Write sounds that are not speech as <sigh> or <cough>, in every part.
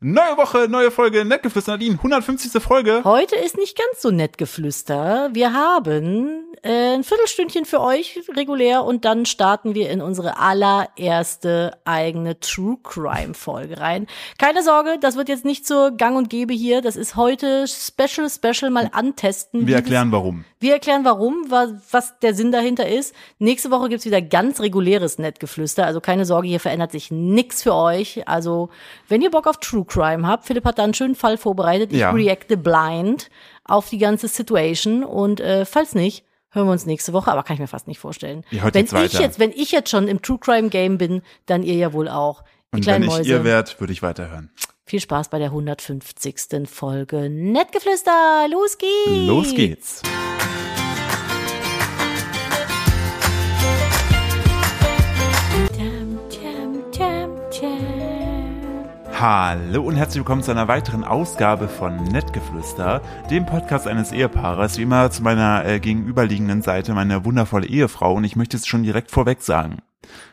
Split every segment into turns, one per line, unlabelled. Neue Woche, neue Folge, Nettgeflüster, Nadine, 150. Folge.
Heute ist nicht ganz so nett geflüster. Wir haben äh, ein Viertelstündchen für euch regulär und dann starten wir in unsere allererste eigene True Crime Folge rein. Keine Sorge, das wird jetzt nicht so gang und gäbe hier. Das ist heute Special, Special mal antesten. wie
Wir erklären warum.
wir erklären warum, wa- was der Sinn dahinter ist. Nächste Woche gibt's wieder ganz reguläres Nettgeflüster. Also keine Sorge, hier verändert sich nix für euch. Also wenn ihr Bock auf True Crime habt, Philipp hat da einen schönen Fall vorbereitet. Ich
Ja.
reacte blind auf die ganze Situation. Und äh, falls nicht, hören wir uns nächste Woche. Aber kann ich mir fast nicht vorstellen.
Ja, heute
wenn
geht's
ich
weiter.
jetzt, wenn ich jetzt schon im True Crime Game bin, dann ihr ja wohl auch. Die
Und wenn
kleinen
ich
Mäuse.
ihr wärt, würde ich weiterhören.
Viel Spaß bei der 150. Folge Nettgeflüster. Los geht's.
Los geht's.
Tam, tam, tam, tam.
Hallo und herzlich willkommen zu einer weiteren Ausgabe von Nettgeflüster, dem Podcast eines Ehepaares. Wie immer zu meiner äh, gegenüberliegenden Seite meine wundervolle Ehefrau und ich möchte es schon direkt vorweg sagen.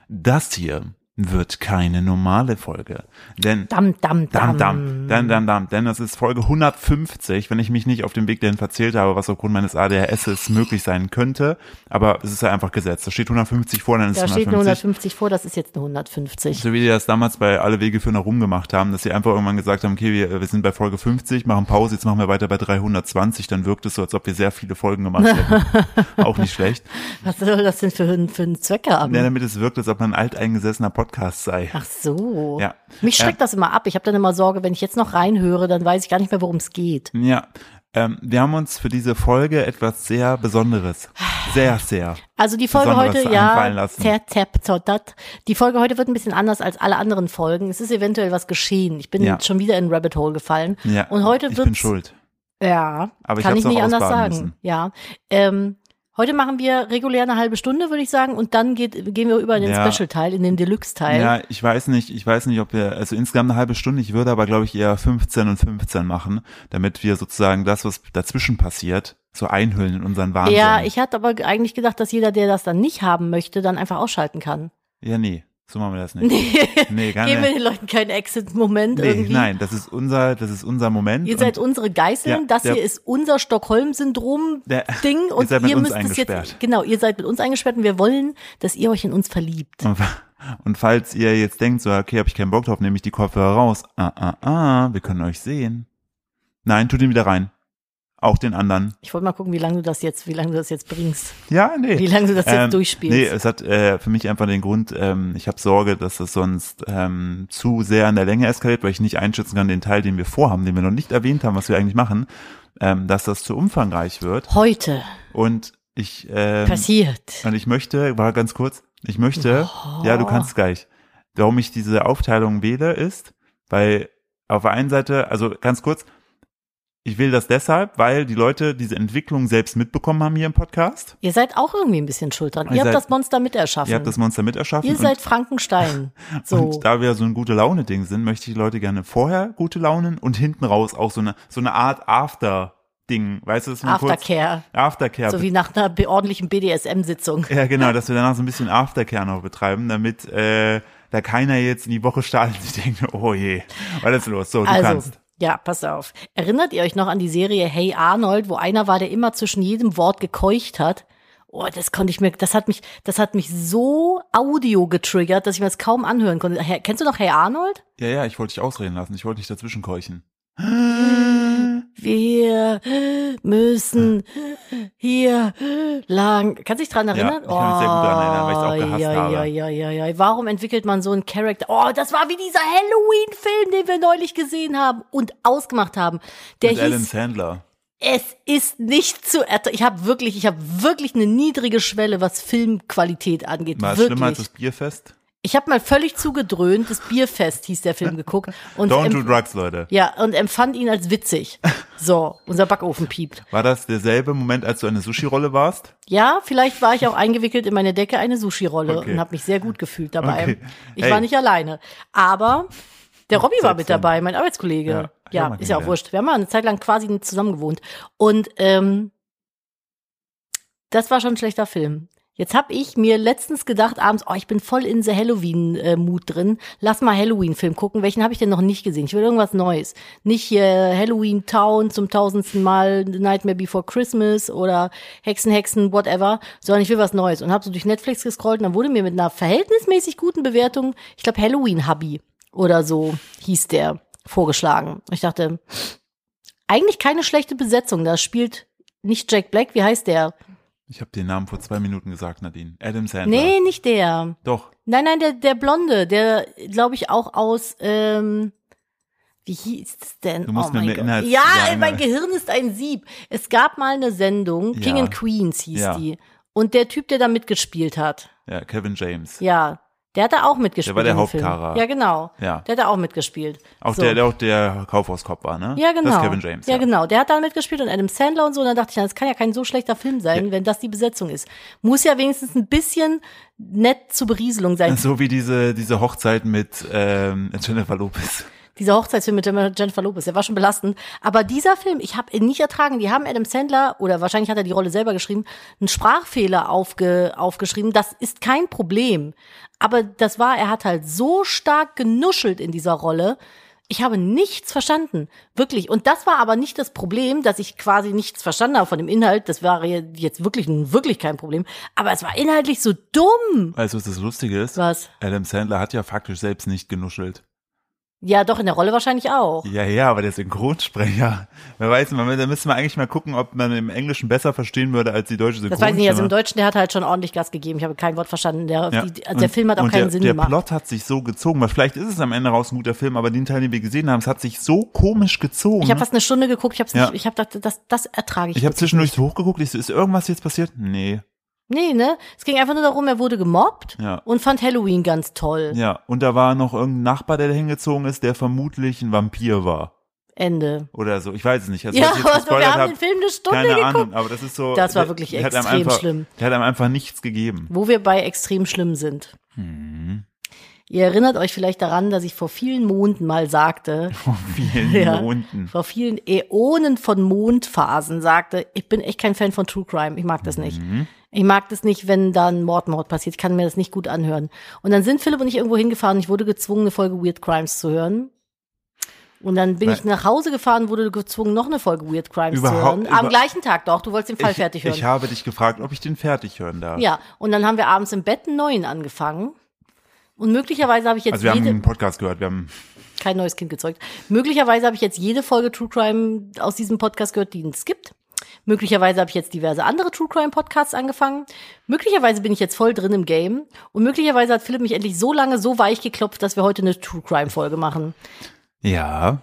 Das hier wird keine normale Folge, denn
Dam, dam,
Dam,
dam.
dam, dam, dam, dam, denn das ist Folge 150, wenn ich mich nicht auf dem Weg dahin verzählt habe, was aufgrund meines ADHS möglich sein könnte. Aber es ist ja einfach gesetzt. Da steht 150 vor, dann ist
Da
es
steht eine
150.
150 vor, das ist jetzt eine 150.
So wie die das damals bei Alle Wege führen nach Rom gemacht haben, dass sie einfach irgendwann gesagt haben, okay, wir, wir sind bei Folge 50, machen Pause, jetzt machen wir weiter bei 320, dann wirkt es so, als ob wir sehr viele Folgen gemacht hätten.
<laughs>
Auch nicht schlecht.
Was soll das denn für, ein- für einen Zweck haben?
Ja, ne. damit es wirkt, als ob man ein alteingesessener Podcast sei.
Ach so.
Ja.
Mich schreckt das immer ab. Ich habe dann immer Sorge, wenn ich jetzt noch reinhöre, dann weiß ich gar nicht mehr, worum es geht.
Ja, ähm, wir haben uns für diese Folge etwas sehr Besonderes, sehr, sehr
Also die Folge
Besonderes
heute,
einfallen
ja,
lassen.
tap, tap, tot, dat. die Folge heute wird ein bisschen anders als alle anderen Folgen. Es ist eventuell was geschehen. Ich bin
Ja.
schon wieder in ein Rabbit Hole gefallen.
Ja,
Und heute
ich
wird's-
bin schuld.
Ja,
Aber ich
kann
hab's
ich
auch
nicht anders
ausbaden
sagen.
müssen.
Ja. Ähm, heute machen wir regulär eine halbe Stunde, würde ich sagen, und dann geht, gehen wir über in den
Ja.
Special-Teil, in den Deluxe-Teil.
Ja, ich weiß nicht, ich weiß nicht, ob wir, also insgesamt eine halbe Stunde, ich würde aber glaube ich eher 15 und 15 machen, damit wir sozusagen das, was dazwischen passiert, so einhüllen in unseren Wahnsinn.
Ja, ich hatte aber eigentlich gedacht, dass jeder, der das dann nicht haben möchte, dann einfach ausschalten kann. <laughs>
Ja, nee, so machen wir das nicht.
Nee,
Nee, gar
geben wir
nicht.
den Leuten keinen Exit-Moment
Nee,
irgendwie.
nein, das ist unser, das ist unser Moment.
Ihr seid
und
unsere Geißeln,
Ja,
das
der-
hier ist unser
Der- <laughs>
Stockholm-Syndrom-Ding
Ihr
und
seid mit
ihr
uns
müsst es jetzt,
eingesperrt.
genau, ihr seid mit uns eingesperrt und wir wollen, dass ihr euch in uns verliebt.
und, und falls ihr jetzt denkt, so, okay, habe ich keinen Bock drauf, nehme ich die Kopfhörer raus. Ah, ah, ah, wir können euch sehen. Nein, tut ihn wieder rein. Auch den anderen.
Ich wollte mal gucken, wie lange du das jetzt, wie lange du das jetzt bringst,
Ja, nee.
wie lange du das jetzt
Ähm,
durchspielst.
Nee, es hat äh, für mich einfach den Grund, ähm, ich habe Sorge, dass das sonst ähm, zu sehr an der Länge eskaliert, weil ich nicht einschätzen kann, den Teil, den wir vorhaben, den wir noch nicht erwähnt haben, was wir eigentlich machen, ähm, dass das zu umfangreich wird.
Heute
Und ich ähm,
passiert.
und ich möchte, war ganz kurz, ich möchte, ja, du kannst gleich. Warum ich diese Aufteilung wähle, ist, weil auf der einen Seite, also ganz kurz, ich will das deshalb, weil die Leute diese Entwicklung selbst mitbekommen haben hier im Podcast.
Oh. Ihr seid auch irgendwie ein bisschen schuld dran. Ihr,
Ihr
habt
seid-
das Monster mit erschaffen.
Ihr habt das Monster miterschaffen.
Ihr
und-
seid Frankenstein.
<laughs>
So.
Und da wir so ein gute Laune Ding sind, möchte ich die Leute gerne vorher gute Launen und hinten raus auch so eine so eine Art After Ding, weißt du, dass man kurz
Aftercare.
Aftercare.
So wie nach einer be- ordentlichen BDSM-Sitzung.
ja, genau, dass wir danach so ein bisschen Aftercare noch betreiben, damit äh, da keiner jetzt in die Woche startet und sich denkt, oh je, was ist los? So, du
Also,
kannst.
ja, pass auf. Erinnert ihr euch noch an die Serie Hey Arnold, wo einer war, der immer zwischen jedem Wort gekeucht hat? Oh, das konnte ich mir, das hat mich, das hat mich so audio getriggert, dass ich mir das kaum anhören konnte. Hey, kennst du noch Hey Arnold?
Ja, ja, ich wollte dich ausreden lassen, ich wollte dich dazwischen keuchen.
Wir müssen hier lang. Kannst du dich dran erinnern?
ich kann mich sehr gut daran erinnern, weil ich's auch gehasst
ja,
habe.
Ja, ja, ja, ja. Warum entwickelt man so einen Charakter? Oh, das war wie dieser Halloween-Film, den wir neulich gesehen haben und ausgemacht haben. Der
Mit
hieß
Alan Sandler.
Es ist nicht zu ertragen. Ich habe wirklich, ich habe wirklich eine niedrige Schwelle, was Filmqualität angeht.
War es schlimmer als
wirklich.
das Bierfest?
Ich habe mal völlig zugedröhnt, das Bierfest hieß der Film geguckt und
Don't
empf-
do drugs, Leute.
ja und empfand ihn als witzig. So, unser Backofen piept.
War das derselbe Moment, als du eine Sushi-Rolle warst?
Ja, vielleicht war ich auch eingewickelt in meine Decke eine Sushi-Rolle
Okay.
und habe mich sehr gut gefühlt dabei.
Okay.
Ich
Hey.
war nicht alleine, aber der Robby war
Selbst
mit
dann.
dabei, mein Arbeitskollege.
Ja,
Ja,
hab ich auch mal
ist ja auch
kennengelernt.
wurscht. Wir haben mal eine Zeit lang quasi zusammen gewohnt und ähm, das war schon ein schlechter Film. Jetzt habe ich mir letztens gedacht abends, oh, ich bin voll in the Halloween-Mut drin. Lass mal Halloween-Film gucken. Welchen habe ich denn noch nicht gesehen? Ich will irgendwas Neues. Nicht äh, Halloween Town zum tausendsten Mal, Nightmare Before Christmas oder Hexen, Hexen, whatever, sondern ich will was Neues. Und habe so durch Netflix gescrollt und dann wurde mir mit einer verhältnismäßig guten Bewertung, ich glaube Halloween Hubby oder so hieß der, vorgeschlagen. Und Ich dachte, eigentlich keine schlechte Besetzung. Da spielt nicht Jack Black, wie heißt der?
Ich habe den Namen vor zwei Minuten gesagt, Nadine. Adam Sandler.
Nee, nicht der.
Doch.
Nein, nein, der, der Blonde, der glaube ich auch aus, ähm, wie hieß es denn? Oh
Du musst mir
mein
mehr
Gott.
Inhalts
Ja,
sagen,
mein
ne?
Gehirn ist ein Sieb. Es gab mal eine Sendung, King
Ja.
and Queens hieß
Ja.
die. Und der Typ, der da mitgespielt hat,
Ja, Kevin James. Ja.
ja, der hat da auch mitgespielt.
Der war der
im Film.
Hauptcharakter.
Ja, genau.
Ja.
Der hat da auch mitgespielt.
Auch
So.
der, der auch der Kaufhauskopf war, ne?
Ja, genau.
Das ist Kevin James.
Ja, genau. Der hat da mitgespielt und Adam Sandler und so. Und dann dachte ich, na, das kann ja kein so schlechter Film sein, wenn das die Besetzung ist. Muss ja wenigstens ein bisschen nett zur Berieselung sein.
So wie diese, diese Hochzeit mit ähm, Jennifer Lopez.
Dieser Hochzeitsfilm mit Jennifer Lopez, der war schon belastend. Aber dieser Film, ich habe ihn nicht ertragen. Die haben Adam Sandler, oder wahrscheinlich hat er die Rolle selber geschrieben, einen Sprachfehler aufge, aufgeschrieben. Das ist kein Problem. Aber das war, er hat halt so stark genuschelt in dieser Rolle. Ich habe nichts verstanden. Wirklich. Und das war aber nicht das Problem, dass ich quasi nichts verstanden habe von dem Inhalt. Das war jetzt wirklich, wirklich kein Problem. Aber es war inhaltlich so dumm.
Weißt du, was das Lustige ist?
Hm. Was?
Adam Sandler hat ja faktisch selbst nicht genuschelt.
Ja, doch, in der Rolle wahrscheinlich auch.
Ja, ja, aber der Synchronsprecher. Wer weiß, man, da müssen wir eigentlich mal gucken, ob man im Englischen besser verstehen würde als die deutsche
Das
Synchronsprecher.
weiß ich nicht, also im Deutschen, der hat halt schon ordentlich Gas gegeben. Ich habe kein Wort verstanden. Der, die, also der Film hat auch
und
keinen
der,
Sinn
der
gemacht.
Plot hat sich so gezogen, weil vielleicht ist es am Ende raus ein guter Film, aber den Teil, den wir gesehen haben, es hat sich so komisch gezogen.
ich habe fast eine Stunde geguckt, ich habe
Ja.
nicht, ich habe gedacht, das, das ertrage ich.
ich hab
wirklich
zwischendurch hochgeguckt, ich so, ist irgendwas jetzt passiert? Nee.
nicht. Nee, ne? Es ging einfach nur darum, er wurde gemobbt
Ja.
und fand Halloween ganz toll.
Ja, und da war noch irgendein Nachbar, der da hingezogen ist, der vermutlich ein Vampir war.
Ende.
Oder so, ich weiß es nicht. Also,
Ja,
falls ich jetzt
also wir
gespoilert
haben
hab,
den Film eine Stunde
keine
geguckt,
Ahnung, aber das ist so.
Das war
der-
wirklich
der hat einem
extrem
einfach,
schlimm.
Der hat einem einfach nichts gegeben.
<laughs> wo wir bei extrem schlimm sind.
Hm.
Ihr erinnert euch vielleicht daran, dass ich vor vielen Monden mal sagte,
Vor vielen
Ja.
Monden.
vor vielen Äonen von Mondphasen sagte, ich bin echt kein Fan von True Crime, ich mag das nicht.
Mhm.
Ich mag das nicht, wenn da ein Mordmord passiert, ich kann mir das nicht gut anhören. Und dann sind Philipp und ich irgendwo hingefahren, ich wurde gezwungen, eine Folge Weird Crimes zu hören. Und dann bin
Nein.
ich nach Hause gefahren, wurde gezwungen, noch eine Folge Weird Crimes zu
Überhaupt-
hören. Am
über-
gleichen Tag doch, du wolltest den Fall
Ich,
fertig hören.
ich habe dich gefragt, ob ich den fertig hören darf.
ja, und dann haben wir abends im Bett einen neuen angefangen. Und möglicherweise habe ich jetzt
Also wir haben
jede
einen Podcast gehört, wir haben
kein neues Kind gezeugt. Möglicherweise habe ich jetzt jede Folge True Crime aus diesem Podcast gehört, die es gibt. Möglicherweise habe ich jetzt diverse andere True Crime Podcasts angefangen. Möglicherweise bin ich jetzt voll drin im Game. Und möglicherweise hat Philipp mich endlich so lange so weich geklopft, dass wir heute eine True Crime Folge machen.
Ja,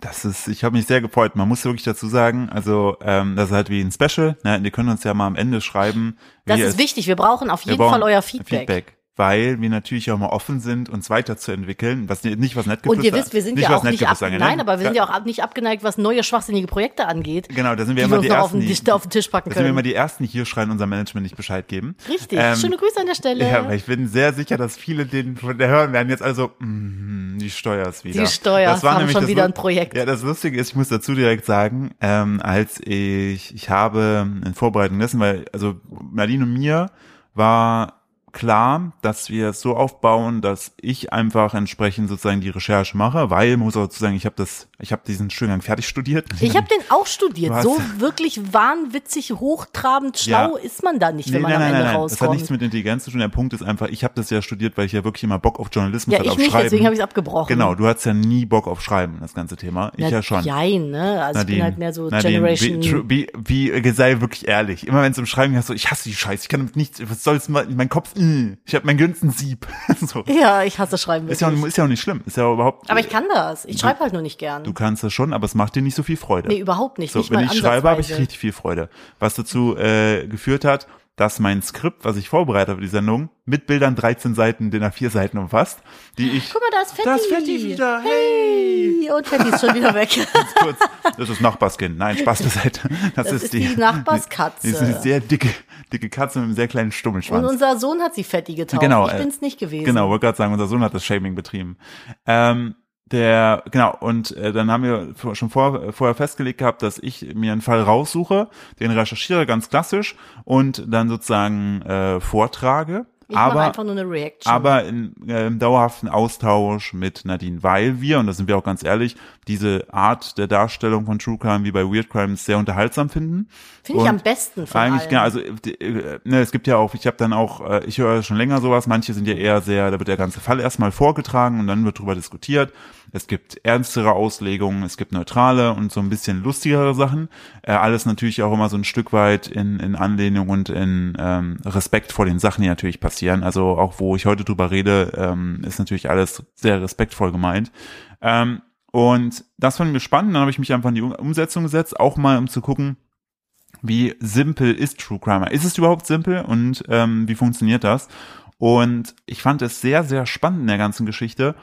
das ist, ich habe mich sehr gefreut. Man muss wirklich dazu sagen, also ähm, das ist halt wie ein Special. Ne? Ihr könnt uns ja mal am Ende schreiben. Wie
Das
ihr
ist
es-
wichtig. Wir brauchen auf
wir
jeden
brauchen
Fall euer Feedback.
Weil wir natürlich auch mal offen sind, uns weiterzuentwickeln. Was nicht, was nett
Und ihr wisst, wir sind
nicht,
ja
was
auch nicht ab,
Nettgeflüster angeht, ne?
nein, aber wir sind ja auch ab, nicht abgeneigt, was neue schwachsinnige Projekte angeht,
Genau, da sind wir
die
immer
wir uns
die
noch auf
ersten,
den,
die,
Tisch, auf den Tisch packen
da sind wir immer
können.
die ersten, die hier schreien, unser Management nicht Bescheid geben.
Richtig.
Ähm,
Schöne Grüße an der Stelle.
Ja, aber ich bin sehr sicher, dass viele den von der hören werden jetzt also mm, die Steuers wieder.
Die Steuers haben schon wieder ein Projekt.
Ja, das Lustige ist, ich muss dazu direkt sagen, ähm, als ich ich habe in Vorbereitung dessen, weil also Nadine und mir war klar, dass wir es so aufbauen, dass ich einfach entsprechend sozusagen die Recherche mache, weil muss auch dazu sagen, ich habe das, ich habe diesen Studiengang fertig studiert.
Ich habe den auch studiert.
Was?
So wirklich wahnwitzig, hochtrabend, schlau
Ja.
ist man da nicht, wenn man am Ende
Das hat nichts
rauskommt.
mit Intelligenz zu tun. Der Punkt ist einfach, ich habe das ja studiert, weil ich ja wirklich immer Bock auf Journalismus
Ja,
hatte,
ich
auf
nicht,
Schreiben.
deswegen habe ich es abgebrochen.
Genau, du hattest ja nie Bock auf Schreiben, das ganze Thema. Ich
Na,
ja schon.
Jein, ne? Also ich bin halt mehr so
Nadine,
Generation.
Be, tru- be, be, be, äh, sei wirklich ehrlich. Immer wenn es um Schreiben geht, so, ich hasse die Scheiße, ich kann damit nichts, was soll's, ma- mein Kopf, mm, ich habe meinen günstigen Sieb. <laughs> so.
ja, ich hasse Schreiben.
Ist ja,
wirklich.
auch- ist ja auch nicht schlimm, ist ja überhaupt,
aber ich kann das. Ich schreibe halt nur nicht gern.
du kannst das schon, aber es macht dir nicht so viel Freude.
nee, überhaupt nicht.
So,
nicht
wenn
mal
ich schreibe, habe ich
ansatzweise.
richtig viel Freude. Was dazu äh, geführt hat, dass mein Skript, was ich vorbereitet habe für die Sendung, mit Bildern 13 Seiten, den A4 Seiten umfasst, die ich.
Guck mal, da ist Fetti.
Das Fetti wieder. Hey!
Und Fetti ist schon wieder weg.
<laughs> Ganz kurz. Das ist Nachbarskind. Nein, Spaß beiseite. Das,
Das
ist
ist
die,
die Nachbarskatze.
Die ist eine sehr dicke, dicke Katze mit einem sehr kleinen stummen
Und
Schwanz.
unser Sohn hat sie Fetti getauft.
Genau,
ich
äh,
bin's nicht gewesen.
Genau, wollte gerade sagen, unser Sohn hat das Shaming betrieben. Ähm, Der, genau, und äh, dann haben wir vor- schon vor, äh, vorher festgelegt gehabt, dass ich mir einen Fall raussuche, den recherchiere ganz klassisch und dann sozusagen äh, vortrage.
Ich mache
aber
einfach nur eine Reaction.
aber in, äh, im dauerhaften Austausch mit Nadine, weil wir, und da sind wir auch ganz ehrlich, diese Art der Darstellung von True Crime wie bei Weird Crimes sehr unterhaltsam finden.
Finde ich
Und
am besten von
Eigentlich,
allen.
genau, also äh, die, äh, ne, es gibt ja auch, ich habe dann auch, äh, ich höre schon länger sowas, manche sind ja eher sehr, da wird der ganze Fall erstmal vorgetragen und dann wird drüber diskutiert. Es gibt ernstere Auslegungen, es gibt neutrale und so ein bisschen lustigere Sachen. Äh, alles natürlich auch immer so ein Stück weit in, in Anlehnung und in ähm, Respekt vor den Sachen, die natürlich passieren. Also auch wo ich heute drüber rede, ähm, ist natürlich alles sehr respektvoll gemeint. Ähm, und das fand ich spannend. Dann habe ich mich einfach in die Um- Umsetzung gesetzt, auch mal um zu gucken, wie simpel ist True Crime? Ist es überhaupt simpel und ähm, wie funktioniert das? Und ich fand es sehr, sehr spannend in der ganzen Geschichte.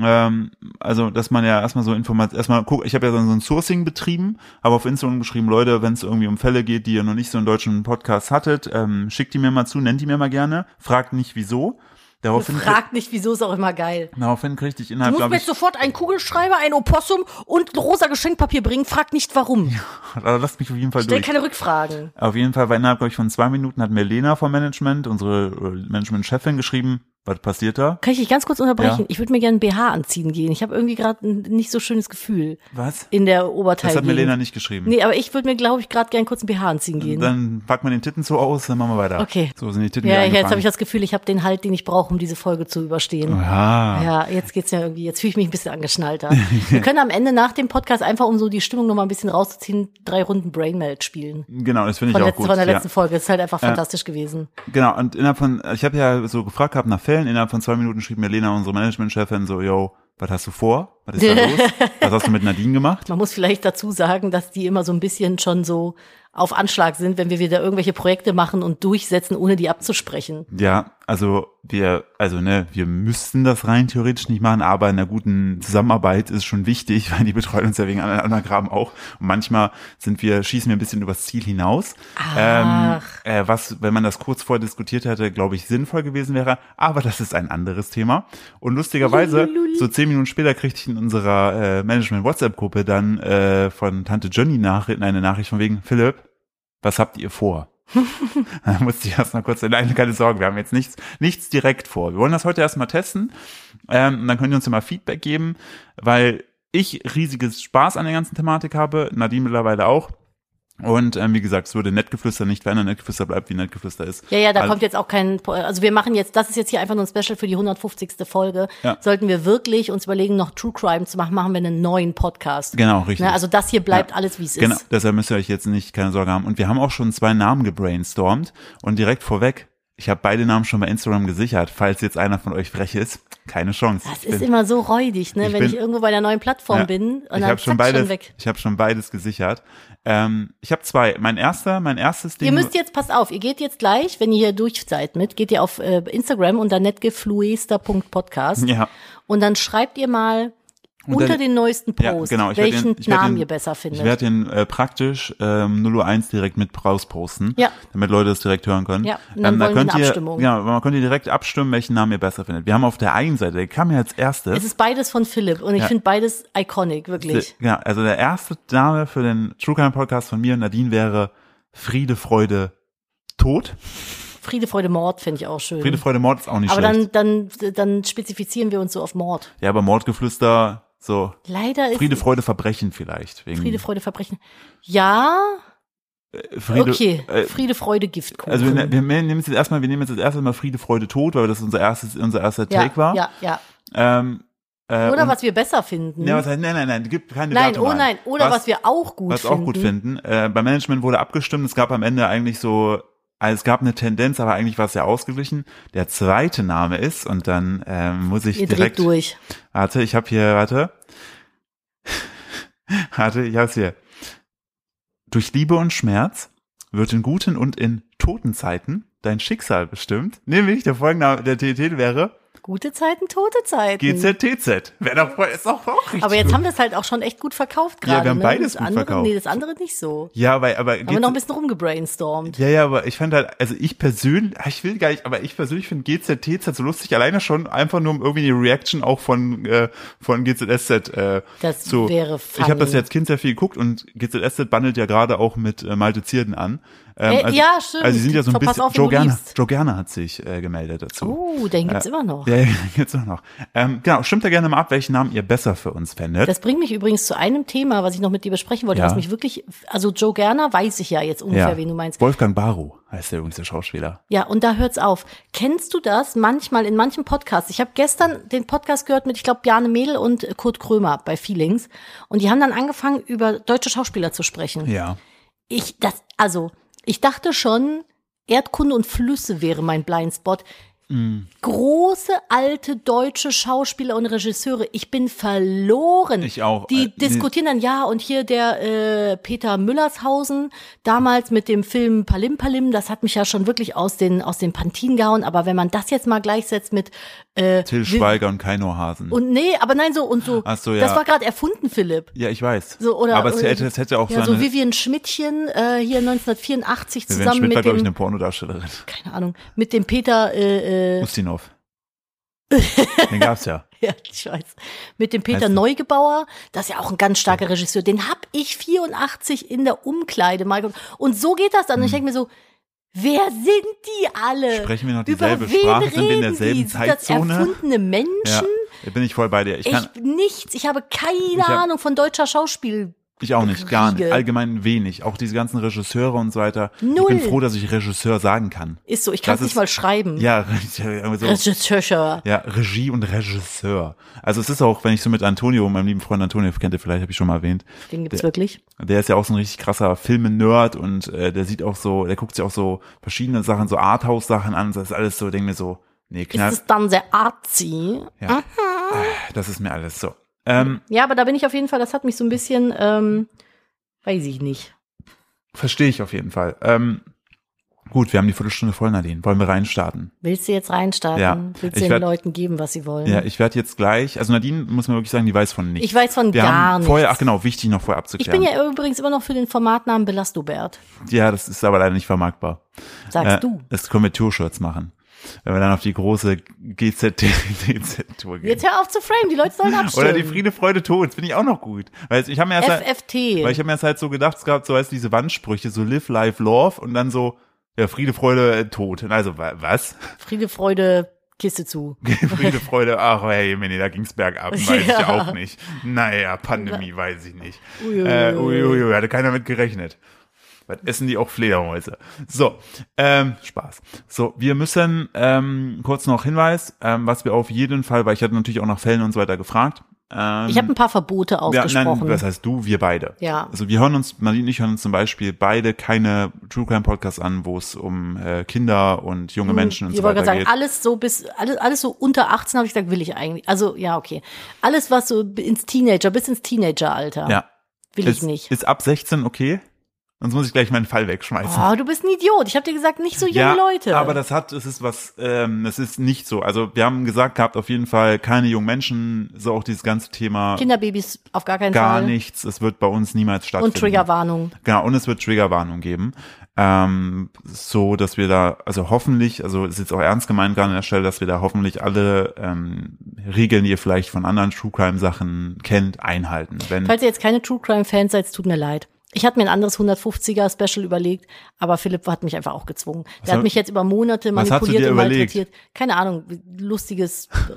Ähm, also, dass man ja erstmal so Informationen, erstmal guck, ich habe ja so ein Sourcing betrieben, habe auf Instagram geschrieben, Leute, wenn es irgendwie um Fälle geht, die ihr noch nicht so einen deutschen Podcast hattet, ähm, schickt die mir mal zu, nennt die mir mal gerne, fragt nicht wieso. Daraufhin,
Frag nicht, wieso ist auch immer geil.
daraufhin kriegte ich
Du
innerhalb,
musst mir
glaube ich,
jetzt sofort einen Kugelschreiber, ein Opossum und rosa Geschenkpapier bringen. Frag nicht, warum.
<laughs> also lasst mich auf jeden Fall
Stell
durch.
keine Rückfragen.
Auf jeden Fall war innerhalb, glaube ich, von zwei Minuten hat mir Lena vom Management, unsere äh, Management-Chefin, geschrieben, was passiert da?
Kann ich dich ganz kurz unterbrechen?
Ja.
Ich würde mir gerne einen BH anziehen gehen. Ich habe irgendwie gerade ein nicht so schönes Gefühl
Was?
in der Oberteil.
Das hat mir Lena nicht geschrieben.
Nee, aber ich würde mir, glaube ich, gerade gerne kurz einen BH anziehen gehen.
Dann packt man den Titten so aus, dann machen wir weiter.
Okay.
So sind die Titten
ja,
wieder
ja, jetzt habe ich
angefangen.
das Gefühl, ich habe den Halt, den ich brauche, um diese Folge zu überstehen.
Ah,
Ja, jetzt geht's ja irgendwie, jetzt fühle ich mich ein bisschen
<laughs>
angeschnallter. Wir können am Ende nach dem Podcast einfach, um so die Stimmung nochmal ein bisschen rauszuziehen, drei Runden Brainmeld spielen.
genau, das finde ich
Von,
auch
letzten,
gut.
von der letzten
ja.
Folge. Ist halt einfach fantastisch gewesen.
Genau, und innerhalb von, ich habe ja so gefragt gehabt nach Fällen, innerhalb von zwei Minuten schrieb mir Lena, unsere Management-Chefin, so, yo, was hast du vor? Was ist
<laughs>
da los? Was hast du mit Nadine gemacht?
Man muss vielleicht dazu sagen, dass die immer so ein bisschen schon so auf Anschlag sind, wenn wir wieder irgendwelche Projekte machen und durchsetzen, ohne die abzusprechen.
Ja, also wir, also ne, wir müssten das rein theoretisch nicht machen, aber in einer guten Zusammenarbeit ist schon wichtig, <laughs> weil die betreuen uns ja wegen anderen Anagramm auch. Und manchmal sind wir, schießen wir ein bisschen übers Ziel hinaus. Ähm,
Ach.
äh, was, wenn man das kurz vorher diskutiert hätte, glaube ich, sinnvoll gewesen wäre. Aber das ist ein anderes Thema. Und lustigerweise,
Lululul.
so zehn Minuten später kriegte ich in unserer äh, Management-WhatsApp-Gruppe dann äh, von Tante Johnny Nachrichten eine Nachricht von wegen, Philipp, was habt ihr vor?
<laughs>
da musste ich erst mal kurz, nein, keine Sorge, wir haben jetzt nichts, nichts direkt vor. Wir wollen das heute erstmal testen. Ähm, und dann könnt ihr uns ja mal Feedback geben, weil ich riesiges Spaß an der ganzen Thematik habe, Nadine mittlerweile auch. Und ähm, wie gesagt, es würde Nettgeflüster nicht verändern, Nettgeflüster bleibt, wie Nettgeflüster ist.
Ja, ja, da
Also-
kommt jetzt auch kein, also wir machen jetzt, das ist jetzt hier einfach nur ein Special für die 150. Folge.
Ja.
Sollten wir wirklich uns überlegen, noch True Crime zu machen, machen wir einen neuen Podcast.
Genau, richtig.
Ne, also das hier bleibt alles, wie es
Genau,
ist.
deshalb müsst ihr euch jetzt nicht keine Sorge haben. Und wir haben auch schon zwei Namen gebrainstormt und direkt vorweg, ich habe beide Namen schon bei Instagram gesichert. Falls jetzt einer von euch frech ist, keine Chance.
Das
Ich
ist
bin-
immer so räudig, ne?
Ich
wenn
bin-
ich irgendwo bei einer neuen Plattform
Ja.
bin und
ich
dann
habe schon
zack,
beides,
schon weg.
ich habe schon beides gesichert. Ähm, ich habe zwei. Mein erster, mein erstes Ding.
Ihr müsst jetzt, passt auf, ihr geht jetzt gleich, wenn ihr hier durch seid mit, geht ihr auf äh, Instagram unter
<laughs>
netgefluester.podcast
ja,
und dann schreibt ihr mal
Unter-
unter, den neuesten
ja,
Post,
genau. Ich werd
welchen
den, ich werd
Namen
den,
ihr besser
Ich
findet.
werde den äh, praktisch ähm, 001 direkt mit rausposten,
Ja.
damit Leute das direkt hören können. Ähm,
Ja, und dann
da
wollen wir
könnt
eine
ihr,
Abstimmung.
Ja, man könnt ihr direkt abstimmen, welchen Namen ihr besser findet. Wir haben auf der einen Seite, der kam ja als erstes.
Es ist beides von Philipp und ich
Ja.
finde beides iconic,
Der-
wirklich.
Genau, also der erste Name für den True Crime Podcast von mir und Nadine wäre Friede, Freude, Tod.
Friede, Freude, Mord finde ich auch schön.
Friede, Freude, Mord ist auch nicht
Mhm. aber
schlecht.
dann, dann, dann spezifizieren wir uns so auf Mord.
ja, aber Mordgeflüster, so
Leider ist
Friede, Freude, Verbrechen vielleicht. Wegen
Friede, Freude, Verbrechen. Ja,
Friede-
okay. Mhm.
Äh,
Friede, Freude, Giftkuchen.
also wir, wir nehmen jetzt erstmal, wir nehmen jetzt erstmal Mal Friede, Freude, Tod, weil das unser erstes, unser erster
ja,
Take war.
Ja, ja.
Ähm, äh,
Oder
und-
was wir besser finden.
Ja, was heißt, nein, nein, nein, gibt keine
nein,
Wertung
oh
ein.
nein. Oder was, wir auch gut
was
finden.
auch gut finden. Äh, beim Management wurde abgestimmt. Es gab am Ende eigentlich so, also es gab eine Tendenz, aber eigentlich war es ja ausgeglichen. Der zweite Name ist und dann ähm, muss ich
Ihr dreht
direkt.
durch.
Warte, ich habe hier, warte, <laughs> warte, ich hab's hier. Durch Liebe und Schmerz wird in guten und in toten Zeiten dein Schicksal bestimmt. Nämlich der folgende Name- der Titel wäre
Gute Zeiten, tote Zeiten.
GZTZ. Wäre doch voll, ist doch auch richtig.
Aber jetzt haben wir es halt auch schon echt gut verkauft gerade.
wir haben
ne?
beides
das
gut
andere,
verkauft.
Nee, das andere nicht so.
ja, aber, aber,
Haben wir
GZ
noch ein bisschen rumgebrainstormt.
ja, ja, aber ich fand halt, also ich persönlich, ah, <laughs> ich will gar nicht, aber ich persönlich finde GZTZ halt so lustig, alleine schon einfach nur um irgendwie die Reaction auch von, äh, von GZSZ äh,
Das
zu.
wäre
Ich habe das
funny.
ja als Kind sehr viel geguckt und GZSZ bandelt ja gerade auch mit äh, Malte Zierden an. Ähm,
Äh, ja, stimmt.
Also sie sind ja so ein
Verpass
bisschen,
auf, wen
Joe
du
Gerner,
liebst.
Joe Gerner hat sich äh, gemeldet dazu.
Oh, den gibt's immer noch.
Ja, <laughs> ja, jetzt auch noch. Ähm, genau, stimmt ja gerne mal ab, welchen Namen ihr besser für uns fändet.
Das bringt mich übrigens zu einem Thema, was ich noch mit dir besprechen wollte,
Ja.
was mich wirklich, also Joe Gerner weiß ich ja jetzt ungefähr, wen du meinst.
Wolfgang Barrow heißt der übrigens der Schauspieler.
Ja, und da hört's auf. Kennst du das manchmal in manchen Podcasts? Ich habe gestern den Podcast gehört mit, ich glaube, Bjarne Mädel und äh, Kurt Krömer bei Feelings. Und die haben dann angefangen, über deutsche Schauspieler zu sprechen.
Ja.
Ich, das, also, ich dachte schon, Erdkunde und Flüsse wäre mein Blindspot.
Mhm.
Große alte deutsche Schauspieler und Regisseure, ich bin verloren.
Ich auch. Äh,
Die
nee.
diskutieren dann, ja, und hier der äh, Peter Müllershausen, damals mit dem Film Palim Palim, das hat mich ja schon wirklich aus den, aus den Pantinen gehauen, aber wenn man das jetzt mal gleichsetzt mit äh,
Till
Wil-
Schweiger und Kaino Hasen.
und nee, aber nein, so und so,
Ach so, ja.
das war gerade erfunden, Philipp.
ja, ich weiß.
So, oder,
Aber es
oder-
hätte, es hätte auch
ja,
so
so
eine,
Vivian Schmidtchen äh, hier 1984
Vivian
zusammen
Schmidt war,
mit
glaube ich, ne-
dem
eine Pornodarstellerin.
<laughs> keine Ahnung mit dem Peter äh, <laughs> äh,
Ustinov. Den gab's ja.
ja, ich weiß mit dem Peter
Heißt-
Neugebauer das ist ja auch ein ganz starker Regisseur den hab ich 84 in der Umkleide mal geguckt. und so geht das dann und ich denke mir so wer sind die alle
Hm. Sprechen wir noch
Äh, Über
dieselbe
wen
Sprache? Sind wir in
reden
derselben
die? sind das
Zeitzone?
erfundene Menschen
Ja, da bin ich voll bei dir. Ich
ich,
kann,
nichts ich habe keine
hab-
Ahnung von deutscher Schauspiel
ich auch nicht, gar nicht.
Riegel.
Allgemein wenig. Auch diese ganzen Regisseure und so weiter. Ich
Null. Hm.
bin froh, dass ich Regisseur sagen kann.
ist so ich
Das
kann es nicht
ist-
mal schreiben
Ja, <laughs> irgendwie so.
Regisseur
Ja, Regie und Regisseur. Also es ist auch, wenn ich so mit Antonio, meinem lieben Freund Antonio, kennt ihr vielleicht, habe ich schon mal erwähnt,
den gibt's wirklich
der ist ja auch so ein richtig krasser Filme-Nerd und äh, der sieht auch so, der guckt sich auch so verschiedene Sachen, so Arthouse-Sachen an, das ist alles so, denk mir so, nee,
ist
knall,
es dann sehr artsy
ja, Ah, das ist mir alles so. Ähm,
Ja, aber da bin ich auf jeden Fall, das hat mich so ein bisschen, ähm, weiß ich nicht.
Verstehe ich auf jeden Fall. Ähm, gut, wir haben die Viertelstunde voll, Nadine, wollen wir reinstarten?
Willst du jetzt reinstarten?
Ja,
Willst
ich
du den
werd-
Leuten geben, was sie wollen?
Ja, ich werde jetzt gleich, also Nadine, muss man wirklich sagen, die weiß von nichts.
Oh. Ich weiß von
wir
gar
haben vorher,
nichts.
ach genau, wichtig noch vorher
ich
abzuklären.
bin ja übrigens immer noch für den Formatnamen Belastobert.
ja, das ist aber leider nicht vermarktbar.
Sagst
äh,
du.
Das können wir Tour-Shirts machen. Wenn wir dann auf die große <laughs> GZT-Tour gehen.
Jetzt hör auf zu frame, die Leute sollen abstimmen.
Oder die Friede, Freude, Tod, finde ich auch noch gut. Weil ich habe mir erst halt,
FFT.
weil ich hab mir erst halt so gedacht, es gab so als diese Wandsprüche, so live, live, love und dann so, ja, Friede, Freude, äh, Tod. Und also, wa- was? <laughs>
Friede, Freude, Kiste zu.
Friede, Freude, ach, hey, Mini, da ging's bergab, weiß ich
Ja.
auch nicht. Naja, Pandemie, weiß ich nicht.
Uiuiui.
Äh, uiuiui, hatte keiner mit gerechnet. Was essen die auch Fledermäuse? So, ähm, Spaß. So, wir müssen ähm, kurz noch Hinweis, ähm, was wir auf jeden Fall, weil ich hatte natürlich auch nach Fällen und so weiter gefragt. Ähm,
Ich habe ein paar Verbote
ja, nein,
ausgesprochen.
was heißt du? Wir beide.
Ja.
Also wir hören uns, Nadine und ich hören uns zum Beispiel beide keine True Crime Podcasts an, wo es um äh, Kinder und junge Menschen und
Hm, ich
so
wollte
weiter
gerade sagen,
geht.
alles so bis, alles, alles so unter 18 habe ich gesagt, will ich eigentlich. Also, ja, okay. Alles, was so ins Teenager, bis ins Teenageralter,
ja.
will
ist,
ich nicht.
Ist ab 16 okay? Sonst muss ich gleich meinen Fall wegschmeißen.
Oh, du bist ein Idiot. Ich habe dir gesagt, nicht so junge Leute.
aber das hat, es ist was, ähm, es ist nicht so. Also wir haben gesagt gehabt, auf jeden Fall keine jungen Menschen, so auch dieses ganze Thema,
Kinderbabys auf gar keinen
gar
Fall.
nichts. Es wird bei uns niemals stattfinden.
Und Triggerwarnung.
Genau, und es wird Triggerwarnung geben. Ähm, so, dass wir da, also hoffentlich, also ist jetzt auch ernst gemeint gerade an der Stelle, dass wir da hoffentlich alle ähm, Regeln, die ihr vielleicht von anderen True Crime Sachen kennt, einhalten. Wenn,
Falls ihr jetzt keine True Crime Fans seid, es tut mir leid. Ich hatte mir ein anderes 150er Special überlegt, aber Philipp hat mich einfach auch gezwungen. Der
hab-
hat mich jetzt über Monate
Was hast du
manipuliert
dir
und
überlegt?
malträtiert. Keine Ahnung, lustiges äh,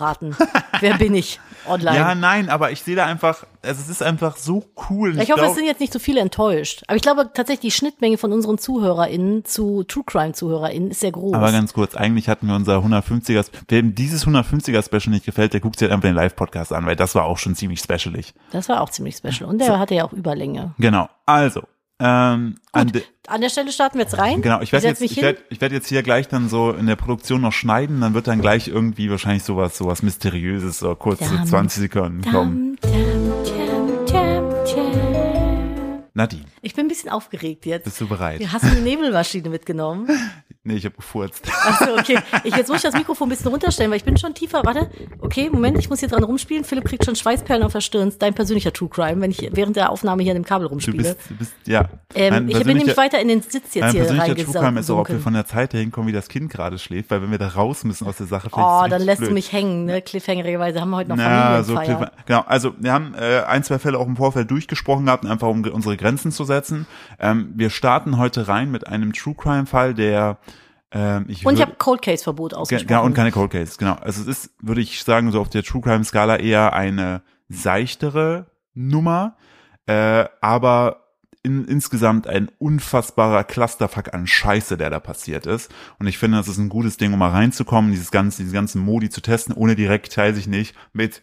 <laughs>
raten. Wer bin ich online?
ja, nein, aber ich sehe da einfach, also es ist einfach so cool.
ich hoffe,
glaub-
es sind jetzt nicht so viele enttäuscht. Aber ich glaube tatsächlich, die Schnittmenge von unseren ZuhörerInnen zu True Crime ZuhörerInnen ist sehr groß.
Aber ganz kurz, eigentlich hatten wir unser 150er, wem dieses 150er Special nicht gefällt, der guckt sich halt einfach den Live-Podcast an, weil das war auch schon ziemlich specialig.
das war auch ziemlich special. Und der hatte ja auch Überlänge.
Genau. Also, ähm, an de-
An der Stelle starten wir jetzt rein.
genau, ich werde
setz
jetzt,
mich
ich
hin.
werd, ich werd jetzt hier gleich dann so in der Produktion noch schneiden, dann wird dann gleich irgendwie wahrscheinlich sowas, sowas Mysteriöses, so kurz zu
Dam,
20 Sekunden kommen.
Dam, dam, dam, dam, dam.
Nadine,
Ich bin ein bisschen aufgeregt jetzt.
bist du bereit?
Hast du eine Nebelmaschine mitgenommen?
Nee, ich habe gefurzt.
Achso, okay. Ich, jetzt muss ich das Mikrofon ein bisschen runterstellen, weil ich bin schon tiefer. Warte. Okay, Moment, ich muss hier dran rumspielen. Philipp kriegt schon Schweißperlen auf der Stirn. Das ist dein persönlicher True Crime, wenn ich während der Aufnahme hier an dem Kabel
<laughs> Du
rumspiele.
bist, du bist ja.
ähm,
Mein
ich bin
persönlicher-
nämlich weiter in den Sitz jetzt
Mein
hier
persönlicher True Crime ist auch, ob wir
reingesunken.
von der Zeit her hinkommen, wie das Kind gerade schläft, weil wenn wir da raus müssen aus der Sache, finde ich
Oh,
das
dann
richtig
lässt du
blöd.
mich hängen, ne? Cliffhangerigerweise haben wir heute noch
Na, so
Familienfeier.
Cliffhanger. Genau, also wir haben äh, ein, zwei Fälle auch im Vorfeld durchgesprochen gehabt, einfach um ge- unsere Grenzen zu setzen. Ähm, wir starten heute rein mit einem True Crime Fall, der ähm, ich
und ich
würd-
habe Cold Case Verbot
Ge-
ausgesprochen.
Genau, und keine Cold Cases, genau. Also es ist, würde ich sagen, so auf der True Crime Skala eher eine seichtere Nummer, äh, aber in, insgesamt ein unfassbarer Clusterfuck an Scheiße, der da passiert ist. Und ich finde, das ist ein gutes Ding, um mal reinzukommen, dieses ganze, diese ganzen Modi zu testen, ohne direkt, weiß ich nicht, mit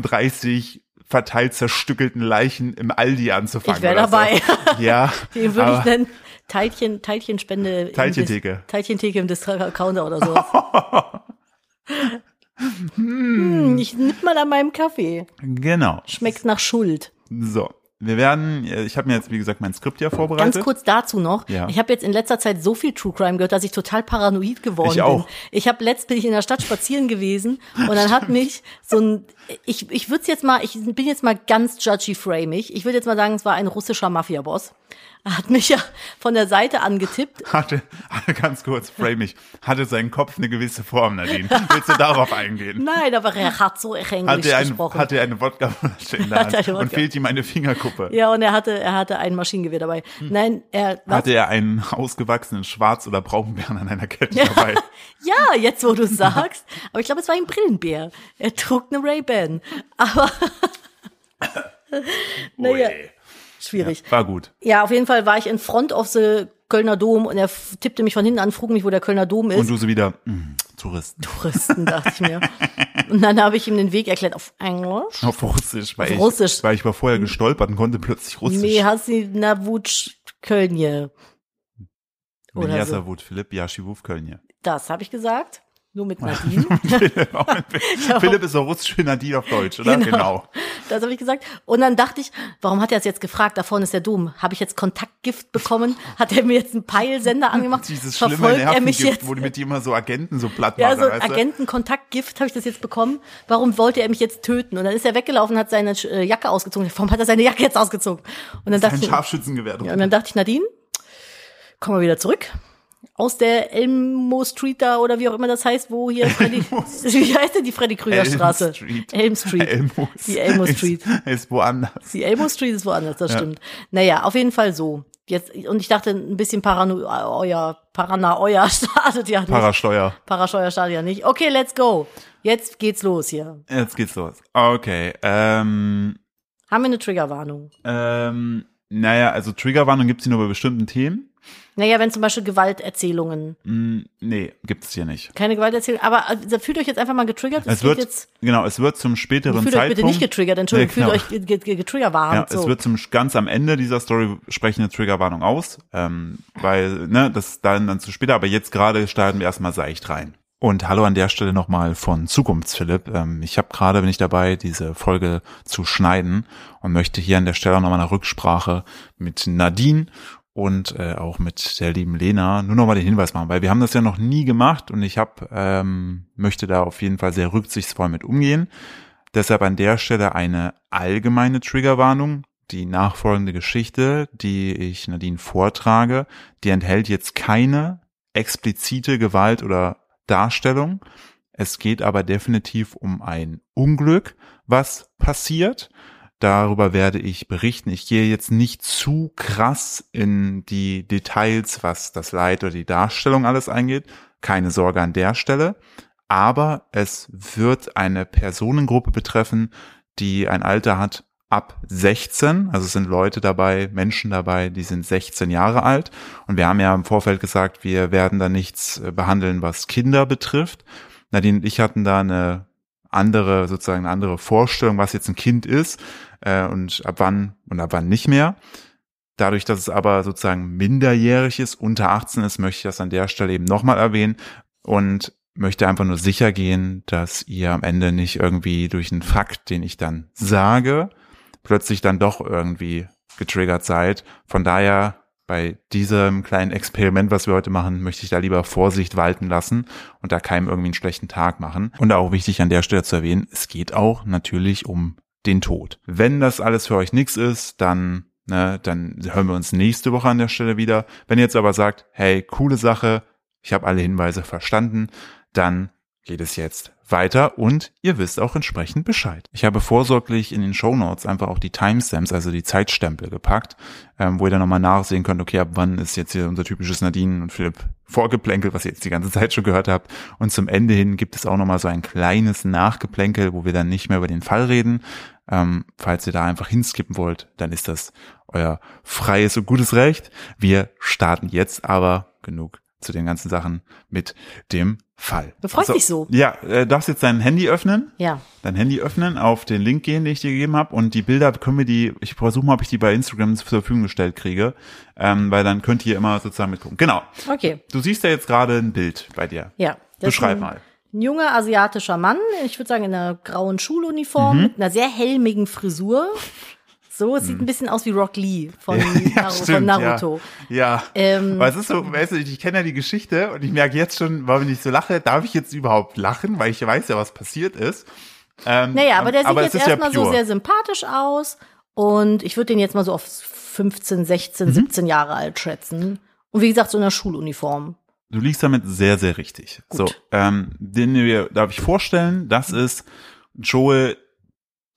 31 verteilt zerstückelten Leichen im Aldi anzufangen.
Ich wär
oder so. <laughs>
dabei. <laughs>
Ja.
Den würde ich
aber-
nennen Teilchen, Teilchenspende. im
Teilchentheke.
Dis- Teilchentheke im Discounter oder so.
<laughs>
hm, ich nipp mal an meinem Kaffee.
Genau.
Schmeckt nach Schuld.
So. Wir werden, äh, ich habe mir jetzt, wie gesagt, mein Skript ja vorbereitet.
Ganz kurz dazu noch.
Ja.
Ich habe jetzt in letzter Zeit so viel True Crime gehört, dass ich total paranoid geworden
Ich auch.
bin. Ich habe letzt bin ich in der Stadt spazieren gewesen und dann hat mich so ein ich ich würde jetzt mal ich bin jetzt mal ganz judgy framig. Ich würde jetzt mal sagen, es war ein russischer Mafiaboss. Hat mich ja von der Seite angetippt.
hatte, <laughs> hatte ganz kurz, frame ich, hatte sein Kopf eine gewisse Form, Nadine. Willst du
<laughs>
darauf eingehen?
Nein, aber er hat so Englisch
Hatte er, ein,
gesprochen.
hatte er eine Wodkaflasche in der
Hatte
Hand
eine
und
Wodka-
fehlt ihm eine Fingerkuppe.
Ja, und er hatte, er hatte ein Maschinengewehr dabei. Nein, er was?
Hatte Hm. er einen ausgewachsenen Schwarz- oder Braunbären an einer Kette
<laughs>
dabei?
Ja, jetzt wo du sagst. Aber ich glaube, es war ein Brillenbär. Er trug eine Ray-Ban. Aber Naja.
Ui.
schwierig.
War gut.
Ja. auf jeden Fall war ich in Front of the Kölner Dom und er f- tippte mich von hinten an, frug mich, wo der Kölner Dom ist.
Und du so wieder, hm, mh, Touristen.
Touristen, dachte
<laughs>
ich mir. Und dann habe ich ihm den Weg erklärt auf Englisch.
Auf Russisch, weil ich,
Russisch. Hm.
weil ich war vorher gestolpert und konnte plötzlich Russisch.
Me hasi na wutsch Kölnje. oder so.
Minjasavut, Philipp, Jaschiwuf,
<laughs>
Köln
Das habe ich gesagt. Nur
<laughs>
mit Nadine.
hier. Philipp ist so russisch wie Nadine auf Deutsch, oder?
Genau.
genau.
Das habe ich gesagt. Und dann dachte ich, warum hat er es jetzt gefragt? Da vorne ist der Dom. Habe ich jetzt Kontaktgift bekommen? Hat er mir jetzt
<laughs>
einen Peilsender angemacht?
Dieses schlimme
Verfolgt er mich
Nervengift,
jetzt?
wo die mit dir immer so Agenten so platt
Ja,
machen,
so
weißt du?
Agentenkontaktgift habe ich das jetzt bekommen. Warum wollte er mich jetzt töten? Und dann ist er weggelaufen, hat seine äh, Jacke ausgezogen. Warum hat er seine Jacke jetzt ausgezogen? Und dann dachte
Ein
ich,
Scharfschützengewehr drin.
und dann dachte ich, Nadine, komm mal wieder zurück. Aus der Elmo Street da oder wie auch immer das heißt, wo hier Freddy, <laughs> wie heißt denn die Freddy Krüger Straße?
Elm Street.
Elm Street.
Elmo ist-
Die Elmo Street.
Ist, ist woanders.
Die Elmo Street ist woanders, das stimmt. Naja, auf jeden Fall so. Jetzt, und ich dachte, ein bisschen Paranoia, Paranoia <laughs> startet ja nicht.
Parasteuer.
Parasteuer startet ja nicht. Okay, let's go. Jetzt geht's los hier.
Jetzt geht's los. Okay. Ähm,
Haben wir eine Triggerwarnung?
ähm, naja, also Triggerwarnung gibt's hier nur bei bestimmten Themen.
Naja, wenn zum Beispiel Gewalterzählungen.
Hm, nee, gibt's hier nicht.
Keine Gewalterzählung, aber also, fühlt euch jetzt einfach mal getriggert.
Es
geht
wird,
jetzt,
genau, es wird zum späteren
fühlt euch
Zeitpunkt.
bitte nicht getriggert, Entschuldigung,
Nee, genau.
fühlt euch ge- ge- getriggert warm.
Ja,
so.
es wird zum ganz am Ende dieser Story sprechen eine Triggerwarnung aus, ähm, weil ne, das dann dann zu später. Aber jetzt gerade starten wir erstmal seicht rein. Und hallo an der Stelle nochmal von Zukunftsphilipp. Ähm, ich habe gerade bin ich dabei, diese Folge zu schneiden und möchte hier an der Stelle auch nochmal eine Rücksprache mit Nadine und äh, auch mit der lieben Lena nur nochmal den Hinweis machen, weil wir haben das ja noch nie gemacht und ich habe ähm, möchte da auf jeden Fall sehr rücksichtsvoll mit umgehen. Deshalb an der Stelle eine allgemeine Triggerwarnung. Die nachfolgende Geschichte, die ich Nadine vortrage, die enthält jetzt keine explizite Gewalt oder Darstellung. Es geht aber definitiv um ein Unglück, was passiert. Darüber werde ich berichten. Ich gehe jetzt nicht zu krass in die Details, was das Leid oder die Darstellung alles eingeht. Keine Sorge an der Stelle aber es wird eine Personengruppe betreffen, die ein Alter hat ab 16. Also es sind Leute dabei, Menschen dabei, die sind 16 Jahre alt. Und wir haben ja im Vorfeld gesagt, wir werden da nichts äh, behandeln, was Kinder betrifft. Nadine und ich hatten da eine andere, sozusagen eine andere Vorstellung, was jetzt ein Kind ist äh, und ab wann und ab wann nicht mehr. Dadurch, dass es aber sozusagen minderjährig ist, unter 18 ist, möchte ich das an der Stelle eben nochmal erwähnen und möchte einfach nur sicher gehen, dass ihr am Ende nicht irgendwie durch einen Fakt, den ich dann sage, plötzlich dann doch irgendwie getriggert seid. Von daher bei diesem kleinen Experiment, was wir heute machen, möchte ich da lieber Vorsicht walten lassen und da keinem irgendwie einen schlechten Tag machen. Und auch wichtig an der Stelle zu erwähnen, es geht auch natürlich um den Tod. Wenn das alles für euch nichts ist, dann ne, dann hören wir uns nächste Woche an der Stelle wieder. Wenn ihr jetzt aber sagt, hey, coole Sache, ich habe alle Hinweise verstanden, dann geht es jetzt weiter und ihr wisst auch entsprechend Bescheid. Ich habe vorsorglich in den Show Notes einfach auch die Timestamps, also die Zeitstempel gepackt, ähm, wo ihr dann nochmal nachsehen könnt, okay, ab wann ist jetzt hier unser typisches Nadine und Philipp Vorgeplänkel, was ihr jetzt die ganze Zeit schon gehört habt. Und zum Ende hin gibt es auch nochmal so ein kleines Nachgeplänkel, wo wir dann nicht mehr über den Fall reden. Ähm, falls ihr da einfach hinskippen wollt, dann ist das euer freies und gutes Recht. Wir starten jetzt aber genug zu den ganzen Sachen mit dem Fall.
Du freust
Also,
dich so.
Ja, äh, darfst jetzt dein Handy öffnen.
Ja.
Dein Handy öffnen, auf den Link gehen, den ich dir gegeben habe. Und die Bilder können wir die, ich versuche mal, ob ich die bei Instagram zur Verfügung gestellt kriege. Ähm, weil dann könnt ihr immer sozusagen mitgucken. Genau.
Okay.
Du siehst ja jetzt gerade ein Bild bei dir.
Ja. Das ist
Beschreib
ein-
mal.
Ein junger asiatischer Mann, ich würde sagen in einer grauen Schuluniform,
Mhm.
mit einer sehr helmigen Frisur. So, es sieht ein bisschen aus wie Rock Lee
<laughs>
von, Naru von
stimmt,
Naruto.
Ja. ja.
Ähm.
Weil es ist so, weißt du, ich kenne ja die Geschichte und ich merke jetzt schon, warum ich so lache, darf ich jetzt überhaupt lachen, weil ich weiß ja, was passiert ist. Ähm,
Naja, aber der sieht
es
jetzt
ist ja
erstmal so
pure.
sehr sympathisch aus und ich würde den jetzt mal so auf 15, 16,
Mhm.
17 Jahre alt schätzen. Und wie gesagt, so in einer Schuluniform.
Du liegst damit sehr, sehr richtig. So, ähm, den wir, darf ich vorstellen, das
Mhm.
ist Joel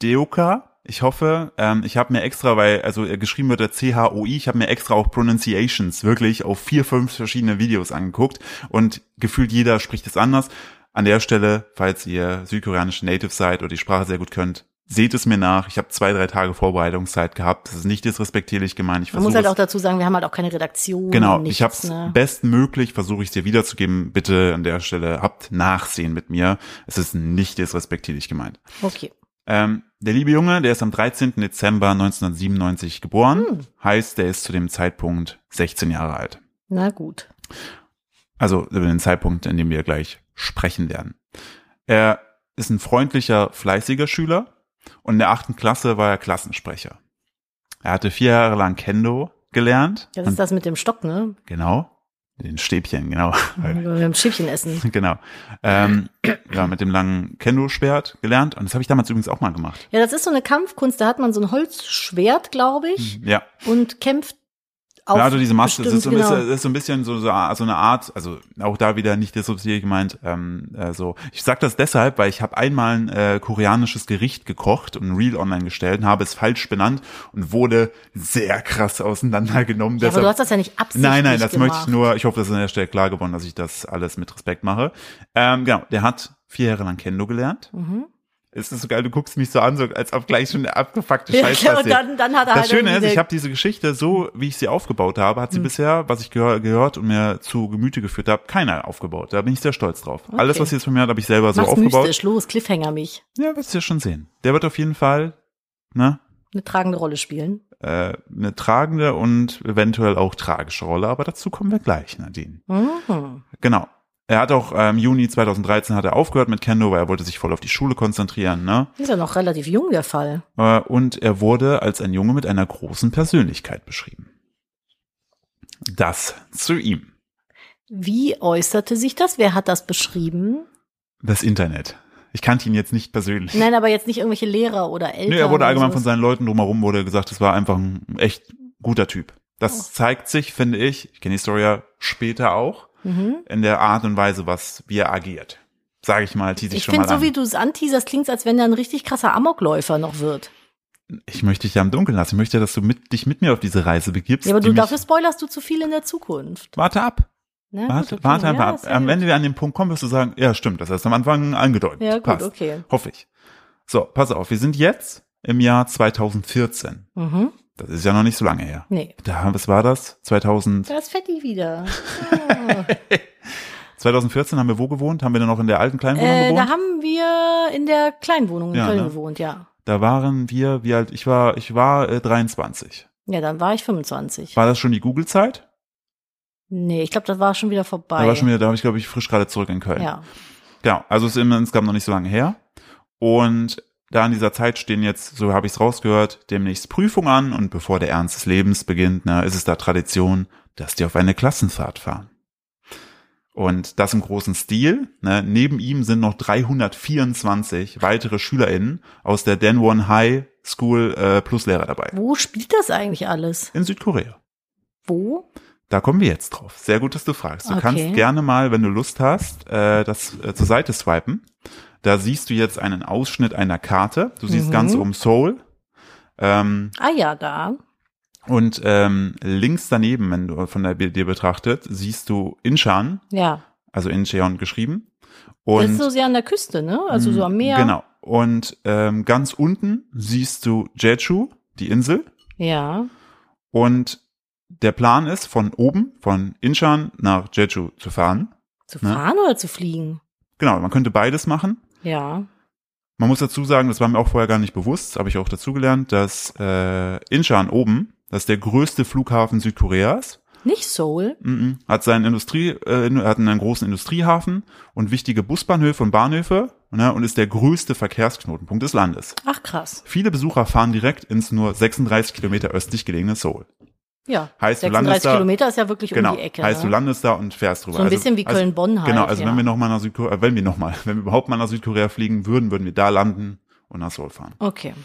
Deoka. Ich hoffe, ähm, ich habe mir extra, weil, also äh, geschrieben wird der C-H-O-I, ich habe mir extra auch Pronunciations wirklich auf vier, fünf verschiedene Videos angeguckt und gefühlt jeder spricht es anders. An der Stelle, falls ihr südkoreanische Native seid oder die Sprache sehr gut könnt, seht es mir nach. Ich habe zwei, drei Tage Vorbereitungszeit gehabt. Das ist nicht disrespektierlich gemeint. Ich
Man muss
versuche
halt
es
auch dazu sagen, wir haben halt auch keine Redaktion.
Genau,
nichts,
ich habe es
ne?
bestmöglich, versuche ich dir wiederzugeben. Bitte an der Stelle, habt Nachsehen mit mir. Es ist nicht disrespektierlich gemeint.
Okay.
Ähm, der liebe Junge, der ist am 13. Dezember 1997 geboren,
Hm.
heißt, der ist zu dem Zeitpunkt 16 Jahre alt.
Na gut.
Also über den Zeitpunkt, in dem wir gleich sprechen werden. Er ist ein freundlicher, fleißiger Schüler und in der achten Klasse war er Klassensprecher. Er hatte vier Jahre lang Kendo gelernt.
Das
und,
ist das mit dem Stock, ne?
genau. Mit den Stäbchen, genau.
Mit dem Schiffchen essen.
<laughs> genau. Ähm, ja, mit dem langen Kendo-Schwert gelernt. Und das habe ich damals übrigens auch mal gemacht.
Ja, das ist so eine Kampfkunst. Da hat man so ein Holzschwert, glaube ich,
Ja.
und kämpft auf.
Auf Mhm. also diese Maske, das ist, so, ein
bestimmt-
bisschen-
genau.
das ist so ein bisschen so, so, so eine Art, also auch da wieder nicht dissoziiert gemeint, ähm, äh, so. Ich sag das deshalb, weil ich habe einmal ein äh, koreanisches Gericht gekocht und ein Reel online gestellt und habe es falsch benannt und wurde sehr krass auseinandergenommen.
Ja, aber du
Deshalb-
hast das ja nicht absichtlich
Nein, nein, das
gemacht.
möchte ich nur, ich hoffe, das ist an der Stelle klar geworden, dass ich das alles mit Respekt mache. Ähm, genau, der hat vier Jahre lang Kendo gelernt.
Mhm.
Es ist so geil, du guckst mich so an, so, als ob gleich schon der abgefuckte
<laughs> Ja,
Scheiß
und
passiert.
dann- dann hat er
das
halt
Schöne
irgendwie
ist, ich
eine- Mhm.
habe diese Geschichte, so wie ich sie aufgebaut habe, hat sie bisher, was ich gehör, gehört und mir zu Gemüte geführt habe, keiner aufgebaut. Da bin ich sehr stolz drauf. Alles, was ihr jetzt von mir habt, habe ich selber so
Mach's
aufgebaut.
mystisch, los, Cliffhanger mich.
Ja, wirst du ja schon sehen. Der wird auf jeden Fall, ne?
Eine tragende Rolle spielen.
äh, eine tragende und eventuell auch tragische Rolle, aber dazu kommen wir gleich, Nadine.
Mhm.
Genau. Er hat auch äh, im Juni 2013 hat er aufgehört mit Kendo, weil er wollte sich voll auf die Schule konzentrieren. Ne?
Ist ja noch relativ jung der Fall.
Äh, und er wurde als ein Junge mit einer großen Persönlichkeit beschrieben. Das zu ihm.
Wie äußerte sich das? Wer hat das beschrieben?
Das Internet. Ich kannte ihn jetzt nicht persönlich.
Nein, aber jetzt nicht irgendwelche Lehrer oder Eltern.
Nee, er wurde
oder
allgemein von
sowas.
seinen Leuten drumherum wurde gesagt, es war einfach ein echt guter Typ.
Oh.
Das zeigt sich, finde ich, ich kenne die Story ja später auch,
Mhm.
in der Art und Weise, was wie er agiert. Sage ich mal, tease ich,
Ich
schon
finde,
mal
so
an.
wie du es anteaserst, klingt als wenn er ein richtig krasser Amokläufer noch wird.
Ich möchte dich da im Dunkeln lassen. Ich möchte, dass du mit, dich mit mir auf diese Reise begibst.
Ja, aber
die
du,
mich-
dafür spoilerst du zu viel in der Zukunft.
Warte ab.
Na,
Warte,
gut, okay.
warte einfach
Ja,
ab.
ist ja
Am
gut.
Ende, wenn wir an den Punkt kommen, wirst du sagen, ja, stimmt, das hast du am Anfang angedeutet.
Ja, gut,
Passt.
okay.
Hoffe ich. So, pass auf, wir sind jetzt im Jahr 2014.
Mhm.
Das ist ja noch nicht so lange her.
Nee.
Da, was war das? 2000,
Da ist Fetti wieder.
2014 haben wir wo gewohnt? Haben wir dann noch in der alten Kleinwohnung
Äh, da
gewohnt?
haben wir in der Kleinwohnung in
Ja,
Köln
ne?
gewohnt, ja.
Da waren wir, wie alt? Ich war, ich war äh, 23.
Ja, dann war ich 25.
War das schon die Google-Zeit?
Nee, ich glaube, das war schon wieder vorbei.
Da war schon wieder, da habe ich glaube ich frisch gerade zurück in Köln.
ja.
Genau, also es ist insgesamt noch nicht so lange her. Und Da in dieser Zeit stehen jetzt, so habe ich es rausgehört, demnächst Prüfungen an und bevor der Ernst des Lebens beginnt, ne, ist es da Tradition, dass die auf eine Klassenfahrt fahren. Und das im großen Stil. Ne? Neben ihm sind noch 324 weitere SchülerInnen aus der Danwon High School äh, plus Lehrer dabei.
Wo spielt das eigentlich alles?
In Südkorea.
Wo?
Da kommen wir jetzt drauf. Sehr gut, dass du fragst. Du
Okay.
kannst gerne mal, wenn du Lust hast, äh, das äh, zur Seite swipen. Da siehst du jetzt einen Ausschnitt einer Karte. Du siehst
Mhm.
ganz oben Seoul. Ähm,
Ah ja, da.
und ähm, links daneben, wenn du von der dir betrachtet, siehst du Incheon,
Ja.
also Incheon geschrieben.
das
Und
ist so sehr an der Küste, ne? Also so am Meer.
Genau. Und ähm, ganz unten siehst du Jeju, die Insel.
Ja.
Und der Plan ist, von oben, von Incheon nach Jeju zu fahren.
Zu
Ne?
fahren oder zu fliegen?
Genau, man könnte beides machen.
Ja.
Man muss dazu sagen, das war mir auch vorher gar nicht bewusst, habe ich auch dazugelernt, dass äh, Incheon oben, das ist der größte Flughafen Südkoreas,
Nicht Seoul.
mhm. hat seinen Industrie, äh, hat einen großen Industriehafen und wichtige Busbahnhöfe und Bahnhöfe ne, und ist der größte Verkehrsknotenpunkt des Landes.
Ach krass.
Viele Besucher fahren direkt ins nur 36 Kilometer östlich gelegene Seoul.
Ja.
Heißt, du
36
landest da-
Kilometer ist ja wirklich
Genau.
um die Ecke.
heißt,
ne?
du landest da und fährst drüber.
So ein bisschen wie
also,
Köln-Bonn halt.
Genau, also
ja.
wenn wir nochmal nach Südkorea, äh, wenn wir nochmal, wenn wir überhaupt mal <laughs> nach Südkorea fliegen würden, würden wir da landen und nach Seoul fahren.
Okay.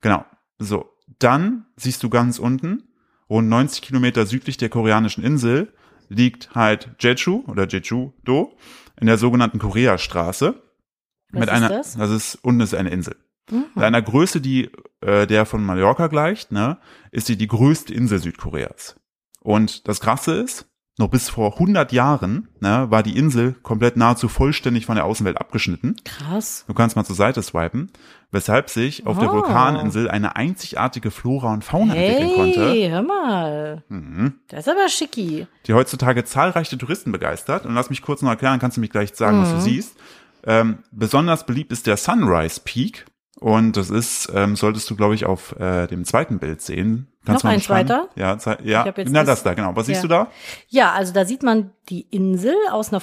Genau. So, dann siehst du ganz unten, rund 90 Kilometer südlich der koreanischen Insel, liegt halt Jeju oder Jeju-do in der sogenannten Koreastraße.
Was
mit
ist
einer,
das?
das ist unten ist eine Insel.
Mhm.
Mit einer Größe, die äh, der von Mallorca gleicht, ne, ist sie die größte Insel Südkoreas. Und das Krasse ist, noch bis vor 100 Jahren ne, war die Insel komplett nahezu vollständig von der Außenwelt abgeschnitten.
Krass.
Du kannst mal zur Seite swipen, weshalb sich auf der
Oh.
Vulkaninsel eine einzigartige Flora und Fauna entwickeln konnte,
Hey, hör mal.
mhm.
Das ist aber schicki.
die heutzutage zahlreiche Touristen begeistert. Und lass mich kurz noch erklären, kannst du mich gleich sagen,
Mhm.
was du siehst. Ähm, besonders beliebt ist der Sunrise Peak. Und das ist, ähm, solltest du, glaube ich, auf äh, dem zweiten Bild sehen.
Noch
mal
ein
beschreiben?
zweiter?
Ja, zei- ja.
Ich hab jetzt
na
das-
das da, genau. Was
Ja.
siehst du da?
Ja, also da sieht man die Insel aus einer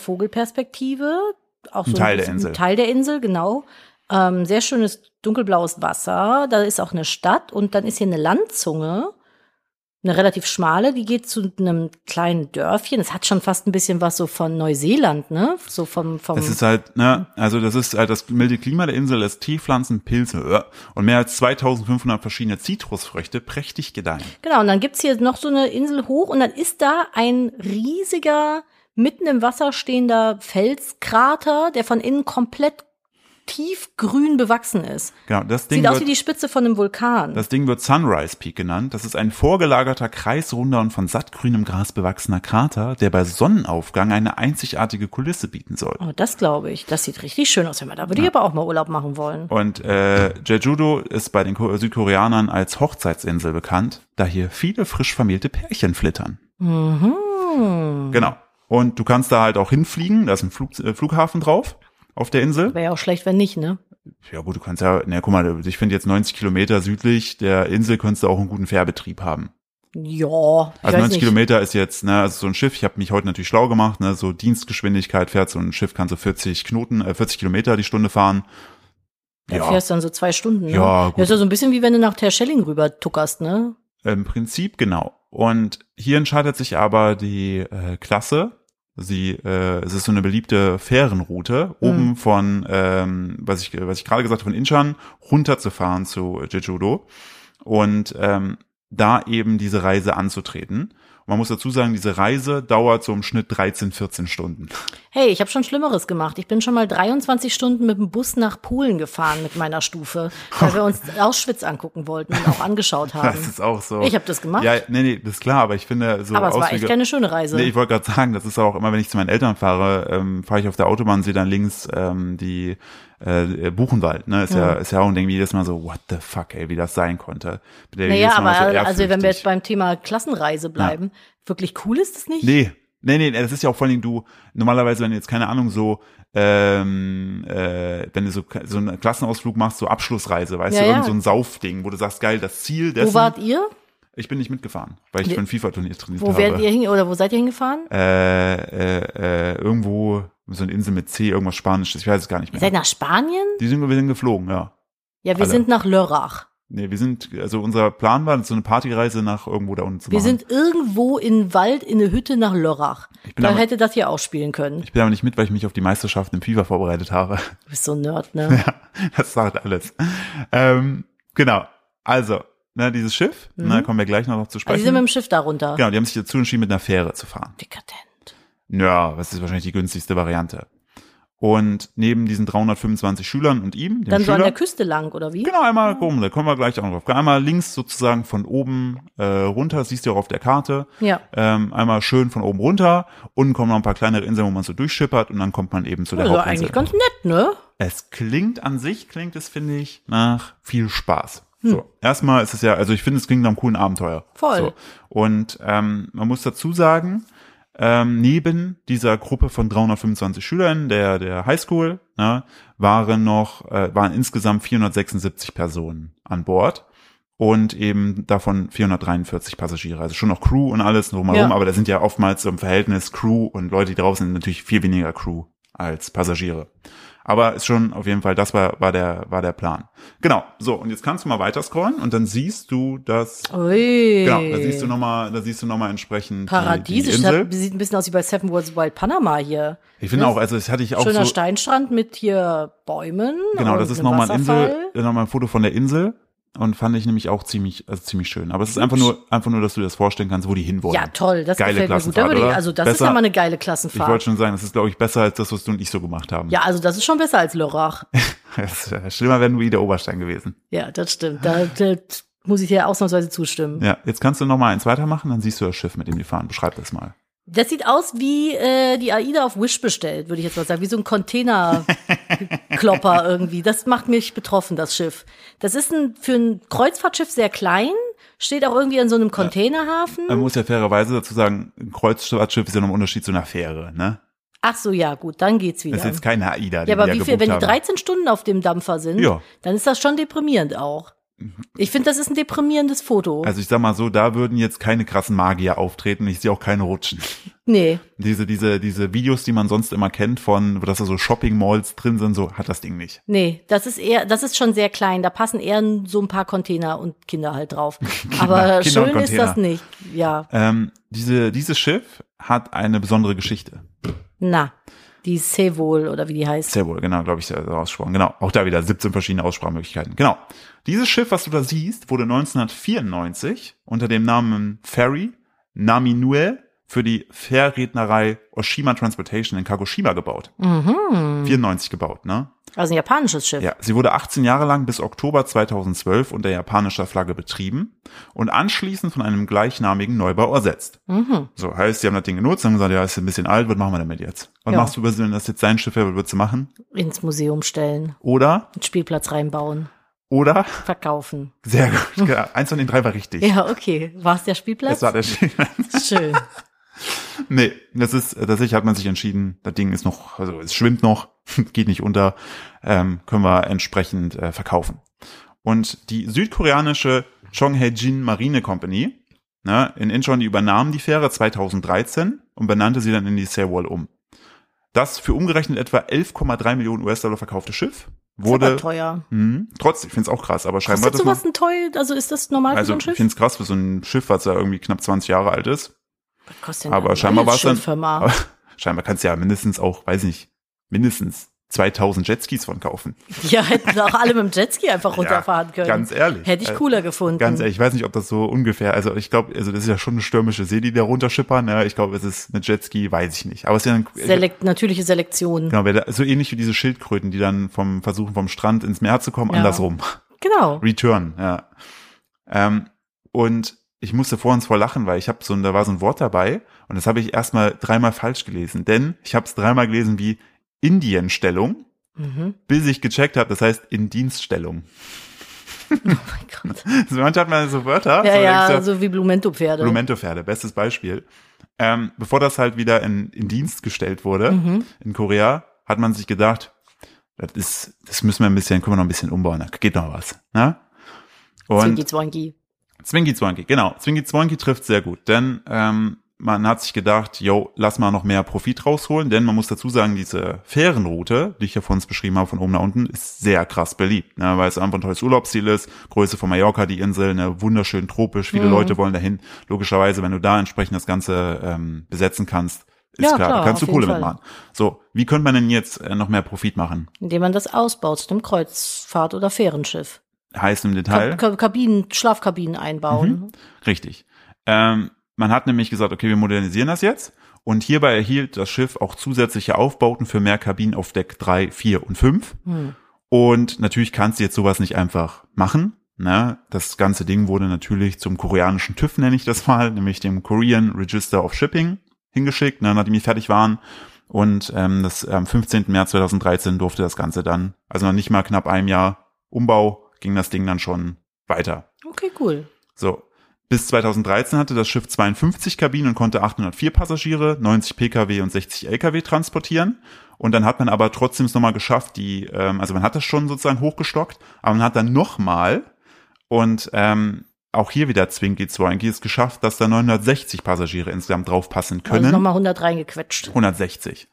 Vogelperspektive. Auch
Ein
so
Teil der
bisschen-
Insel.
Ein Teil der Insel, genau. Ähm, sehr schönes dunkelblaues Wasser. Da ist auch eine Stadt und dann ist hier eine Landzunge. Eine relativ schmale, die geht zu einem kleinen Dörfchen. Das hat schon fast ein bisschen was so von Neuseeland, ne? So vom, vom
Das ist halt, ne, also das ist halt das milde Klima der Insel, das Teepflanzen, Pilze äh, und mehr als 2500 verschiedene Zitrusfrüchte prächtig gedeihen.
Genau, und dann gibt's hier noch so eine Insel hoch und dann ist da ein riesiger, mitten im Wasser stehender Felskrater, der von innen komplett tiefgrün bewachsen ist.
Genau, das Ding
Sieht aus wie
wird,
die Spitze von einem Vulkan.
das Ding wird Sunrise Peak genannt. Das ist ein vorgelagerter, kreisrunder und von sattgrünem Gras bewachsener Krater, der bei Sonnenaufgang eine einzigartige Kulisse bieten soll.
oh, das glaube ich. Das sieht richtig schön aus, wenn man da würde ich aber auch mal Urlaub machen wollen.
Und äh, Jeju-do ist bei den Ko- Südkoreanern als Hochzeitsinsel bekannt, da hier viele frisch vermählte Pärchen flittern.
Mhm.
Genau. Und du kannst da halt auch hinfliegen, da ist ein Flug, äh, Flughafen drauf auf der Insel.
Wäre ja auch schlecht, wenn nicht, ne?
Ja gut, du kannst ja, na guck mal, ich finde jetzt 90 Kilometer südlich der Insel könntest du auch einen guten Fährbetrieb haben.
Ja,
Also
ich weiß
90
nicht.
Kilometer ist jetzt, ne, also so ein Schiff, ich habe mich heute natürlich schlau gemacht, ne, so Dienstgeschwindigkeit fährt so ein Schiff, kann so 40 Knoten, äh, 40 Kilometer die Stunde fahren.
Da
Ja,
fährst dann so zwei Stunden. Ne?
Ja, gut.
Das ist ja so ein bisschen wie wenn du nach Terschelling rüber tuckerst, ne?
im Prinzip genau. Und hier entscheidet sich aber die äh, Klasse. Sie, äh, es ist so eine beliebte Fährenroute,
Hm.
oben von, ähm, was ich, was ich gerade gesagt habe, von Incheon runterzufahren zu Jeju-do und ähm, da eben diese Reise anzutreten. Und man muss dazu sagen, diese Reise dauert so im Schnitt 13, 14 Stunden.
Hey, ich habe schon Schlimmeres gemacht. Ich bin schon mal 23 Stunden mit dem Bus nach Polen gefahren mit meiner Stufe, weil
<laughs>
wir uns Auschwitz angucken wollten und auch angeschaut
Das
haben.
ist auch so.
Ich habe das gemacht,
Ja, nee, nee, das ist klar, aber ich finde so
aber es war
Ausflüge.
echt keine schöne Reise.
Nee, ich wollte gerade sagen, das ist auch immer, wenn ich zu meinen Eltern fahre, ähm, fahre ich auf der Autobahn, sehe dann links ähm, die äh, Buchenwald, ne? Ist ja, ist ja auch ein Ding, wie jedes Mal so, what the fuck, ey, wie das sein konnte. Bin ja
naja,
jedes Mal
aber
so
also wenn wir
ehrfürchtig.
jetzt beim Thema Klassenreise bleiben, wirklich cool ist es nicht?
Nee, nee, nee, das ist ja auch vor allen Dingen du, normalerweise, wenn du jetzt, keine Ahnung, so, ähm, äh, wenn du so, so einen Klassenausflug machst, so Abschlussreise, weißt
Ja,
du,
ja.
irgend so ein Saufding, wo du sagst, geil, das Ziel
Wo
dessen,
wart ihr?
ich bin nicht mitgefahren, weil ich
Wie-
für ein FIFA-Turnier trainiert
Wo
habe.
werdet ihr hin oder wo seid ihr hingefahren?
äh, äh, äh, irgendwo so eine Insel mit C, irgendwas Spanisches, ich weiß es gar nicht
Ihr
mehr.
seid nach Spanien?
Die sind, wir sind geflogen, ja.
Ja, wir
Alle.
sind nach Lörrach.
Nee, wir sind, also unser Plan war, so eine Partyreise nach irgendwo da unten zu
Wir
machen.
sind irgendwo in den Wald in eine Hütte nach Lörrach.
Ich bin
Da
aber-
hätte das hier auch spielen können.
ich bin aber nicht mit, weil ich mich auf die Meisterschaft im FIFA vorbereitet habe. <laughs>
Du bist so ein Nerd, ne?
Das sagt alles. Ähm, genau. Also, ne, dieses Schiff,
Mhm.
ne, kommen wir gleich noch zu
Also
sprechen.
die sind mit dem Schiff darunter.
genau, die haben sich dazu entschieden, mit einer Fähre zu fahren.
Dekadent.
Ja, das ist wahrscheinlich die günstigste Variante. Und neben diesen 325 Schülern und ihm, dem
Dann so
Schüler,
an der Küste lang, oder wie?
Genau, einmal rum, da kommen wir gleich auch noch drauf. Einmal links sozusagen von oben äh, runter, das siehst du auch auf der Karte.
Ja.
Ähm, einmal schön von oben runter, unten kommen noch ein paar kleinere Inseln, wo man so durchschippert und dann kommt man eben zu der
Also
Hauptinsel.
eigentlich ganz nett, ne?
Es klingt an sich, klingt es, finde ich, nach viel Spaß. So, erstmal ist es ja, also ich finde, es klingt nach einem coolen Abenteuer.
Hm. Voll.
So. Und ähm, man muss dazu sagen, ähm, neben dieser Gruppe von 325 Schülern der, der Highschool ne, waren noch, äh, waren insgesamt 476 Personen an Bord und eben davon 443 Passagiere. Also schon noch Crew und alles drumherum,
Ja.
aber da sind ja oftmals im Verhältnis Crew und Leute, die drauf sind, natürlich viel weniger Crew als Passagiere. Aber ist schon auf jeden Fall, das war, war, der, war der Plan. Genau, so, und jetzt kannst du mal weiter scrollen und dann siehst du das.
Ui.
Genau, da siehst du nochmal, da siehst du noch mal entsprechend die, die
Paradiesisch.
Insel.
Das halt- sieht ein bisschen aus wie bei Seven Worlds Wild Panama hier.
Ich finde auch, also das hatte ich auch
Schöner
so.
Steinstrand mit hier Bäumen.
Genau,
und
das ist
einem
nochmal ein
Wasserfall.
Insel, äh, nochmal ein Foto von der Insel und fand ich nämlich auch ziemlich, also ziemlich schön. Aber es ist einfach nur, einfach nur, dass du dir das vorstellen kannst, wo die hinwollen.
Ja, toll, das
Geile
gefällt mir gut. Da
Klassenfahrt,
würde ich,
oder?
also das ist
Besser-
ja mal eine geile
Ich
Klassenfahrt.
wollte schon sagen, das ist, glaube ich, besser als das, was du und ich so gemacht haben.
ja, also das ist schon besser als Lörrach.
<laughs> Es wäre Schlimmer wäre nur der Oberstein gewesen.
Ja, das stimmt. Da, da muss ich dir ausnahmsweise zustimmen.
Ja, jetzt kannst du noch mal eins weitermachen, dann siehst du das Schiff, mit dem die fahren. Beschreib das mal.
Das sieht aus wie äh, die AIDA auf Wish bestellt, würde ich jetzt mal sagen. Wie so ein Containerklopper
<laughs>
irgendwie. Das macht mich betroffen, das Schiff. Das ist ein, für ein Kreuzfahrtschiff sehr klein, steht auch irgendwie an so einem
Man
Containerhafen.
muss ja fairerweise dazu sagen, ein Kreuzfahrtschiff ist ja noch ein Unterschied zu einer Fähre, ne?
Ach so, ja, gut, dann geht's wieder.
Das ist jetzt keine AIDA, die
Ja, aber
wir
wie viel,
gebucht
wenn die
haben.
13 Stunden auf dem Dampfer sind,
Ja.
dann ist das schon deprimierend auch. Ich finde, das ist ein deprimierendes Foto.
Also ich sag mal so, da würden jetzt keine krassen Magier auftreten. Ich sehe auch keine Rutschen.
nee.
Diese, diese, diese Videos, die man sonst immer kennt von, dass da so Shopping Malls drin sind, so hat das Ding nicht.
Nee, das ist eher, das ist schon sehr klein. Da passen eher so ein paar Container und Kinder halt drauf.
<laughs>
Aber
Kinder und
schön ist das
Container.
nicht. Ja,
Ähm, diese, dieses Schiff hat eine besondere Geschichte.
na, die Sevol oder wie die heißt.
Sehr wohl, genau, glaube ich, so ausgesprochen. Genau, auch da wieder 17 verschiedene Aussprachmöglichkeiten. Genau. Dieses Schiff, was du da siehst, wurde 1994 unter dem Namen Ferry Naminue für die Fährrednerei Oshima Transportation in Kagoshima gebaut.
Mhm.
94 gebaut, ne?
Also ein japanisches Schiff.
Ja, sie wurde 18 Jahre lang bis Oktober 2012 unter japanischer Flagge betrieben und anschließend von einem gleichnamigen Neubau ersetzt.
Mhm.
So heißt, sie haben das Ding genutzt und haben gesagt, ja, ist ein bisschen alt, was machen wir damit jetzt? Was
Ja.
machst du, wenn das jetzt sein Schiff wäre, was würdest du machen?
Ins Museum stellen,
Oder,
einen Spielplatz reinbauen,
oder, <laughs>
verkaufen. <laughs>
sehr gut, genau. eins von den drei war richtig.
Ja, okay. War es der Spielplatz?
Das war der Schiff.
<laughs> Schön.
Nee, das ist, tatsächlich hat man sich entschieden, das Ding ist noch, also es schwimmt noch, <laughs> geht nicht unter, ähm, können wir entsprechend äh, verkaufen. Und die südkoreanische Chonghaejin Marine Company ne, in Incheon, die übernahm die Fähre 2013 und benannte sie dann in die Sailwall um. Das für umgerechnet etwa 11,3 Millionen US-Dollar verkaufte Schiff <laughs>
Wurde
wurde,
ist aber teuer.
mh, trotzdem, ich finde es auch krass, aber scheinbar
Kostet
das noch-
sowas ein teuer, also ist das normal für so
also
ein
ich
Schiff?
finde es krass für so ein Schiff, was ja irgendwie knapp 20 Jahre alt ist.
Was kostet denn
aber
ein
scheinbar war's dann-
Schiff, hör mal?
Aber scheinbar kannst du ja mindestens auch, weiß nicht, mindestens 2000 Jetskis von kaufen.
<laughs> Ja, hätten sie auch alle mit dem Jetski einfach runterfahren können.
Ganz ehrlich.
Hätte ich
Also,
cooler gefunden.
Ganz ehrlich, ich weiß nicht, ob das so ungefähr, also ich glaube, also das ist ja schon eine stürmische See, die da runterschippern. Ne? Ich glaube, es ist eine Jetski, weiß ich nicht. Aber es ist ja ein,
Selekt, natürliche Selektion.
genau, wäre da- so ähnlich wie diese Schildkröten, die dann vom versuchen vom Strand ins Meer zu kommen,
Ja.
andersrum. <laughs>
Genau.
Return, ja. Ähm, und ich musste vor uns vor lachen, weil ich habe so ein, da war so ein Wort dabei und das habe ich erstmal dreimal falsch gelesen, denn ich habe es dreimal gelesen wie Indienstellung,
Mhm.
bis ich gecheckt habe, das heißt in Dienststellung. <laughs>
Oh mein Gott.
Also manchmal hat man so Wörter,
Ja,
so
ja,
denkst du,
so wie Blumento-Pferde.
Blumento-Pferde, bestes Beispiel. Ähm, bevor das halt wieder in, in Dienst gestellt wurde
Mhm.
in Korea, hat man sich gedacht, das ist, das müssen wir ein bisschen, können wir noch ein bisschen umbauen, da geht noch was. Ne? Und
Zwinki-Zwanki.
Zwinki Zwanki, genau. Zwinki Zwanki trifft sehr gut, denn ähm, man hat sich gedacht, yo, lass mal noch mehr Profit rausholen, denn man muss dazu sagen, diese Fährenroute, die ich ja vor uns beschrieben habe, von oben nach unten, ist sehr krass beliebt, ne, weil es einfach ein tolles Urlaubsziel ist, Größe von Mallorca, die Insel, ne, wunderschön tropisch, viele
Mhm.
Leute wollen dahin. Logischerweise, wenn du da entsprechend das Ganze ähm, besetzen kannst, ist
Ja,
klar,
klar,
da kannst du
auf jeden
Kohle
Fall.
mitmachen. So, wie könnte man denn jetzt äh, noch mehr Profit machen?
indem man das ausbaut zu einem Kreuzfahrt- oder Fährenschiff.
Heißt im Detail.
Ka Ka Kabinen, Schlafkabinen einbauen.
Richtig. Ähm, man hat nämlich gesagt, okay, wir modernisieren das jetzt. Und hierbei erhielt das Schiff auch zusätzliche Aufbauten für mehr Kabinen auf Deck 3, 4 und 5.
Hm.
Und natürlich kannst du jetzt sowas nicht einfach machen. Ne? Das ganze Ding wurde natürlich zum koreanischen TÜV, nenne ich das mal, nämlich dem Korean Register of Shipping hingeschickt, ne, nachdem die fertig waren. Und ähm, das am 15. März 2013 durfte das Ganze dann, also noch nicht mal knapp einem Jahr Umbau, ging das Ding dann schon weiter.
Okay, cool.
So. Bis 2013 hatte das Schiff 52 Kabinen und konnte 804 Passagiere, 90 Pkw und 60 Lkw transportieren. Und dann hat man aber trotzdem es nochmal geschafft, die, ähm, also man hat das schon sozusagen hochgestockt, aber man hat dann nochmal und ähm, auch hier wieder Zwinki Zwanki es geschafft, dass da 960 Passagiere insgesamt draufpassen können.
Also nochmal 100 reingequetscht.
160.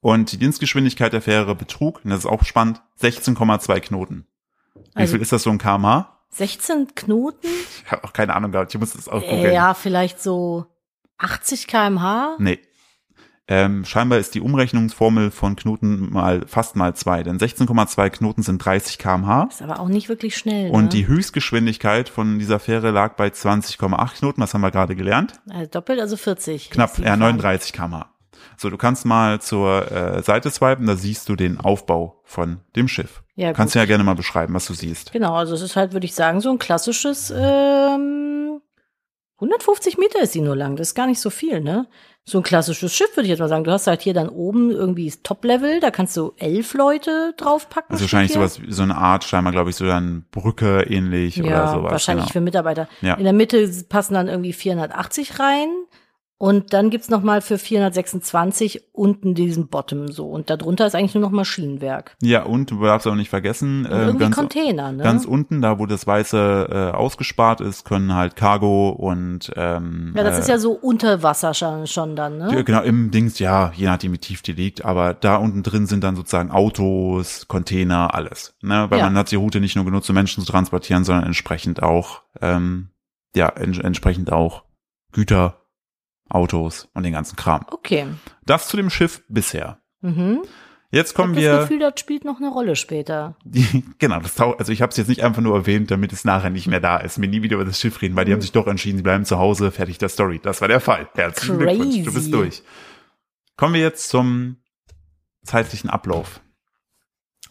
Und die Dienstgeschwindigkeit der Fähre betrug, und das ist auch spannend, 16,2 Knoten. Wie
Also-
viel ist das so ein kmh?
16 Knoten?
Ich habe auch keine Ahnung gehabt, ich muss das auch googeln.
Äh, ja, vielleicht so 80 kmh.
Nee. Ähm, scheinbar ist die Umrechnungsformel von Knoten mal fast mal zwei, denn 16,2 Knoten sind 30 kmh.
Ist aber auch nicht wirklich schnell. ne?
Und die Höchstgeschwindigkeit von dieser Fähre lag bei 20,8 Knoten, das haben wir gerade gelernt.
also doppelt, also 40.
Knapp, äh,
Ist die
ja,
gefahren.
39 kmh. So, du kannst mal zur äh, Seite swipen, da siehst du den Aufbau von dem Schiff.
Ja, gut.
kannst du ja gerne mal beschreiben, was du siehst.
Genau, also es ist halt, würde ich sagen, so ein klassisches, ähm, 150 Meter ist sie nur lang, das ist gar nicht so viel, ne? So ein klassisches Schiff, würde ich jetzt mal sagen. Du hast halt hier dann oben irgendwie das Top-Level, da kannst du elf Leute draufpacken.
Also wahrscheinlich
steht hier.
sowas, wie- so eine Art, scheinbar glaube ich, so dann Brücke ähnlich oder
Ja,
sowas.
wahrscheinlich
genau.
für Mitarbeiter.
Ja.
In der Mitte passen dann irgendwie 480 rein. Und dann gibt's noch mal für 426 unten diesen Bottom so. Und darunter ist eigentlich nur noch Maschinenwerk.
Ja, und du darfst auch nicht vergessen, ähm,
Und irgendwie
Äh, ganz,
Container, ne?
Ganz unten, da wo das Weiße äh, ausgespart ist, können halt Cargo und ähm,
ja, das
äh,
ist ja so unter Wasser schon, schon dann, ne?
die- genau im Dings, ja, je nachdem wie tief die liegt, aber da unten drin sind dann sozusagen Autos, Container, alles. Ne? Weil
Ja.
man hat die Route nicht nur genutzt, um Menschen zu transportieren, sondern entsprechend auch, ähm, ja, en entsprechend auch Güter, Autos und den ganzen Kram.
Okay.
Das zu dem Schiff bisher.
Mhm.
Jetzt kommen
ich hab das
wir.
Gefühl, das spielt noch eine Rolle später.
Die, <laughs> genau, das tau also ich habe es jetzt nicht einfach nur erwähnt, damit es nachher nicht mehr da ist. Mir nie wieder über das Schiff reden, weil die haben sich doch entschieden, sie bleiben zu Hause, fertig der Story. Das war der Fall. Herzlichen
Crazy.
Glückwunsch, du bist durch. Kommen wir jetzt zum zeitlichen Ablauf.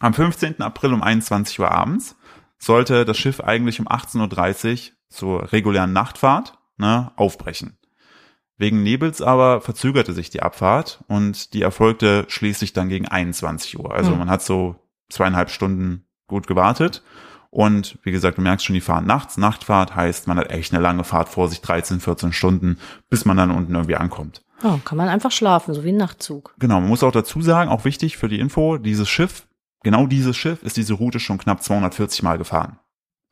Am 15. April um 21 Uhr abends sollte das Schiff eigentlich um 18.30 Uhr zur regulären Nachtfahrt ne, aufbrechen. Wegen Nebels aber verzögerte sich die Abfahrt und die erfolgte schließlich dann gegen 21 Uhr. Also
Hm.
man hat so zweieinhalb Stunden gut gewartet. Und wie gesagt, du merkst schon, die fahren nachts. Nachtfahrt heißt, man hat echt eine lange Fahrt vor sich, 13, 14 Stunden, bis man dann unten irgendwie ankommt.
Oh, kann man einfach schlafen, so wie ein Nachtzug.
Genau, man muss auch dazu sagen, auch wichtig für die Info, dieses Schiff, genau dieses Schiff ist diese Route schon knapp 240 Mal gefahren.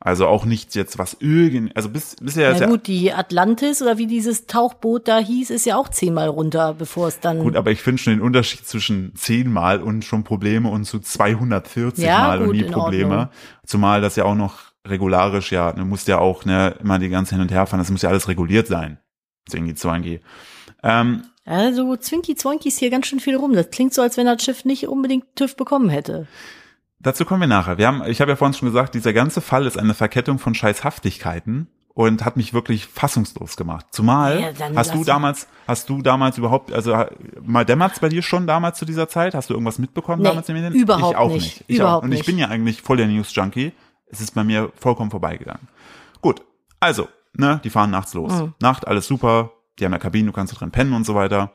Also auch nicht jetzt was irgend, also bis, bisher ist
Na
ja,
gut, die Atlantis oder wie dieses Tauchboot da hieß, ist ja auch zehnmal runter, bevor es dann.
gut, aber ich finde schon den Unterschied zwischen 10 Mal und schon Probleme und zu 240
Ja,
Mal und
gut,
nie
in
Probleme.
Ordnung.
Zumal das ja auch noch regularisch, ja, du musst ja auch, ne, immer die ganze hin und her fahren, das muss ja alles reguliert sein. Zwingi, zwangi. Ähm,
also Zwinky Zwonky ist hier ganz schön viel rum. Das klingt so, als wenn das Schiff nicht unbedingt TÜV bekommen hätte.
Dazu kommen wir nachher. Wir haben, ich habe ja vorhin schon gesagt, dieser ganze Fall ist eine Verkettung von Scheißhaftigkeiten und hat mich wirklich fassungslos gemacht. Zumal
Ja, dann
hast du
lass-
damals, hast du damals überhaupt, also ha- mal dämmert's bei dir schon damals zu dieser Zeit? Hast du irgendwas mitbekommen
Nee,
damals in den Medien?
überhaupt
ich auch
nicht.
nicht. Ich auch.
Überhaupt
Und ich
nicht.
bin ja eigentlich voll der News Junkie. Es ist bei mir vollkommen vorbeigegangen. Gut, also, ne, die fahren nachts los.
Mhm.
Nacht, alles super, die haben eine Kabine, du kannst da drin pennen und so weiter.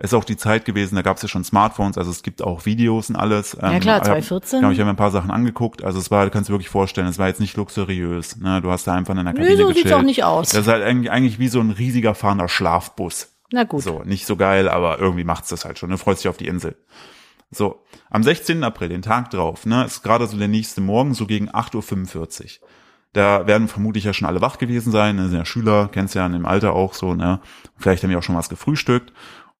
Ist auch die Zeit gewesen, da gab's ja schon Smartphones, also es gibt auch Videos und alles. Ähm,
Ja, klar,
ich hab-
2014.
Genau, ich habe mir ein paar Sachen angeguckt. Also es war, du kannst dir wirklich vorstellen, es war jetzt nicht luxuriös. Ne? Du hast da einfach in einer
Nö,
Kabine
so sieht's
gechillt.
auch nicht aus.
Das ist halt eigentlich, eigentlich wie so ein riesiger fahrender Schlafbus.
Na gut.
So, nicht so geil, aber irgendwie macht's das halt schon. Du freust dich auf die Insel. So, am 16. April, den Tag drauf, ne, ist gerade so der nächste Morgen, so gegen 8.45 Uhr. Da werden vermutlich ja schon alle wach gewesen sein, das sind ja Schüler, kennst ja an dem Alter auch so, ne? Vielleicht haben die auch schon was gefrühstückt.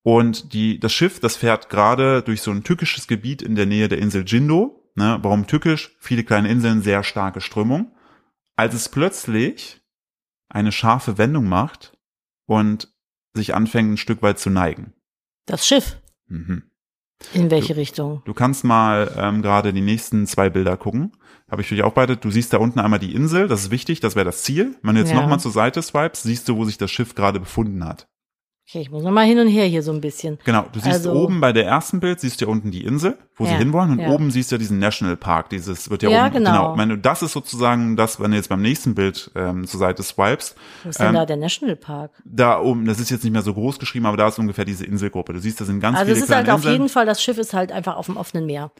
Und die, das Schiff, das fährt gerade durch so ein tückisches Gebiet in der Nähe der Insel Jindo. Ne? Warum tückisch? Viele kleine Inseln, sehr starke Strömung. Als es plötzlich eine scharfe Wendung macht und sich anfängt, ein Stück weit zu neigen.
Das Schiff.
Mhm.
In welche Richtung?
Du kannst mal ähm, gerade die nächsten zwei Bilder gucken. Habe ich für dich aufbereitet. Du siehst da unten einmal die Insel, das ist wichtig, das wäre das Ziel. Wenn du jetzt
Ja.
nochmal zur Seite swipes, siehst du, wo sich das Schiff gerade befunden hat.
Okay, ich muss noch mal hin und her hier so ein bisschen.
Genau, du siehst
Also-
oben bei der ersten Bild, siehst du ja unten die Insel, wo sie
Ja,
hinwollen. Und
ja.
oben siehst du ja diesen Nationalpark, dieses wird ja,
Ja,
oben.
genau.
Wenn du, das ist sozusagen das, wenn du jetzt beim nächsten Bild ähm, zur Seite swipest,
Wo ist denn
Ähm,
da der Nationalpark?
da oben, das ist jetzt nicht mehr so groß geschrieben, aber da ist ungefähr diese Inselgruppe. Du siehst, da sind ganz
Also es
viele
ist halt
kleine
auf
Inseln.
jeden Fall, das Schiff ist halt einfach auf dem offenen Meer.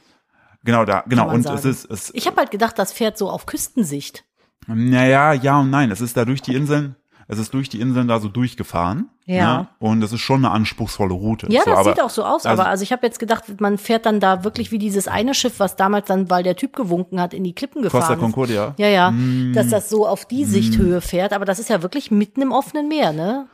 Genau, da, genau.
man
Und
sagen.
es ist, es,
Ich habe halt gedacht, das fährt so auf Küstensicht.
Naja, ja und nein. Es ist da durch die Inseln, es ist durch die Inseln da so durchgefahren.
Ja.
Ne? Und es ist schon eine anspruchsvolle Route.
Ja,
so,
das
aber,
sieht auch so aus,
also-
aber also ich habe jetzt gedacht, man fährt dann da wirklich wie dieses eine Schiff, was damals dann, weil der Typ gewunken hat, in die Klippen gefahren
Costa Mm.
ist.
Concordia.
Ja, ja, dass das so auf die
Mm.
Sichthöhe fährt, aber das ist ja wirklich mitten im offenen Meer, ne?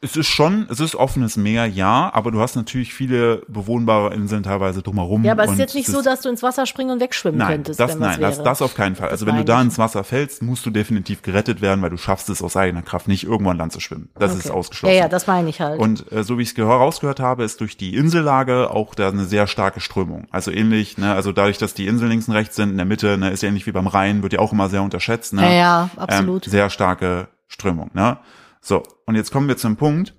Es ist schon, es ist offenes Meer, ja, aber du hast natürlich viele bewohnbare Inseln teilweise drumherum.
Ja, aber es
und
ist jetzt nicht
es
so,
ist-
dass du ins Wasser springen und wegschwimmen
Nein,
könntest,
das,
wenn was
nein,
wäre.
das, das auf keinen Fall. Also wenn du
meine
da
ich.
ins Wasser fällst, musst du definitiv gerettet werden, weil du schaffst es aus eigener Kraft nicht, irgendwann Land zu schwimmen. Das ist
Okay.
ausgeschlossen.
Ja, ja, das meine ich halt.
Und äh, so wie ich es rausgehört habe, ist durch die Insellage auch da eine sehr starke Strömung. Also ähnlich, ne, also dadurch, dass die Inseln links und rechts sind, in der Mitte, ne, ist ja ähnlich wie beim Rhein, wird ja auch immer sehr unterschätzt. Ne?
Ja, ja, absolut.
Ähm, sehr starke Strömung. Ne? So, und jetzt kommen wir zum Punkt.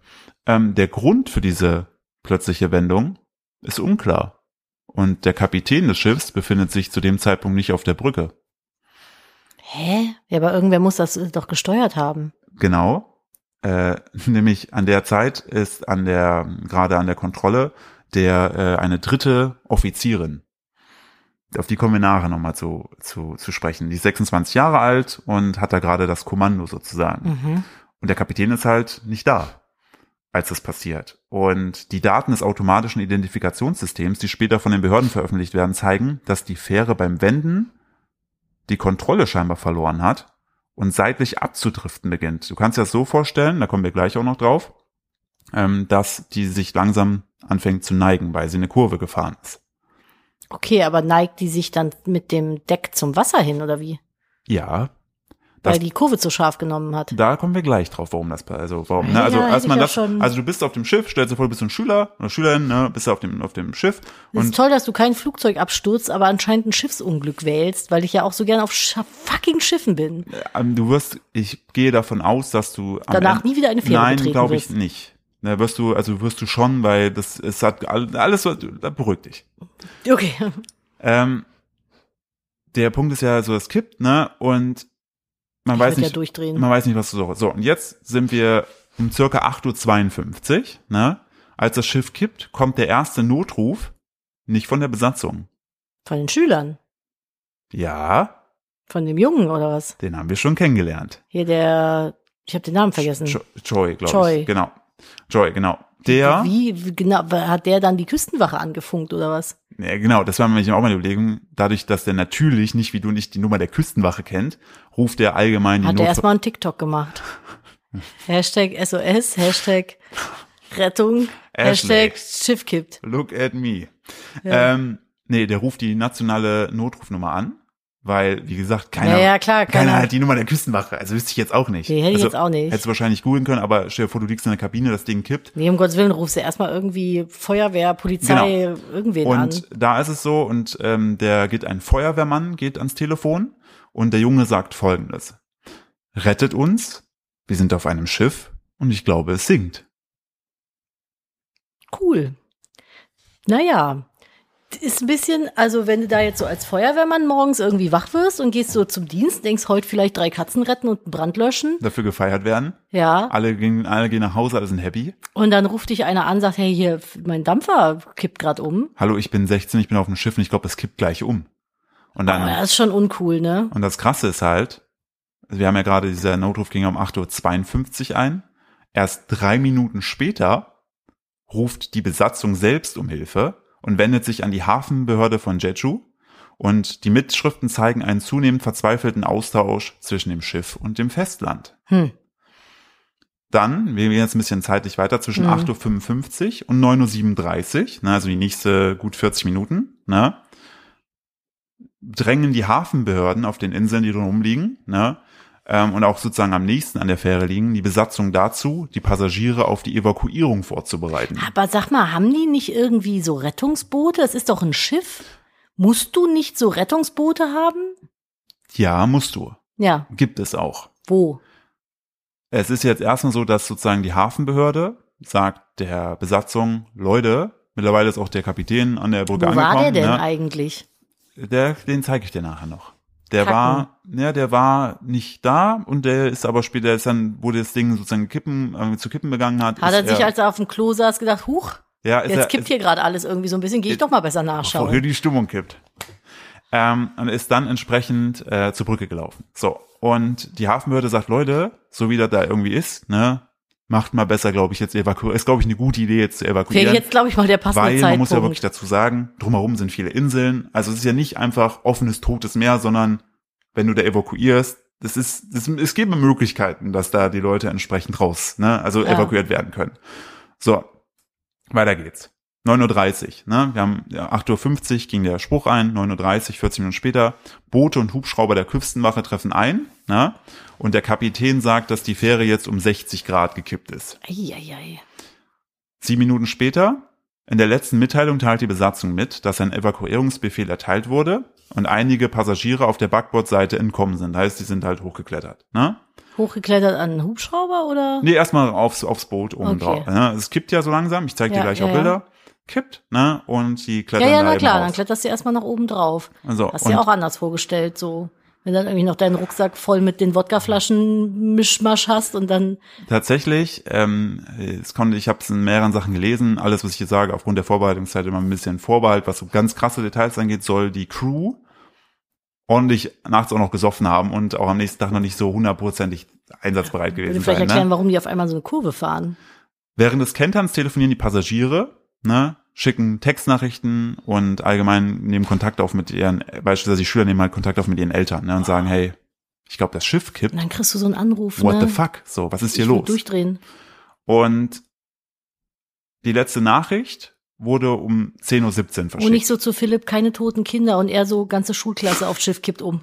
Ähm, der Grund für diese plötzliche Wendung ist unklar. Und der Kapitän des Schiffs befindet sich zu dem Zeitpunkt nicht auf der Brücke.
Hä? Ja, aber irgendwer muss das äh, doch gesteuert haben.
Genau. Äh, <laughs> nämlich an der Zeit ist an der, gerade an der Kontrolle, der äh, eine dritte Offizierin. Auf die kommen wir nachher nochmal zu, zu, zu sprechen. Die ist 26 Jahre alt und hat da gerade das Kommando sozusagen.
Mhm.
Und der Kapitän ist halt nicht da, als das passiert. Und die Daten des automatischen Identifikationssystems, die später von den Behörden veröffentlicht werden, zeigen, dass die Fähre beim Wenden die Kontrolle scheinbar verloren hat und seitlich abzudriften beginnt. Du kannst dir das so vorstellen, da kommen wir gleich auch noch drauf, ähm, dass die sich langsam anfängt zu neigen, weil sie eine Kurve gefahren ist.
Okay, aber neigt die sich dann mit dem Deck zum Wasser hin oder wie?
Ja, Das-
Weil die Kurve zu scharf genommen hat.
Da kommen wir gleich drauf, warum das also warum. Ne?
Ja,
Also
ja, hätte
als man
ich ja
das,
schon.
also du bist auf dem Schiff, stellst dir vor, du bist ein Schüler oder Schülerin, ne? bist auf dem auf dem Schiff
Es
und
ist toll, dass du keinen Flugzeugabsturz, aber anscheinend ein Schiffsunglück wählst, weil ich ja auch so gerne auf sch fucking Schiffen bin.
ähm, du wirst, ich gehe davon aus, dass du am
Danach
Ende-
nie wieder eine Fähre
Nein,
betreten
glaube ich
wirst.
nicht. Da wirst du, also wirst du schon, weil das es hat all- alles, was- da beruhigt dich.
Okay.
Ähm, der Punkt ist ja so, es kippt, ne? Und man
ich
weiß
würd
nicht,
ja durchdrehen.
Man weiß nicht, was du so. So, und jetzt sind wir um circa 8.52 Uhr, ne? Als das Schiff kippt, kommt der erste Notruf nicht von der Besatzung.
Von den Schülern.
Ja,
Von dem Jungen oder was?
den haben wir schon kennengelernt.
Hier der, ich habe den Namen vergessen.
Jo Joy, glaube
Joy.
ich. Genau. Joy, genau. Der,
Wie, wie genau, hat der dann die Küstenwache angefunkt oder was?
ja, genau, das war nämlich auch meine Überlegung. Dadurch, dass der natürlich nicht wie du nicht die Nummer der Küstenwache kennt, ruft er allgemein die
Hat er
Notfall.
erstmal einen TikTok
<laughs>
gemacht. Hashtag SOS, Hashtag Rettung,
Ashley.
Hashtag Schiff kippt.
Look at me.
Ja.
Ähm, nee, der ruft die nationale Notrufnummer an, weil, wie gesagt, keiner,
Ja, ja, klar,
keiner
keiner.
hat die Nummer der Küstenwache. Also wüsste ich jetzt auch nicht.
Nee, hätte ich
also,
jetzt auch nicht.
Hättest du wahrscheinlich googeln können, aber stell dir vor, du liegst in der Kabine, das Ding kippt.
Nee, um Gottes Willen rufst du erstmal irgendwie Feuerwehr, Polizei, irgendwen an.
Genau. Und da ist es so, und ähm, der geht ein Feuerwehrmann, geht ans Telefon und der Junge sagt folgendes. Rettet uns, wir sind auf einem Schiff und ich glaube, es sinkt.
Cool. Naja, ist ein bisschen, also wenn du da jetzt so als Feuerwehrmann morgens irgendwie wach wirst und gehst so zum Dienst, denkst heute vielleicht drei Katzen retten und einen Brand löschen.
Dafür gefeiert werden.
Ja.
Alle gehen, alle gehen nach Hause, alle sind happy.
Und dann ruft dich einer an, sagt, hey, hier, mein Dampfer kippt gerade um.
Hallo, ich bin 16, ich bin auf dem Schiff und ich glaube, es kippt gleich um. Und dann,
Aber das ist schon uncool, ne?
und das Krasse ist halt, wir haben ja gerade, dieser Notruf ging um 8.52 Uhr ein. Erst drei Minuten später ruft die Besatzung selbst um Hilfe und wendet sich an die Hafenbehörde von Jeju Und die Mitschriften zeigen einen zunehmend verzweifelten Austausch zwischen dem Schiff und dem Festland.
Hm.
Dann, wir gehen jetzt ein bisschen zeitlich weiter, zwischen
Mhm.
8.55 Uhr und 9.37 Uhr, ne, also die nächste gut 40 Minuten, ne, drängen die Hafenbehörden auf den Inseln, die drumherum liegen, ne, ähm, und auch sozusagen am nächsten an der Fähre liegen, die Besatzung dazu, die Passagiere auf die Evakuierung vorzubereiten.
Aber sag mal, haben die nicht irgendwie so Rettungsboote? Es ist doch ein Schiff. Musst du nicht so Rettungsboote haben?
Ja, musst du.
Ja,
Gibt es auch.
wo?
Es ist jetzt erstmal so, dass sozusagen die Hafenbehörde sagt der Besatzung, Leute, mittlerweile ist auch der Kapitän an der
Wo
Brücke
war
angekommen.
der denn
ne?
eigentlich?
Der, den zeige ich dir nachher noch. Der
Kacken.
war, ja, der war nicht da und der ist aber später, der ist dann, wo das Ding sozusagen kippen, äh, zu kippen begangen hat.
Hat
ist
er sich, als er auf dem Klo saß, gedacht, huch,
ja, ist
jetzt
er,
kippt ne? hier gerade alles irgendwie so ein bisschen, gehe ich
Ist-
doch mal besser
Bevor hier
nachschauen.
die Stimmung kippt. Ähm, und ist dann entsprechend äh, zur Brücke gelaufen. So. Und die Hafenbehörde sagt, Leute, so wie das da irgendwie ist, ne, macht mal besser, glaube ich, jetzt evakuieren. Ist, glaube ich, eine gute Idee, jetzt zu
Wäre
evakuieren.
jetzt, glaube ich, mal der passende
weil man muss ja wirklich
Zeitpunkt.
dazu sagen, drumherum sind viele Inseln. Also es ist ja nicht einfach offenes, totes Meer, sondern wenn du da evakuierst, das ist, das, es gäbe Möglichkeiten, dass da die Leute entsprechend raus, ne, also
Ja.
evakuiert werden können. So, weiter geht's. 9.30 Uhr, ne? Wir haben ja, 8.50 Uhr ging der Spruch ein, 9.30 Uhr, 14 Minuten später, Boote und Hubschrauber der Küstenwache treffen ein, ne? Und der Kapitän sagt, dass die Fähre jetzt um 60 Grad gekippt ist.
Eieiei.
Sieben Minuten später, in der letzten Mitteilung teilt die Besatzung mit, dass ein Evakuierungsbefehl erteilt wurde und einige Passagiere auf der Backbordseite entkommen sind. Heißt, die sind halt hochgeklettert. Ne?
Hochgeklettert an einen Hubschrauber oder?
Nee, erstmal aufs, aufs Boot oben
Okay.
drauf. Ne? Es kippt ja so langsam, ich zeige
Ja,
dir gleich
ja,
auch
ja.
Bilder. Kippt, ne? Und die
ja,
klettern
ja,
da
na
eben
klar, dann
raus.
kletterst du erstmal nach oben drauf.
Also,
Hast
und-
dir auch anders vorgestellt, so. Wenn dann irgendwie noch deinen Rucksack voll mit den Wodkaflaschen Mischmasch hast und dann
Tatsächlich, ähm, es konnte, ich habe es in mehreren Sachen gelesen. Alles, was ich hier sage, aufgrund der Vorbereitungszeit immer ein bisschen Vorbehalt, was so ganz krasse Details angeht, soll die Crew ordentlich nachts auch noch gesoffen haben und auch am nächsten Tag noch nicht so hundertprozentig einsatzbereit
würde
gewesen
also vielleicht
sein.
erklären,
Ne?
warum die auf einmal so eine Kurve fahren.
Während des Kenterns telefonieren die Passagiere, ne, schicken Textnachrichten und allgemein nehmen Kontakt auf mit ihren, beispielsweise die Schüler nehmen halt Kontakt auf mit ihren Eltern
Ah.
ne, und sagen, hey, ich glaube, das Schiff kippt.
Und dann kriegst du so einen Anruf.
What
ne?
the fuck? So, was ist hier
ich
los?
würd Durchdrehen.
Und die letzte Nachricht wurde um 10.17 Uhr
Und ich
verschickt.
so zu Philipp, keine toten Kinder und er so ganze Schulklasse aufs Schiff kippt um.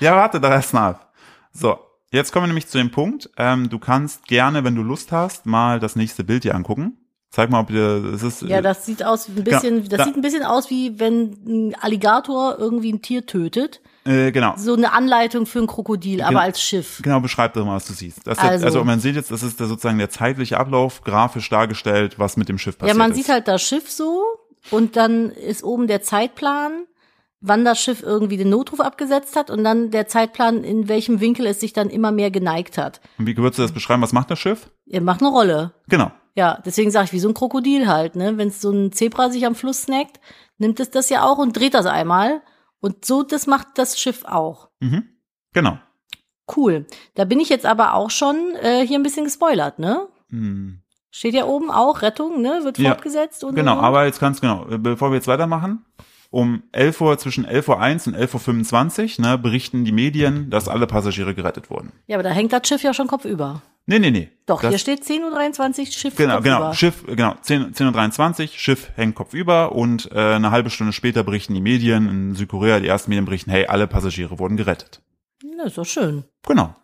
Ja, warte da erst mal ab. So, jetzt kommen wir nämlich zu dem Punkt. Ähm, du kannst gerne, wenn du Lust hast, mal das nächste Bild dir angucken. Zeig mal, ob dir das ist.
Äh, Ja, das sieht aus wie ein bisschen,
da-
das sieht ein bisschen aus wie wenn ein Alligator irgendwie ein Tier tötet.
äh, genau.
So eine Anleitung für ein Krokodil, aber
Genau.
als Schiff.
Genau, beschreib doch mal, was du siehst. Das ist also,
Also-
also man sieht jetzt, das ist der, sozusagen der zeitliche Ablauf, grafisch dargestellt, was mit dem Schiff
Ja,
passiert
man
ist.
sieht halt das Schiff so und dann ist oben der Zeitplan, wann das Schiff irgendwie den Notruf abgesetzt hat und dann der Zeitplan, in welchem Winkel es sich dann immer mehr geneigt hat.
Und wie würdest du das beschreiben? Was macht das Schiff?
Er macht eine Rolle.
Genau.
Ja, deswegen sage ich, wie so ein Krokodil halt, ne? Wenn so ein Zebra sich am Fluss snackt, nimmt es das ja auch und dreht das einmal. Und so, das macht das Schiff auch.
Mhm. Genau.
Cool. Da bin ich jetzt aber auch schon äh, hier ein bisschen gespoilert, ne?
Hm.
Steht ja oben auch, Rettung, ne? Wird
Ja,
fortgesetzt. Und,
Genau,
und, und.
aber jetzt kannst genau, bevor wir jetzt weitermachen, um 11 Uhr, zwischen 11.01 Uhr und 11.25 Uhr ne, berichten die Medien, dass alle Passagiere gerettet wurden.
Ja, aber da hängt das Schiff ja schon kopfüber.
Nee, nee, nee.
Doch,
das,
hier steht 10.23 Uhr, Schiff
Genau,
kopfüber.
genau, Schiff, genau, 10, 10.23 Uhr, Schiff hängt kopfüber und äh, eine halbe Stunde später berichten die Medien, in Südkorea, die ersten Medien berichten, hey, alle Passagiere wurden gerettet.
Na, ist doch schön.
Genau.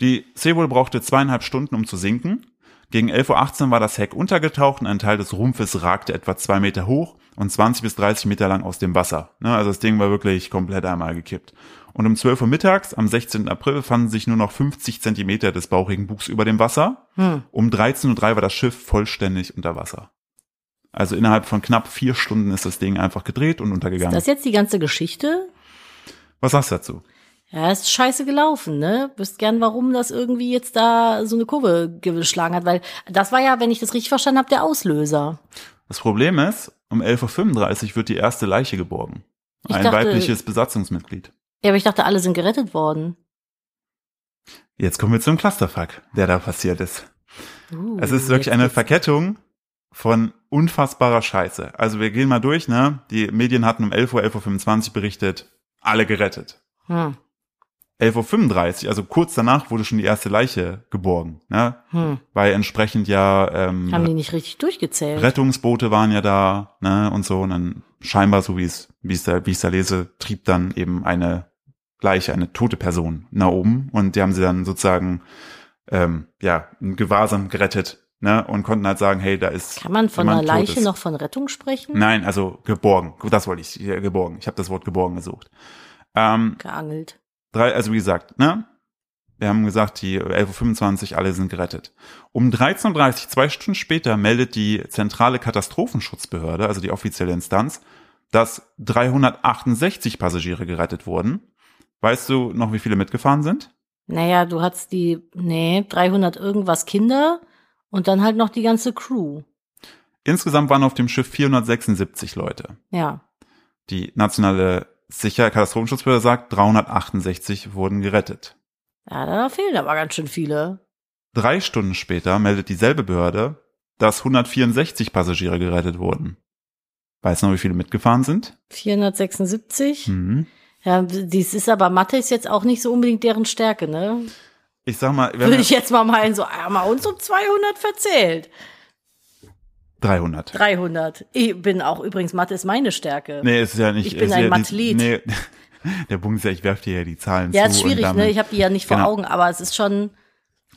Die Seawall brauchte zweieinhalb Stunden, um zu sinken. Gegen 11.18 Uhr war das Heck untergetaucht und ein Teil des Rumpfes ragte etwa zwei Meter hoch und 20 bis 30 Meter lang aus dem Wasser. Ne, also das Ding war wirklich komplett einmal gekippt. Und um 12 Uhr mittags, am 16. April, fanden sich nur noch 50 Zentimeter des bauchigen Buchs über dem Wasser.
Hm.
Um 13.03 Uhr war das Schiff vollständig unter Wasser. Also innerhalb von knapp vier Stunden ist das Ding einfach gedreht und
Das
untergegangen.
ist jetzt die ganze Geschichte.
Was sagst du dazu?
Ja, ist scheiße gelaufen, ne? Wüsst gern, warum das irgendwie jetzt da so eine Kurve geschlagen hat, weil das war ja, wenn ich das richtig verstanden habe, der Auslöser.
Das Problem ist, um 11.35 Uhr wird die erste Leiche geborgen.
Ich
Ein
dachte-
weibliches Besatzungsmitglied.
Ja, aber ich dachte, alle sind gerettet worden.
Jetzt kommen wir zum Clusterfuck, der da passiert ist.
Uh,
es ist
jetzt
wirklich eine
geht's-
Verkettung von unfassbarer Scheiße. Also wir gehen mal durch, ne? Die Medien hatten um 11 Uhr, 11.25 Uhr berichtet, alle gerettet.
Hm.
11.35 Uhr, also kurz danach wurde schon die erste Leiche geborgen, ne?
Hm.
Weil entsprechend ja ähm,
Haben die nicht richtig durchgezählt?
Rettungsboote waren ja da, ne, und so. Und dann scheinbar, so wie es, wie es da, wie ich da lese, trieb dann eben eine Leiche, eine tote Person nach oben. Und die haben sie dann sozusagen, ähm, ja, in Gewahrsam gerettet, ne, und konnten halt sagen, hey, da ist.
Kann man von einer
jemand
Leiche
Totes.
noch von Rettung sprechen?
Nein, also geborgen. Das wollte ich, ja, geborgen. Ich habe das Wort geborgen gesucht. Ähm,
Geangelt.
drei, also wie gesagt, ne? Wir haben gesagt, die 11.25 Uhr, alle sind gerettet. Um 13.30 Uhr, zwei Stunden später, meldet die zentrale Katastrophenschutzbehörde, also die offizielle Instanz, dass 368 Passagiere gerettet wurden. Weißt du noch, wie viele mitgefahren sind?
Naja, du hattest die, nee, 300 irgendwas Kinder und dann halt noch die ganze Crew.
Insgesamt waren auf dem Schiff 476 Leute.
Ja.
Die nationale Sicher Katastrophenschutzbehörde sagt, 368 wurden gerettet.
Ja, da fehlen aber ganz schön viele.
Drei Stunden später meldet dieselbe Behörde, dass 164 Passagiere gerettet wurden. Weißt du noch, wie viele mitgefahren sind?
476.
Mhm.
Ja, dies ist aber Mathe ist jetzt auch nicht so unbedingt deren Stärke, ne?
Ich sag mal, wir haben
Würde
ja
ich jetzt mal meinen, so, haben wir uns um 200 verzählt.
300.
300. Ich bin auch, übrigens, Mathe ist meine Stärke.
Nee, es ist ja nicht.
Ich bin
es ist
ein
ja die-
Mathlet.
Nee, <laughs> der Punkt ist ja, ich werfe dir ja die Zahlen
ja,
zu.
ist
und
schwierig,
damit-
ne? Ich habe die ja nicht vor
Genau.
Augen, aber es ist schon,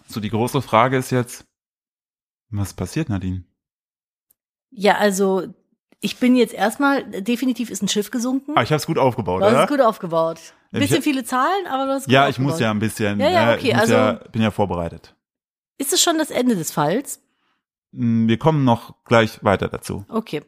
so, die große Frage ist jetzt, was passiert, Nadine?
ja, also, ich bin jetzt erstmal, definitiv ist ein Schiff gesunken.
Ah, ich hab's gut aufgebaut,
Du hast
oder?
es gut aufgebaut. Ein
Ich-
bisschen viele Zahlen, aber du hast es gut
ja, ich
aufgebaut.
muss ja ein bisschen.
Ja, ja,
äh,
okay,
ich muss
also-
ja, bin ja vorbereitet.
Ist es schon das Ende des Falls?
Hm, Wir kommen noch gleich weiter dazu.
Okay.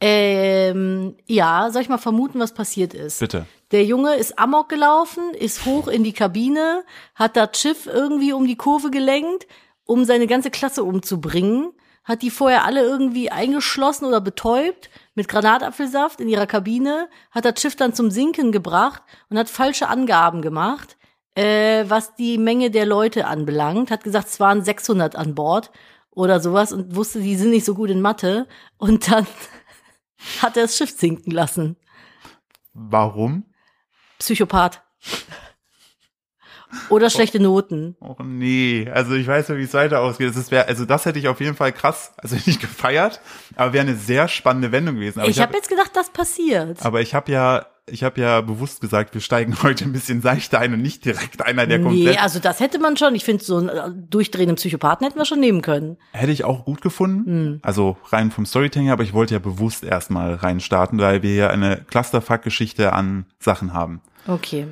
Ähm, ja, soll ich mal vermuten, was passiert ist?
Bitte.
Der Junge ist amok gelaufen, ist hoch in die Kabine, hat das Schiff irgendwie um die Kurve gelenkt, um seine ganze Klasse umzubringen, hat die vorher alle irgendwie eingeschlossen oder betäubt mit Granatapfelsaft in ihrer Kabine, hat das Schiff dann zum Sinken gebracht und hat falsche Angaben gemacht, äh, was die Menge der Leute anbelangt, hat gesagt, es waren 600 an Bord oder sowas und wusste, die sind nicht so gut in Mathe und dann <laughs> hat er das Schiff sinken lassen.
Warum?
Psychopath. Oder schlechte Noten.
Och Oh, nee, also ich weiß ja, wie es weiter ausgeht. Das ist, wär- also das hätte ich auf jeden Fall krass, also <laughs> nicht gefeiert, aber wäre eine sehr spannende Wendung gewesen. Aber
ich
ich,
habe
hab,
hab jetzt gedacht, das passiert.
aber ich habe ja, ich habe ja bewusst gesagt, wir steigen <laughs> heute ein bisschen seichter ein und nicht direkt einer, der komplett.
Nee, also das hätte man schon. Ich finde, so einen äh, durchdrehenden Psychopathen hätten wir schon nehmen können. Hm,
Hätte ich auch gut gefunden, also rein vom Storytelling, her, aber ich wollte ja bewusst erstmal reinstarten, weil wir ja eine Clusterfuck-Geschichte an Sachen haben.
Okay.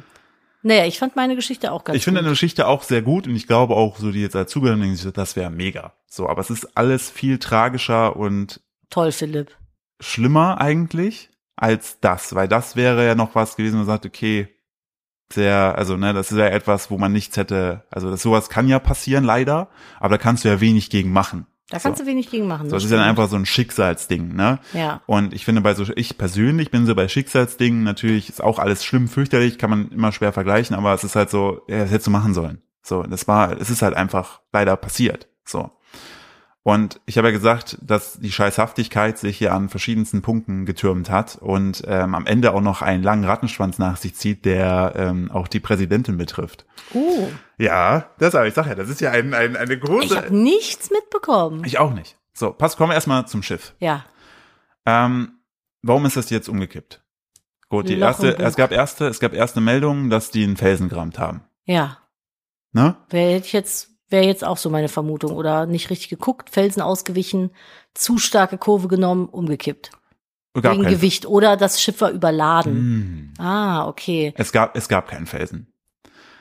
Naja, ich fand meine Geschichte auch ganz
Ich finde
gut.
eine Geschichte auch sehr gut und ich glaube auch, so die jetzt dazugehören, denken sich, das wäre mega. So, aber es ist alles viel tragischer und
Toll, Philipp.
schlimmer eigentlich als das, weil das wäre ja noch was gewesen, wo man sagt, okay, sehr, also ne, das ist ja etwas, wo man nichts hätte, also das, sowas kann ja passieren, leider, aber da kannst du ja wenig gegen machen.
Da kannst
so.
du wenig gegen machen.
So, das ist dann einfach so ein Schicksalsding, ne?
Ja.
Und ich finde bei so, ich persönlich bin so bei Schicksalsdingen, natürlich ist auch alles schlimm, fürchterlich, kann man immer schwer vergleichen, aber es ist halt so, ja, das hättest du machen sollen. So, das war, es ist halt einfach leider passiert. So. Und ich habe ja gesagt, dass die Scheißhaftigkeit sich hier an verschiedensten Punkten getürmt hat und ähm, am Ende auch noch einen langen Rattenschwanz nach sich zieht, der ähm, auch die Präsidentin betrifft.
Oh,
Ja, deshalb, ich sag ja, das ist ja ein, ein, eine
ich
große.
habe nichts mitbekommen.
Äh. ich auch nicht. So, pass, kommen wir erstmal zum Schiff.
ja.
Ähm, warum ist das jetzt umgekippt? Gut, die
Loch im
erste,
Buch.
es gab erste, es gab erste Meldungen, dass die einen Felsen gerammt haben.
Ja.
Ne?
Wäre hätte ich jetzt, wäre jetzt auch so meine Vermutung. Oder nicht richtig geguckt, Felsen ausgewichen, zu starke Kurve genommen, umgekippt.
Es gab
Wegen
keinen-
Gewicht. Oder das Schiff war überladen.
Hm.
Ah, okay.
Es gab, es gab keinen Felsen.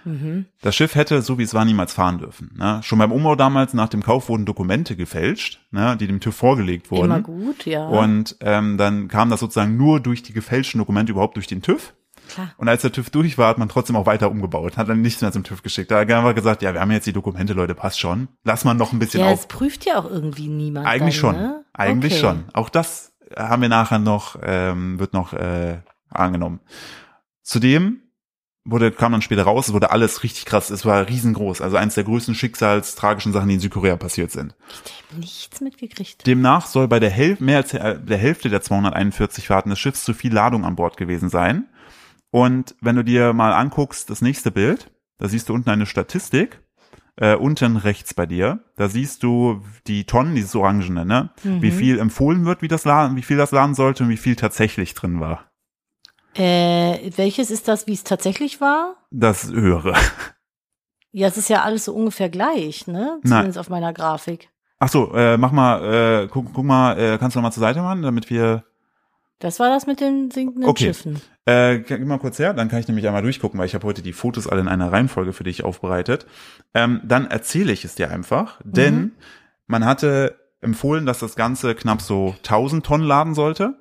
Mhm.
Das Schiff hätte, so wie es war, niemals fahren dürfen. Ne? Schon beim Umbau damals nach dem Kauf wurden Dokumente gefälscht, ne, die dem TÜV vorgelegt wurden.
Immer gut, ja.
Und ähm, dann kam das sozusagen nur durch die gefälschten Dokumente überhaupt durch den TÜV.
Klar.
Und als der TÜV durch war, hat man trotzdem auch weiter umgebaut, hat dann nichts mehr zum TÜV geschickt. Da hat einfach gesagt, ja, wir haben jetzt die Dokumente, Leute, passt schon. Lass mal noch ein bisschen
Ja,
auf.
es prüft ja auch irgendwie niemand.
Eigentlich
dann,
schon.
Ne?
Eigentlich
okay.
schon. Auch das haben wir nachher noch, ähm, wird noch äh, angenommen. äh, Zudem wurde, kam dann später raus, es wurde alles richtig krass, es war riesengroß, also eins der größten schicksalstragischen Sachen, die in Südkorea passiert sind.
Ich habe nichts mitgekriegt.
Demnach soll bei der Häl mehr als äh, der Hälfte der 241 Fahrten des Schiffs zu viel Ladung an Bord gewesen sein. Und wenn du dir mal anguckst, das nächste Bild, da siehst du unten eine Statistik, äh, unten rechts bei dir, da siehst du die Tonnen, dieses Orangene, ne?
Mhm.
Wie viel empfohlen wird, wie das laden, wie viel das laden sollte und wie viel tatsächlich drin war.
Äh, welches ist das, wie es tatsächlich war?
Das höhere.
Ja, es ist ja alles so ungefähr gleich, ne?
Nein.
Zumindest auf meiner Grafik.
Ach so, äh, mach mal, äh, guck, guck mal, äh, kannst du noch mal zur Seite machen, damit wir
Das war das mit den sinkenden
Okay.
Schiffen.
Äh, geh mal kurz her, dann kann ich nämlich einmal durchgucken, weil ich habe heute die Fotos alle in einer Reihenfolge für dich aufbereitet. Ähm, dann erzähle ich es dir einfach, denn
Mhm.
man hatte empfohlen, dass das Ganze knapp so 1000 Tonnen laden sollte.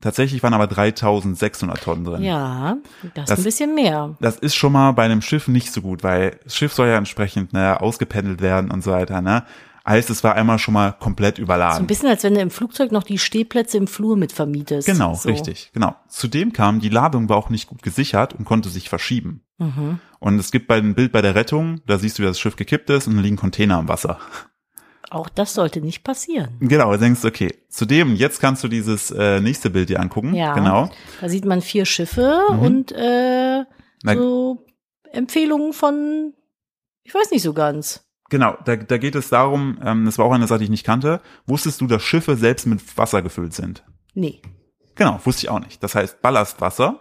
Tatsächlich waren aber 3600 Tonnen drin.
Ja, das,
Das-
ist ein bisschen mehr.
Das ist schon mal bei einem Schiff nicht so gut, weil das Schiff soll ja entsprechend ne, ausgependelt werden und so weiter. Ne? Heißt, es war einmal schon mal komplett
So ein
überladen.
bisschen, als wenn du im Flugzeug noch die Stehplätze im Flur mit vermietest.
genau,
so.
richtig, genau. Zudem kam, die Ladung war auch nicht gut gesichert und konnte sich verschieben.
Mhm.
Und es gibt bei dem Bild bei der Rettung, da siehst du, wie das Schiff gekippt ist und da liegen Container im Wasser.
Auch das sollte nicht passieren.
Genau, du denkst, okay. Zudem, jetzt kannst du dieses äh, nächste Bild dir angucken.
Ja.
Genau.
Da sieht man vier Schiffe
Mhm.
und äh,
Na-
so Empfehlungen von, ich weiß nicht so ganz.
Genau, da, da geht es darum, ähm, das war auch eine Sache, die ich nicht kannte. Wusstest du, dass Schiffe selbst mit Wasser gefüllt sind?
Nee.
Genau, wusste ich auch nicht. Das heißt Ballastwasser.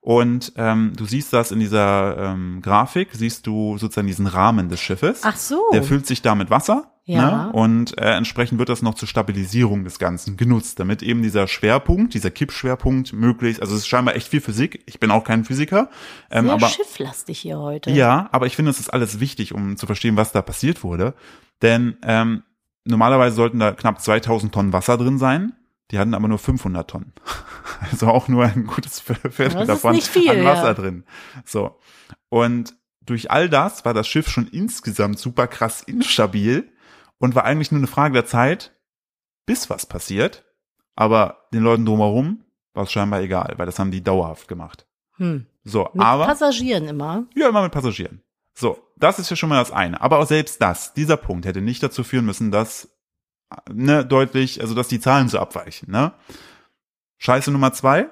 Und ähm, du siehst das in dieser ähm, Grafik, siehst du sozusagen diesen Rahmen des Schiffes.
Ach so.
Der füllt sich da mit Wasser.
Ja.
Ne? Und äh, entsprechend wird das noch zur Stabilisierung des Ganzen genutzt, damit eben dieser Schwerpunkt, dieser Kippschwerpunkt möglichst, also es ist scheinbar echt viel Physik. Ich bin auch kein Physiker. Ähm,
Sehr
aber
schifflastig hier heute.
ja, aber ich finde, es ist alles wichtig, um zu verstehen, was da passiert wurde. Denn ähm, normalerweise sollten da knapp 2000 Tonnen Wasser drin sein. Die hatten aber nur 500 Tonnen. <laughs> Also auch nur ein gutes Viertel
Das ist
davon
nicht viel,
an Wasser
ja.
drin. So. Und durch all das war das Schiff schon insgesamt super krass instabil und war eigentlich nur eine Frage der Zeit, bis was passiert. Aber den Leuten drumherum war es scheinbar egal, weil das haben die dauerhaft gemacht.
Hm.
So,
Mit
aber.
Passagieren immer.
Ja, immer mit Passagieren. So, das ist ja schon mal das eine. Aber auch selbst das, dieser Punkt hätte nicht dazu führen müssen, dass ne, deutlich, also dass die Zahlen so abweichen. Ne? Scheiße Nummer zwei,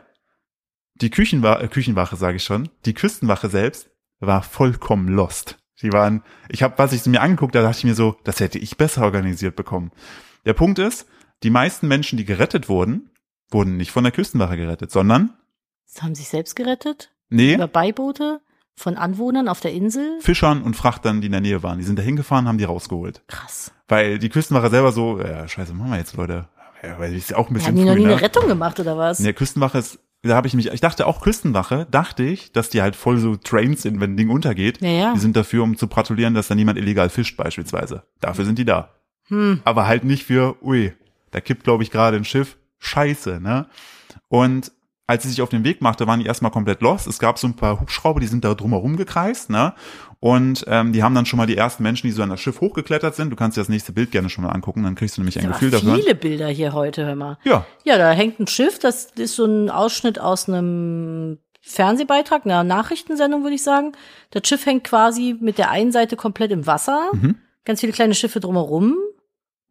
die Küchenwa äh, Küchenwache, sage ich schon, die Küstenwache selbst war vollkommen lost. Die waren, ich habe, was ich mir angeguckt, da dachte ich mir so, das hätte ich besser organisiert bekommen. Der Punkt ist, die meisten Menschen, die gerettet wurden, wurden nicht von der Küstenwache gerettet, sondern,
Sie haben sich selbst gerettet.
nee,
Über Beiboote von Anwohnern auf der Insel.
Fischern und Frachtern, die in der Nähe waren. Die sind da hingefahren, haben die rausgeholt.
Krass.
Weil die Küstenwache selber so, ja, scheiße, machen wir jetzt, Leute. Ja, weil ist ja auch ein
Wir
bisschen
haben die noch
früh,
nie
ne?
eine Rettung gemacht, oder was?
Nee, Küstenwache ist, da habe ich mich, ich dachte auch Küstenwache, dachte ich, dass die halt voll so Trains sind, wenn ein Ding untergeht.
Ja, ja.
Die sind dafür, um zu patrouillieren, dass da niemand illegal fischt beispielsweise. Dafür sind die da.
Hm.
Aber halt nicht für, ui, da kippt, glaube ich, gerade ein Schiff. Scheiße, ne? Und als sie sich auf den Weg machte, waren die erstmal komplett lost. Es gab so ein paar Hubschrauber, die sind da drumherum gekreist, ne? Und ähm, die haben dann schon mal die ersten Menschen, die so an das Schiff hochgeklettert sind. Du kannst dir das nächste Bild gerne schon mal angucken, dann kriegst du nämlich ein
Ja,
Gefühl dafür. ne?
viele Bilder hier heute, hör mal.
Ja,
Ja, da hängt ein Schiff, das ist so ein Ausschnitt aus einem Fernsehbeitrag, einer Nachrichtensendung, würde ich sagen. Das Schiff hängt quasi mit der einen Seite komplett im Wasser,
Mhm.
ganz viele kleine Schiffe drumherum.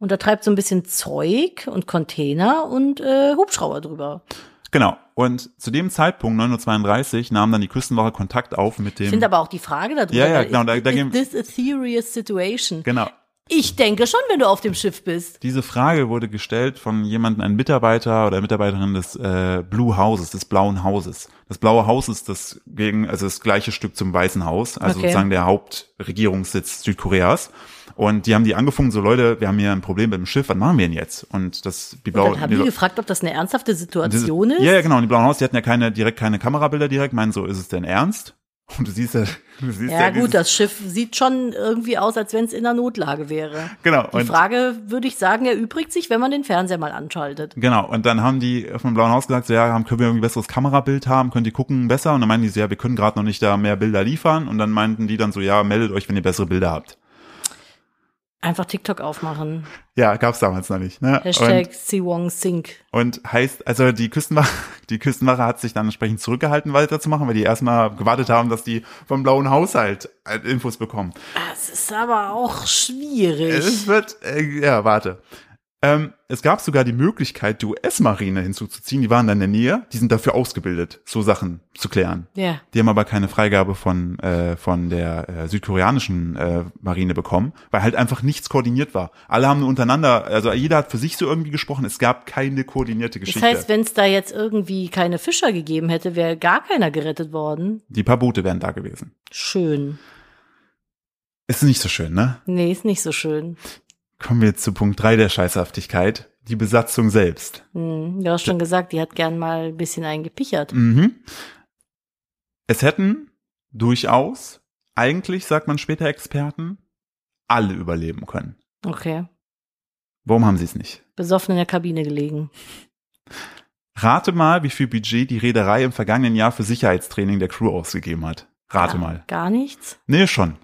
Und da treibt so ein bisschen Zeug und Container und äh, Hubschrauber drüber.
genau. Und zu dem Zeitpunkt, 9.32 Uhr, nahm dann die Küstenwache Kontakt auf mit
Ich
dem.
finde aber auch die Frage darüber.
Ja, ja,
weil
genau, da- da
is
gehen-
this a serious situation?
genau.
Ich denke schon, wenn du auf dem Schiff bist.
Diese Frage wurde gestellt von jemandem, einem Mitarbeiter oder Mitarbeiterin des äh, Blue Houses, des Blauen Hauses. Das Blaue Haus ist das gegen, also das gleiche Stück zum Weißen Haus, also
Okay.
sozusagen der Hauptregierungssitz Südkoreas. Und die haben die angefangen, so Leute, wir haben hier ein Problem mit dem Schiff, was machen wir denn jetzt? Und das die
Und
Blaue
dann haben die
Leu-
gefragt, ob das eine ernsthafte
diese-
Situation ist.
Ja, ja, genau. Und die Blauen Haus, die hatten ja keine direkt keine Kamerabilder direkt, meinen so, ist es denn ernst? <laughs> Und du siehst ja, du siehst ja,
Ja, gut,
dieses,
das Schiff sieht schon irgendwie aus, als wenn es in einer Notlage wäre.
genau.
Die Frage, würde ich sagen, erübrigt sich, wenn man den Fernseher mal anschaltet.
Genau, und dann haben die vom Blauen Haus gesagt, so, ja, haben, können wir irgendwie besseres Kamerabild haben, könnt ihr gucken besser? Und dann meinten die so, ja, wir können gerade noch nicht da mehr Bilder liefern. Und dann meinten die dann so, ja, meldet euch, wenn ihr bessere Bilder habt.
Einfach TikTok aufmachen.
Ja, gab's damals noch nicht. Ne?
Hashtag Siwong Sink.
Und, und heißt, also die Küstenwache, <laughs> die Küstenwache hat sich dann entsprechend zurückgehalten, weiterzumachen, weil die erstmal gewartet haben, dass die vom blauen Haushalt äh, Infos bekommen.
Das ist aber auch schwierig.
Es wird, äh, ja, warte. Ähm, es gab sogar die Möglichkeit, die US-Marine hinzuzuziehen. Die waren da in der Nähe. Die sind dafür ausgebildet, so Sachen zu klären.
Ja.
Die haben aber keine Freigabe von, äh, von der äh, südkoreanischen äh, Marine bekommen, weil halt einfach nichts koordiniert war. Alle haben nur untereinander, also jeder hat für sich so irgendwie gesprochen. Es gab keine koordinierte
Das
Geschichte.
heißt, wenn es da jetzt irgendwie keine Fischer gegeben hätte, wäre gar keiner gerettet worden.
die paar Boote wären da gewesen.
Schön.
Ist nicht so schön, ne?
Nee, ist nicht so schön.
Kommen wir jetzt zu Punkt drei der Scheißhaftigkeit. Die Besatzung selbst.
Hm, du hast schon gesagt, die hat gern mal ein bisschen eingepichert.
Mhm. Es hätten durchaus, eigentlich sagt man später Experten, alle überleben können.
Okay.
Warum haben sie es nicht?
Besoffen in der Kabine gelegen.
Rate mal, wie viel Budget die Reederei im vergangenen Jahr für Sicherheitstraining der Crew ausgegeben hat. Rate
Ja,
mal.
Gar nichts.
Nee, schon.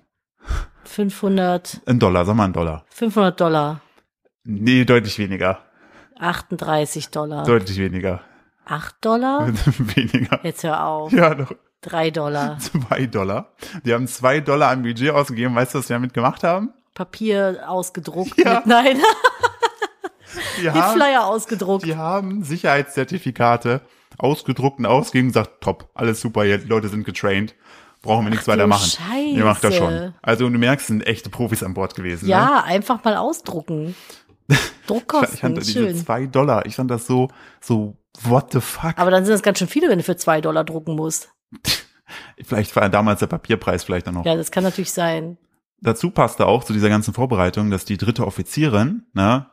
500,
Ein Dollar, sag mal ein Dollar.
500 Dollar.
Nee, deutlich weniger.
38 Dollar.
Deutlich weniger. <laughs>
8 Dollar?
weniger.
Jetzt hör auf.
Ja, doch.
3 Dollar.
Zwei Dollar. Die haben zwei Dollar an Budget ausgegeben. Weißt du, was sie damit gemacht haben?
Papier ausgedruckt.
Ja.
Mit, nein, <laughs>
Die
den
haben,
Flyer ausgedruckt.
die haben Sicherheitszertifikate ausgedruckt und ausgegeben und gesagt, top, alles super, hier, die Leute sind getrained. Brauchen wir nichts
du
weiter machen.
Scheiße.
Ihr macht das schon. Also du merkst, sind echte Profis an Bord gewesen. ne?
Ja, einfach
<laughs>
mal ausdrucken.
Ich fand
Druckkosten,
diese
schön.
zwei Dollar, ich fand das so, so, what the fuck?
Aber dann sind das ganz schön viele, wenn du für zwei Dollar drucken musst.
vielleicht war damals der Papierpreis vielleicht auch noch.
Ja, das kann natürlich sein.
Dazu passte auch zu dieser ganzen Vorbereitung, dass die dritte Offizierin, ne,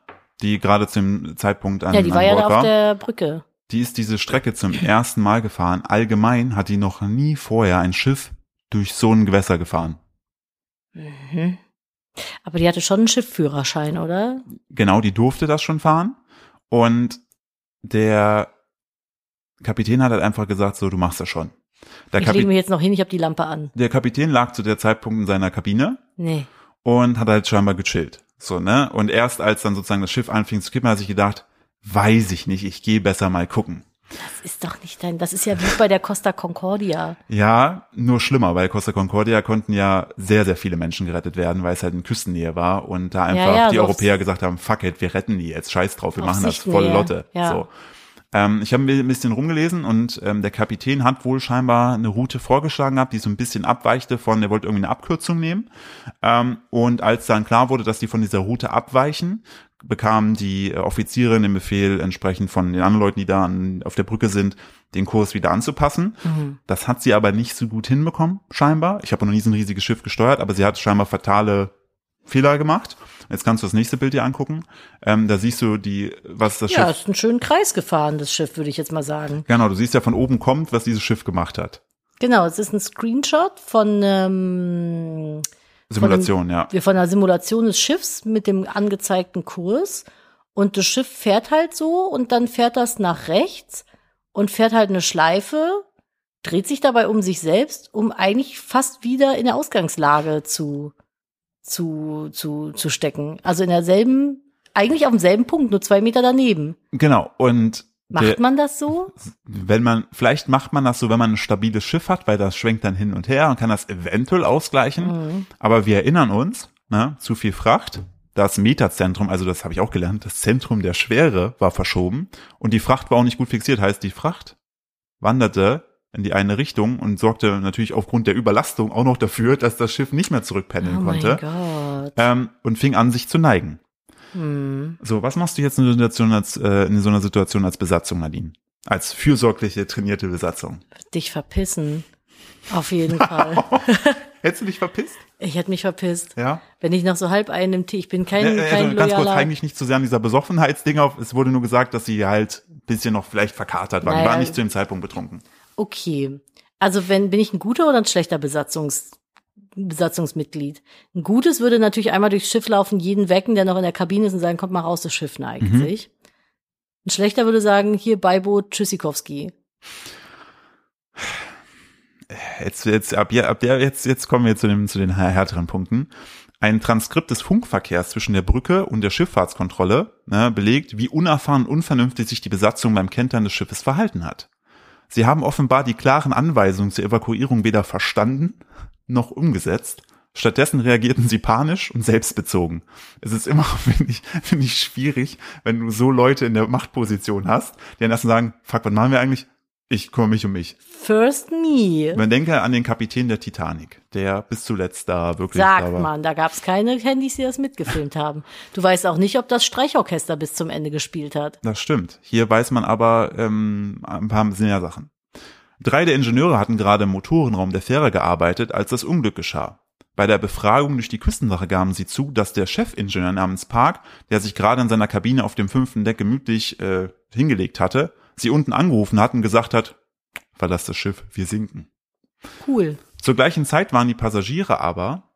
die gerade zum Zeitpunkt an,
Ja, die
an
war ja
Bord
da auf der Brücke.
die ist diese Strecke zum ersten Mal gefahren. Allgemein hat die noch nie vorher ein Schiff durch so ein Gewässer gefahren.
Mhm. Aber die hatte schon einen Schiffführerschein, oder?
Genau, die durfte das schon fahren. Und der Kapitän hat halt einfach gesagt, so, du machst das schon. Der,
ich lege
Kapi
mich jetzt noch hin, ich habe die Lampe an.
der Kapitän lag zu der Zeitpunkt in seiner Kabine
Nee.
und hat halt scheinbar gechillt. So, ne? Und erst als dann sozusagen das Schiff anfing zu kippen, hat sich gedacht, weiß ich nicht, ich gehe besser mal gucken.
Das ist doch nicht dein. Das ist ja wie bei der Costa Concordia.
Ja, nur schlimmer, weil Costa Concordia konnten ja sehr, sehr viele Menschen gerettet werden, weil es halt in Küstennähe war und da einfach
ja,
die
so aufs-
Europäer gesagt haben, fuck it, wir retten die jetzt, scheiß drauf, wir
Auf
machen das
Sichtnähe,
volle Lotte.
ja.
So. Ähm, ich habe ein bisschen rumgelesen und ähm, der Kapitän hat wohl scheinbar eine Route vorgeschlagen gehabt, die so ein bisschen abweichte von, er wollte irgendwie eine Abkürzung nehmen. Ähm, und als dann klar wurde, dass die von dieser Route abweichen, bekamen die äh, Offiziere den Befehl, entsprechend von den anderen Leuten, die da an, auf der Brücke sind, den Kurs wieder anzupassen.
Mhm.
Das hat sie aber nicht so gut hinbekommen, scheinbar. Ich habe noch nie so ein riesiges Schiff gesteuert, aber sie hat scheinbar fatale Fehler gemacht. Jetzt kannst du das nächste Bild dir angucken. Ähm, da siehst du die, was das
Ja,
Schiff.
ist einen schönen Kreis gefahren, das Schiff, würde ich jetzt mal sagen.
Genau, du siehst ja von oben kommt, was dieses Schiff gemacht hat.
Genau, es ist ein Screenshot von, ähm,
Simulation, ja.
wir von der Simulation des Schiffs mit dem angezeigten Kurs und das Schiff fährt halt so und dann fährt das nach rechts und fährt halt eine Schleife, dreht sich dabei um sich selbst, um eigentlich fast wieder in der Ausgangslage zu zu zu zu stecken. Also in derselben eigentlich auf demselben Punkt, nur zwei Meter daneben.
Genau. Und der-
Macht man
<laughs>
das so?
wenn man, vielleicht macht man das so, wenn man ein stabiles Schiff hat, weil das schwenkt dann hin und her und kann das eventuell ausgleichen.
Mhm.
Aber wir erinnern uns, ne, zu viel Fracht. Das Metazentrum, also das habe ich auch gelernt, das Zentrum der Schwere war verschoben und die Fracht war auch nicht gut fixiert. Heißt, die Fracht wanderte in die eine Richtung und sorgte natürlich aufgrund der Überlastung auch noch dafür, dass das Schiff nicht mehr zurückpendeln
Oh mein
konnte
Gott.
ähm, und fing an, sich zu neigen.
Hm.
So, was machst du jetzt in, der Situation als, äh, in so einer Situation als Besatzung, Nadine? Als fürsorgliche, trainierte Besatzung.
Dich verpissen.
<laughs>
Auf jeden Fall.
Hättest du dich verpisst?
Ich hätte mich verpisst.
Ja.
Wenn ich noch so halb einen im Tee, ich bin kein,
Äh, äh,
kein
also ganz kurz,
loyaler.
eigentlich nicht zu sehr an dieser Besoffenheitsding auf. Es wurde nur gesagt, dass sie halt ein bisschen noch vielleicht verkatert waren. Die
Naja.
Waren nicht zu dem Zeitpunkt betrunken.
Okay. Also wenn, bin ich ein guter oder ein schlechter Besatzungs, Besatzungsmitglied? Ein gutes würde natürlich einmal durchs Schiff laufen, jeden wecken, der noch in der Kabine ist und sagen, kommt mal raus, das Schiff neigt
Mhm.
sich. Ein schlechter würde sagen, hier Beiboot Tschüssikowski.
Jetzt, jetzt, ab, je- ab der, jetzt, jetzt kommen wir zu, dem, zu den härteren Punkten. Ein Transkript des Funkverkehrs zwischen der Brücke und der Schifffahrtskontrolle ne, belegt, wie unerfahren und unvernünftig sich die Besatzung beim Kentern des Schiffes verhalten hat. Sie haben offenbar die klaren Anweisungen zur Evakuierung weder verstanden noch umgesetzt. Stattdessen reagierten sie panisch und selbstbezogen. Es ist immer, <laughs> finde ich, finde ich schwierig, wenn du so Leute in der Machtposition hast, die dann erst sagen, fuck, was machen wir eigentlich? Ich kümmere mich um mich.
First me.
Man denke an den Kapitän der Titanic, der bis zuletzt da wirklich
Sagt
da war.
man, da gab's keine Handys, die das mitgefilmt haben. Du weißt auch nicht, ob das Streichorchester bis zum Ende gespielt hat.
Das stimmt. Hier weiß man aber ähm, ein paar mehr Sachen. Drei der Ingenieure hatten gerade im Motorenraum der Fähre gearbeitet, als das Unglück geschah. Bei der Befragung durch die Küstenwache gaben sie zu, dass der Chefingenieur namens Park, der sich gerade in seiner Kabine auf dem fünften Deck gemütlich äh, hingelegt hatte, sie unten angerufen hat und gesagt hat, verlass das Schiff, wir sinken.
Cool.
Zur gleichen Zeit waren die Passagiere aber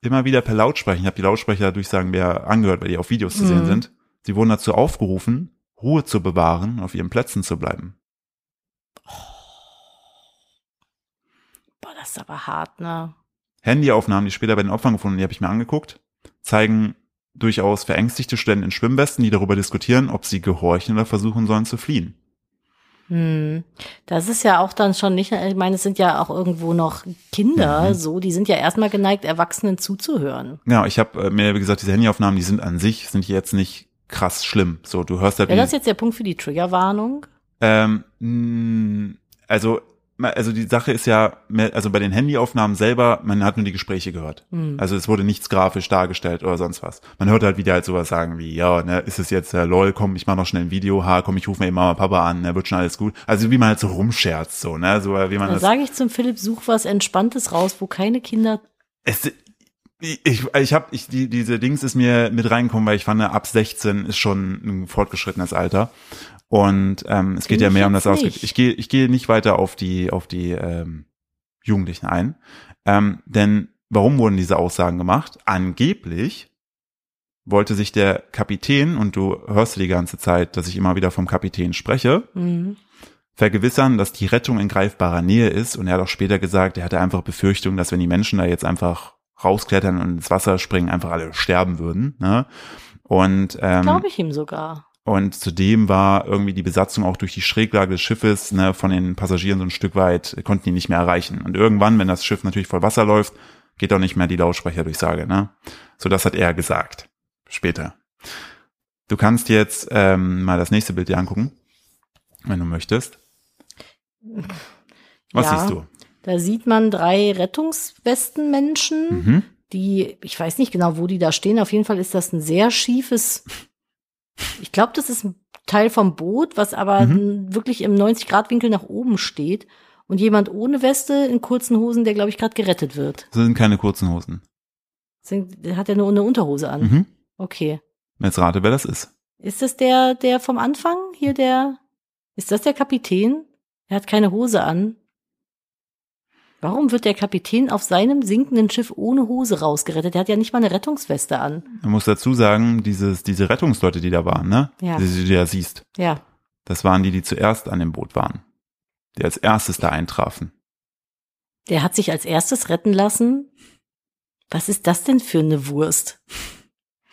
immer wieder per Lautsprecher, ich habe die Lautsprecher durchsagen wer angehört, weil die auf Videos zu sehen
Mhm.
sind, sie wurden dazu aufgerufen, Ruhe zu bewahren und auf ihren Plätzen zu bleiben.
Boah, das ist aber hart, ne?
Handyaufnahmen, die später bei den Opfern gefunden, die habe ich mir angeguckt, zeigen durchaus verängstigte Studenten in Schwimmwesten, die darüber diskutieren, ob sie gehorchen oder versuchen sollen zu fliehen.
Hm. Das ist ja auch dann schon nicht, ich meine, es sind ja auch irgendwo noch Kinder,
Mhm.
so, die sind ja erstmal geneigt, Erwachsenen zuzuhören.
Ja, ich habe äh, mir wie gesagt, diese Handyaufnahmen, die sind an sich, sind jetzt nicht krass schlimm. So, du hörst halt,
Wäre
wie-
das jetzt der Punkt für die Triggerwarnung?
Ähm, mh, also, ma- also die Sache ist ja, me- also bei den Handyaufnahmen selber, man hat nur die Gespräche gehört.
Hm.
Also es wurde nichts grafisch dargestellt oder sonst was. Man hört halt wieder halt sowas sagen wie, ja, ne, ist es jetzt, äh, lol, komm, ich mach noch schnell ein Video, ha, komm, ich rufe mir eben Mama, Papa an, ne, wird schon alles gut. Also wie man halt so rumscherzt, so, ne, so äh, wie man
Dann
das.
sage ich zum Philipp, such was Entspanntes raus, wo keine Kinder.
Es, ich, ich habe ich, die, diese Dings ist mir mit reingekommen, weil ich fand, ab 16 ist schon ein fortgeschrittenes Alter. Und ähm, es geht
Finde
ja
ich
mehr um das
jetzt
Ausge
nicht.
Ich gehe ich gehe nicht weiter auf die auf die ähm, Jugendlichen ein, ähm, denn warum wurden diese Aussagen gemacht? Angeblich wollte sich der Kapitän und du hörst die ganze Zeit, dass ich immer wieder vom Kapitän spreche,
Hm.
vergewissern, dass die Rettung in greifbarer Nähe ist. Und er hat auch später gesagt, er hatte einfach Befürchtung, dass wenn die Menschen da jetzt einfach rausklettern und ins Wasser springen, einfach alle sterben würden. Ne? Und, ähm,
Glaube ich ihm sogar.
und zudem war irgendwie die Besatzung auch durch die Schräglage des Schiffes ne, von den Passagieren so ein Stück weit, äh, konnten die nicht mehr erreichen. Und irgendwann, wenn das Schiff natürlich voll Wasser läuft, geht auch nicht mehr die Lautsprecherdurchsage. Ne? So, das hat er gesagt. Später. Du kannst jetzt ähm, mal das nächste Bild dir angucken, wenn du möchtest. Was
Ja.
siehst du?
Da sieht man drei Rettungswestenmenschen,
Mhm.
die, ich weiß nicht genau, wo die da stehen. Auf jeden Fall ist das ein sehr schiefes, ich glaube, das ist ein Teil vom Boot, was aber n- wirklich im 90-Grad-Winkel nach oben steht. Und jemand ohne Weste in kurzen Hosen, der, glaube ich, gerade gerettet wird.
Das sind keine kurzen Hosen.
Deswegen, Der hat ja nur eine Unterhose an.
Mhm.
Okay.
Jetzt rate, wer das ist.
Ist das der, der vom Anfang hier der, ist das der Kapitän? Er hat keine Hose an. Warum wird der Kapitän auf seinem sinkenden Schiff ohne Hose rausgerettet? Der hat ja nicht mal eine Rettungsweste an.
Man muss dazu sagen, dieses, diese Rettungsleute, die da waren, ne?
Ja.
Die, die du ja siehst,
Ja.
das waren die, die zuerst an dem Boot waren. Die als erstes da eintrafen.
Der hat sich als erstes retten lassen. Was ist das denn für eine Wurst?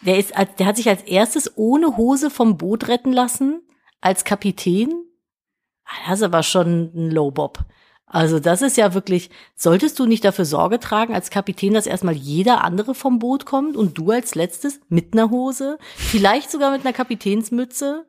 Der ist, als- der hat sich als erstes ohne Hose vom Boot retten lassen? Als Kapitän? Ah, Das ist aber schon ein Low-Bob. Also das ist ja wirklich, solltest du nicht dafür Sorge tragen als Kapitän, dass erstmal jeder andere vom Boot kommt und du als letztes mit einer Hose, vielleicht sogar mit einer Kapitänsmütze?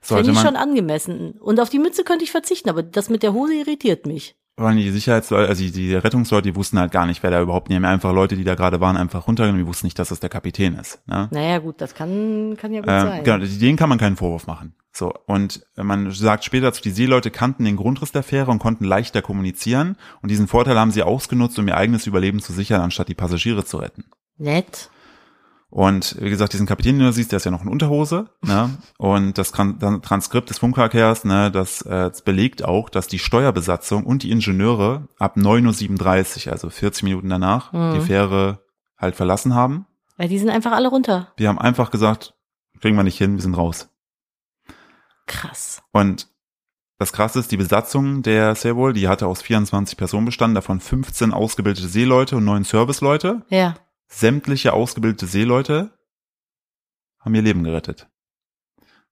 Finde
Sollte
ich
man,
schon angemessen. Und auf die Mütze könnte ich verzichten, aber das mit der Hose irritiert mich.
waren die Sicherheitsleute, also die, die Rettungsleute, die wussten halt gar nicht, wer da überhaupt, die haben einfach Leute, die da gerade waren, einfach runtergenommen, die wussten nicht, dass das der Kapitän ist, ne?
Naja, gut, das kann, kann ja gut
Ähm,
sein.
genau, denen kann man keinen Vorwurf machen. So, und man sagt später dazu, die Seeleute kannten den Grundriss der Fähre und konnten leichter kommunizieren. Und diesen Vorteil haben sie ausgenutzt, um ihr eigenes Überleben zu sichern, anstatt die Passagiere zu retten.
Nett.
Und wie gesagt, diesen Kapitän, den du siehst, der ist ja noch in Unterhose. Ne? Und das Tran- Tran- Transkript des Funkverkehrs, ne, das, äh, das belegt auch, dass die Steuerbesatzung und die Ingenieure ab 9.37 Uhr, also 40 Minuten danach,
Mhm.
die Fähre halt verlassen haben.
Weil die sind einfach alle runter.
Die haben einfach gesagt, kriegen wir nicht hin, wir sind raus.
Krass.
Und das Krasse ist, die Besatzung der Sewol, die hatte aus 24 Personen bestanden, davon 15 ausgebildete Seeleute und 9 Serviceleute.
Ja.
sämtliche ausgebildete Seeleute haben ihr Leben gerettet.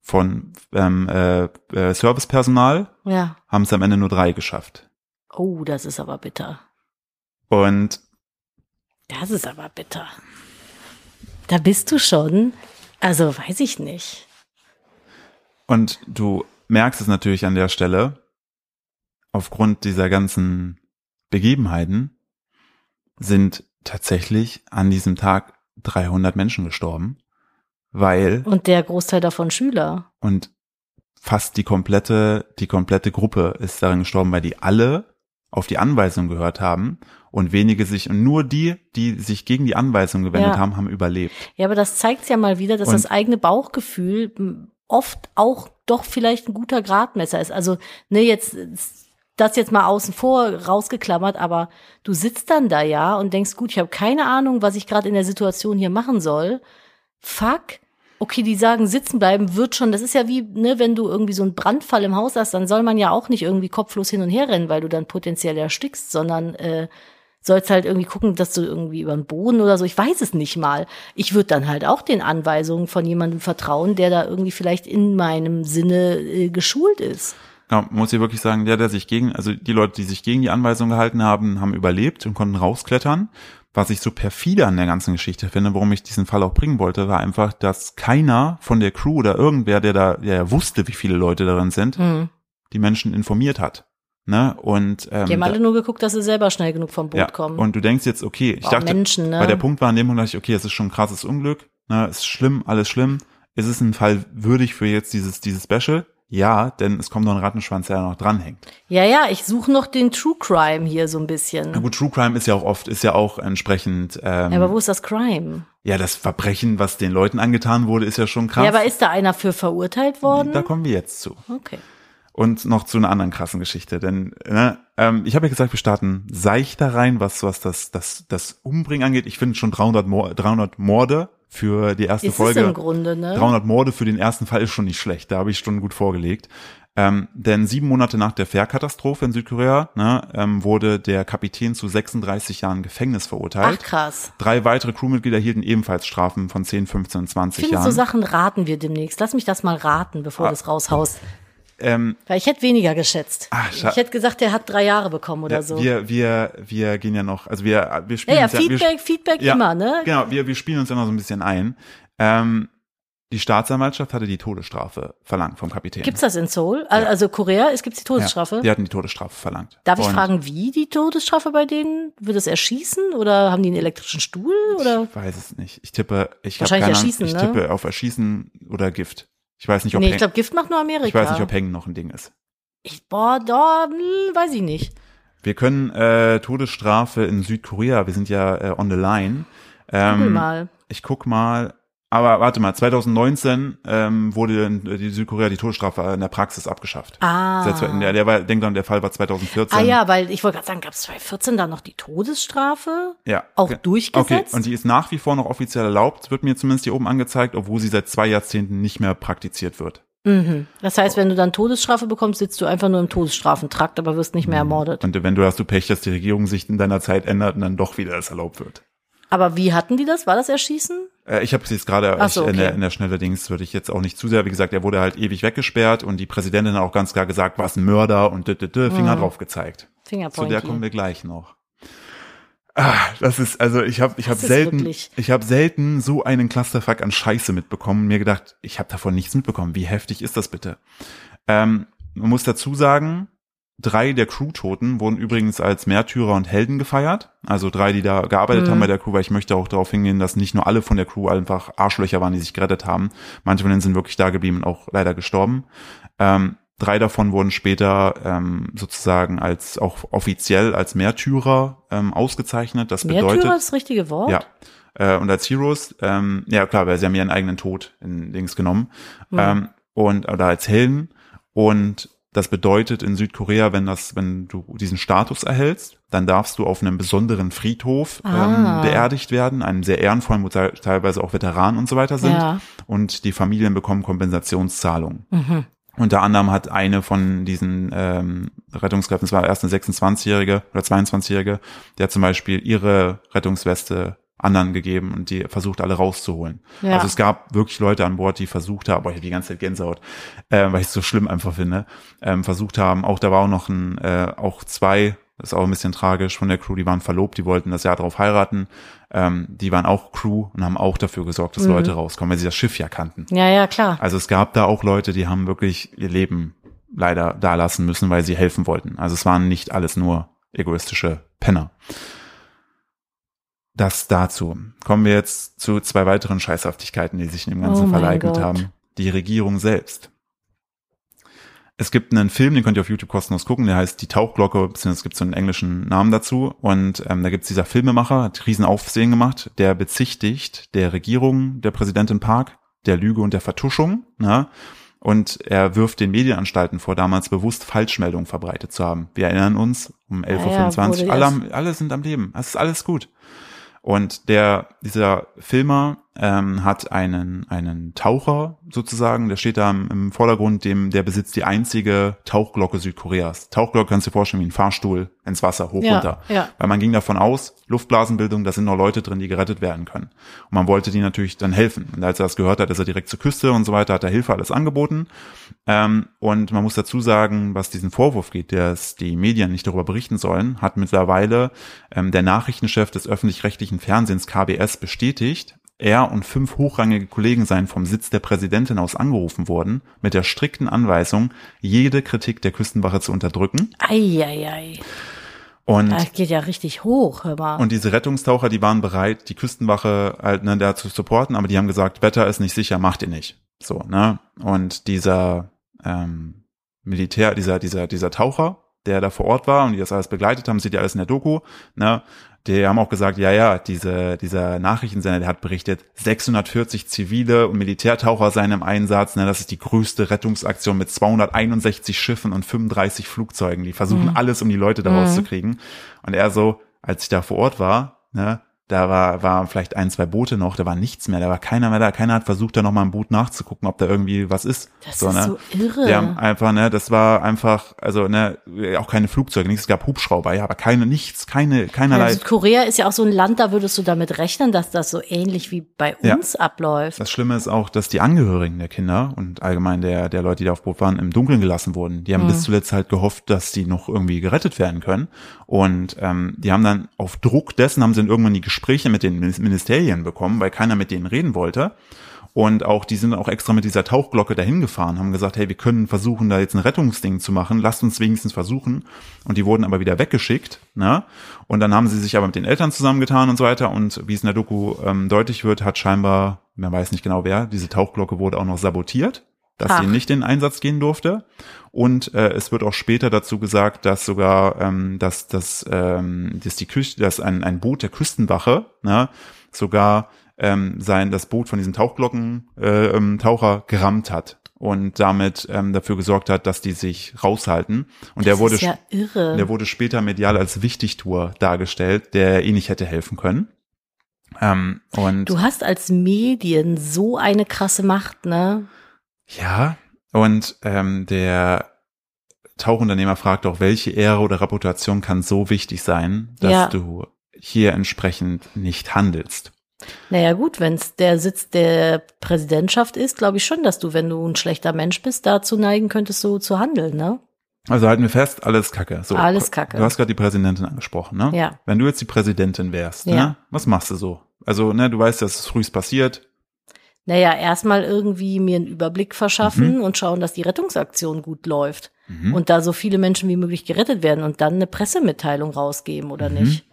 Von ähm, äh, äh, Servicepersonal
Ja.
haben es am Ende nur drei geschafft.
Oh, das ist aber bitter.
Und
Das ist aber bitter. Da bist du schon. Also weiß ich nicht.
Und du merkst es natürlich an der Stelle, aufgrund dieser ganzen Begebenheiten sind tatsächlich an diesem Tag 300 Menschen gestorben, weil
Und der Großteil davon Schüler.
und fast die komplette, die komplette Gruppe ist darin gestorben, weil die alle auf die Anweisung gehört haben und wenige sich, und nur die, die sich gegen die Anweisung gewendet
Ja.
haben, haben überlebt.
Ja, aber das zeigt ja mal wieder, dass
Und-
das eigene Bauchgefühl m, oft auch doch vielleicht ein guter Gradmesser ist. Also, ne, jetzt das jetzt mal außen vor rausgeklammert, aber du sitzt dann da ja und denkst, gut, ich habe keine Ahnung, was ich gerade in der Situation hier machen soll. Fuck. Okay, die sagen, sitzen bleiben wird schon. Das ist ja wie, ne, wenn du irgendwie so einen Brandfall im Haus hast, dann soll man ja auch nicht irgendwie kopflos hin und her rennen, weil du dann potenziell erstickst, sondern äh, sollst halt irgendwie gucken, dass du irgendwie über den Boden oder so, ich weiß es nicht mal. Ich würde dann halt auch den Anweisungen von jemandem vertrauen, der da irgendwie vielleicht in meinem Sinne äh, geschult ist.
Ja, man muss hier wirklich sagen, der, der sich gegen, also die Leute, die sich gegen die Anweisung gehalten haben, haben überlebt und konnten rausklettern. Was ich so perfide an der ganzen Geschichte finde, warum ich diesen Fall auch bringen wollte, war einfach, dass keiner von der Crew oder irgendwer, der da, der wusste, wie viele Leute darin sind,
Hm.
die Menschen informiert hat. Ne? Und ähm,
Die haben alle
da-
nur geguckt, dass sie selber schnell genug vom Boot
ja,
kommen.
und du denkst jetzt, okay, ich
Boah,
dachte,
Menschen, ne?
weil der Punkt war an dem Punkt, dachte ich, okay, es ist schon ein krasses Unglück, ne, ist schlimm, alles schlimm. Ist es ein Fall würdig für jetzt dieses, dieses Special? Ja, denn es kommt noch ein Rattenschwanz, der da noch dranhängt.
ja, ja, ich suche noch den True Crime hier so ein
Na
bisschen.
gut, True Crime ist ja auch oft, ist ja auch entsprechend, ähm,
Ja, aber wo ist das Crime?
ja, das Verbrechen, was den Leuten angetan wurde, ist ja schon krass.
Ja, aber ist da einer für verurteilt worden?
da kommen wir jetzt zu.
okay.
Und noch zu einer anderen krassen Geschichte, denn ne, ähm, ich habe ja gesagt, wir starten seichter rein, was was das das das Umbringen angeht. Ich finde schon 300 Mor 300 Morde für die erste
Ist es
Folge.
im Grunde, ne?
300 Morde für den ersten Fall ist schon nicht schlecht, da habe ich schon gut vorgelegt. Ähm, denn sieben Monate nach der Fährkatastrophe in Südkorea ne, ähm, wurde der Kapitän zu 36 Jahren Gefängnis
Ach
verurteilt.
krass.
Drei weitere Crewmitglieder hielten ebenfalls Strafen von 10, 15 und 20
Ich finde, so
Jahren.
Sachen raten wir demnächst. Lass mich das mal raten, bevor
Ah.
du es raushaust.
ähm,
Weil ich hätte weniger geschätzt.
Ah, scha-
ich hätte gesagt, der hat drei Jahre bekommen oder
ja,
so.
wir, wir, wir gehen ja noch, also wir, wir
ja,
spielen
ja,
uns ja, wir,
Feedback, Feedback
ja,
immer, ne?
Genau, wir, wir spielen uns ja noch so ein bisschen ein. Ähm, die Staatsanwaltschaft hatte die Todesstrafe verlangt vom Kapitän.
Gibt's das in Seoul? Al- Also Korea, es gibt die Todesstrafe.
Ja, die hatten die Todesstrafe verlangt.
Darf ich
Und
fragen, wie die Todesstrafe bei denen? Wird es erschießen oder haben die einen elektrischen Stuhl? Oder?
Ich weiß es nicht. Ich tippe, ich habe
Wahrscheinlich
keine Ahnung,
Erschießen,
ich
ne?
tippe auf Erschießen oder Gift. Ich weiß nicht, ob
Nee, ich
Hängen-
glaube, Gift macht nur Amerika.
ich weiß nicht, ob Hängen noch ein Ding ist.
Ich- boah, da, hm, weiß ich nicht.
Wir können äh, Todesstrafe in Südkorea, wir sind ja äh, on the line.
Google
Ähm,
mal.
ich guck mal. Aber warte mal, 2019 ähm, wurde in die Südkorea die Todesstrafe in der Praxis abgeschafft.
Ah.
Seit- Der, der war, denk dran, der Fall war 2014.
Ah ja, weil ich wollte gerade sagen, gab's 2014 da noch die Todesstrafe?
Ja.
Auch
Ge-
durchgesetzt?
Okay, und die ist nach wie vor noch offiziell erlaubt, wird mir zumindest hier oben angezeigt, obwohl sie seit zwei Jahrzehnten nicht mehr praktiziert wird.
Mhm. Das heißt, wenn du dann Todesstrafe bekommst, sitzt du einfach nur im Todesstrafentrakt, aber wirst nicht mehr
Hm.
ermordet.
Und eventuell hast du Pech, dass die Regierung sich in deiner Zeit ändert und dann doch wieder es erlaubt wird.
Aber wie hatten die das? War das Erschießen?
Äh, Ich habe es jetzt gerade
Ach so,
ich- in, der,
okay.
in der Schnelle Dings würde ich jetzt auch nicht zu sehr, wie gesagt, er wurde halt ewig weggesperrt und die Präsidentin hat auch ganz klar gesagt, was ein Mörder und dü, dü, dü,
Mhm.
Finger drauf gezeigt. Zu
Fingerpoint.
der kommen wir gleich noch. Ah, das ist also ich habe ich habe
Das ist
selten
wirklich-
ich habe selten so einen Clusterfuck an Scheiße mitbekommen und mir gedacht, ich habe davon nichts mitbekommen. Wie heftig ist das bitte? Ähm, man muss dazu sagen, drei der Crew-Toten wurden übrigens als Märtyrer und Helden gefeiert. Also drei, die da gearbeitet
Mhm.
haben bei der Crew, weil ich möchte auch darauf hingehen, dass nicht nur alle von der Crew einfach Arschlöcher waren, die sich gerettet haben. Manche von denen sind wirklich da geblieben und auch leider gestorben. Ähm, drei davon wurden später ähm, sozusagen als auch offiziell als Märtyrer ähm, ausgezeichnet. Das bedeutet
Märtyrer ist das richtige Wort?
ja. Äh, und als Heroes, ähm, ja klar, weil sie haben ihren eigenen Tod in Dings genommen.
Hm.
Ähm, und, oder als Helden. Und das bedeutet in Südkorea, wenn das, wenn du diesen Status erhältst, dann darfst du auf einem besonderen Friedhof
Ah.
ähm, beerdigt werden, einem sehr ehrenvollen, wo te- teilweise auch Veteranen und so weiter sind.
Ja.
Und die Familien bekommen Kompensationszahlungen.
Mhm.
Unter anderem hat eine von diesen ähm, Rettungskräften, es war erst eine 26-Jährige oder 22-Jährige, der zum Beispiel ihre Rettungsweste anderen gegeben und die versucht alle rauszuholen.
Ja.
Also es gab wirklich Leute an Bord, die versucht haben, boah, ich habe die ganze Zeit Gänsehaut, äh, weil ich es so schlimm einfach finde, ähm, versucht haben, auch da war auch noch ein, äh, auch zwei, das ist auch ein bisschen tragisch, von der Crew, die waren verlobt, die wollten das Jahr drauf heiraten, ähm, die waren auch Crew und haben auch dafür gesorgt, dass Leute rauskommen, weil sie das Schiff ja kannten.
Ja, ja, klar.
Also es gab da auch Leute, die haben wirklich ihr Leben leider da lassen müssen, weil sie helfen wollten. Also es waren nicht alles nur egoistische Penner. Das dazu. Kommen wir jetzt zu zwei weiteren Scheißhaftigkeiten, die sich in dem Ganzen
Oh mein
verleugnet
Gott.
haben. Die Regierung selbst. Es gibt einen Film, den könnt ihr auf YouTube kostenlos gucken, der heißt Die Tauchglocke, beziehungsweise es gibt so einen englischen Namen dazu. Und ähm, da gibt's dieser Filmemacher, hat riesen Aufsehen gemacht, der bezichtigt der Regierung, der Präsidentin Park, der Lüge und der Vertuschung. Ne? Und er wirft den Medienanstalten vor, damals bewusst Falschmeldungen verbreitet zu haben. Wir erinnern uns, um
wurde
11.25
erst-
Uhr, alle, am- alle sind am Leben, es ist alles gut. Und der, dieser Filmer ähm, hat einen, einen Taucher sozusagen, der steht da im, im Vordergrund, dem, der besitzt die einzige Tauchglocke Südkoreas. Tauchglocke kannst du dir vorstellen wie ein Fahrstuhl ins Wasser, hoch,
Ja,
runter.
ja.
Weil man ging davon aus, Luftblasenbildung, da sind noch Leute drin, die gerettet werden können. Und man wollte die natürlich dann helfen. Und als er das gehört hat, ist er direkt zur Küste und so weiter, hat er Hilfe alles angeboten. Ähm, und man muss dazu sagen, was diesen Vorwurf geht, dass die Medien nicht darüber berichten sollen, hat mittlerweile ähm, der Nachrichtenchef des öffentlich-rechtlichen Fernsehens KBS bestätigt, er und fünf hochrangige Kollegen seien vom Sitz der Präsidentin aus angerufen worden, mit der strikten Anweisung, jede Kritik der Küstenwache zu unterdrücken.
Eieiei.
Und
Das Ah, geht ja richtig hoch, hör mal.
und diese Rettungstaucher, die waren bereit, die Küstenwache halt, ne, da zu supporten, aber die haben gesagt, Wetter ist nicht sicher, macht ihr nicht. So, ne? Und dieser ähm, Militär, dieser, dieser, dieser Taucher, der da vor Ort war und die das alles begleitet haben, seht ihr alles in der Doku, ne? Die haben auch gesagt, ja, ja, diese, dieser Nachrichtensender, der hat berichtet, 640 zivile und Militärtaucher seien im Einsatz. Ne, das ist die größte Rettungsaktion mit 261 Schiffen und 35 Flugzeugen. Die versuchen alles, um die Leute
Mhm.
da rauszukriegen. Und er so, als ich da vor Ort war, ne, da war, war vielleicht ein, zwei Boote noch, da war nichts mehr, da war keiner mehr da. Keiner hat versucht, da noch mal im Boot nachzugucken, ob da irgendwie was ist. ne?
Das ist so irre.
Die haben einfach, ne, das war einfach, also, ne, auch keine Flugzeuge, nichts, es gab Hubschrauber, ja, aber keine, nichts, keine,
Ja,
keinerlei.
Südkorea ist ja auch so ein Land, da würdest du damit rechnen, dass das so ähnlich wie bei
Ja.
uns abläuft.
Das Schlimme ist auch, dass die Angehörigen der Kinder und allgemein der, der Leute, die da auf Boot waren, im Dunkeln gelassen wurden. Die haben bis zuletzt halt gehofft, dass die noch irgendwie gerettet werden können. Und ähm, die haben dann auf Druck dessen, haben sie dann irgendwann die Gespräche mit den Minis- Ministerien bekommen, weil keiner mit denen reden wollte. Und auch, die sind auch extra mit dieser Tauchglocke dahin gefahren, haben gesagt, hey, wir können versuchen, da jetzt ein Rettungsding zu machen, lasst uns wenigstens versuchen. Und die wurden aber wieder weggeschickt, ne? Und dann haben sie sich aber mit den Eltern zusammengetan und so weiter. Und wie es in der Doku ähm, deutlich wird, hat scheinbar, man weiß nicht genau wer, diese Tauchglocke wurde auch noch sabotiert, dass
Ach.
sie nicht in den Einsatz gehen durfte. Und äh, es wird auch später dazu gesagt, dass sogar, ähm, dass, dass, ähm, dass die Küste, dass ein, ein Boot der Küstenwache, ne, sogar ähm, sein das Boot von diesem Tauchglocken äh, ähm, Taucher gerammt hat und damit ähm, dafür gesorgt hat, dass die sich raushalten. Und der
das
wurde
ist ja irre.
der wurde später medial als Wichtigtour dargestellt, der eh nicht hätte helfen können. Ähm, und
du hast als Medien so eine krasse Macht, ne?
ja, und ähm, der Tauchunternehmer fragt auch, welche Ehre oder Reputation kann so wichtig sein, dass
Ja.
du hier entsprechend nicht handelst.
Naja gut, wenn es der Sitz der Präsidentschaft ist, glaube ich schon, dass du, wenn du ein schlechter Mensch bist, dazu neigen könntest, so zu handeln, ne?
Also halten wir fest, alles Kacke. So,
Alles Kacke.
Du hast gerade die Präsidentin angesprochen, ne?
Ja.
Wenn du jetzt die Präsidentin wärst, ne?
Ja.
Was machst du so? Also, ne, du weißt, dass es frühst passiert.
Naja, erstmal irgendwie mir einen Überblick verschaffen und schauen, dass die Rettungsaktion gut läuft
Mhm.
und da so viele Menschen wie möglich gerettet werden und dann eine Pressemitteilung rausgeben oder
Mhm.
nicht.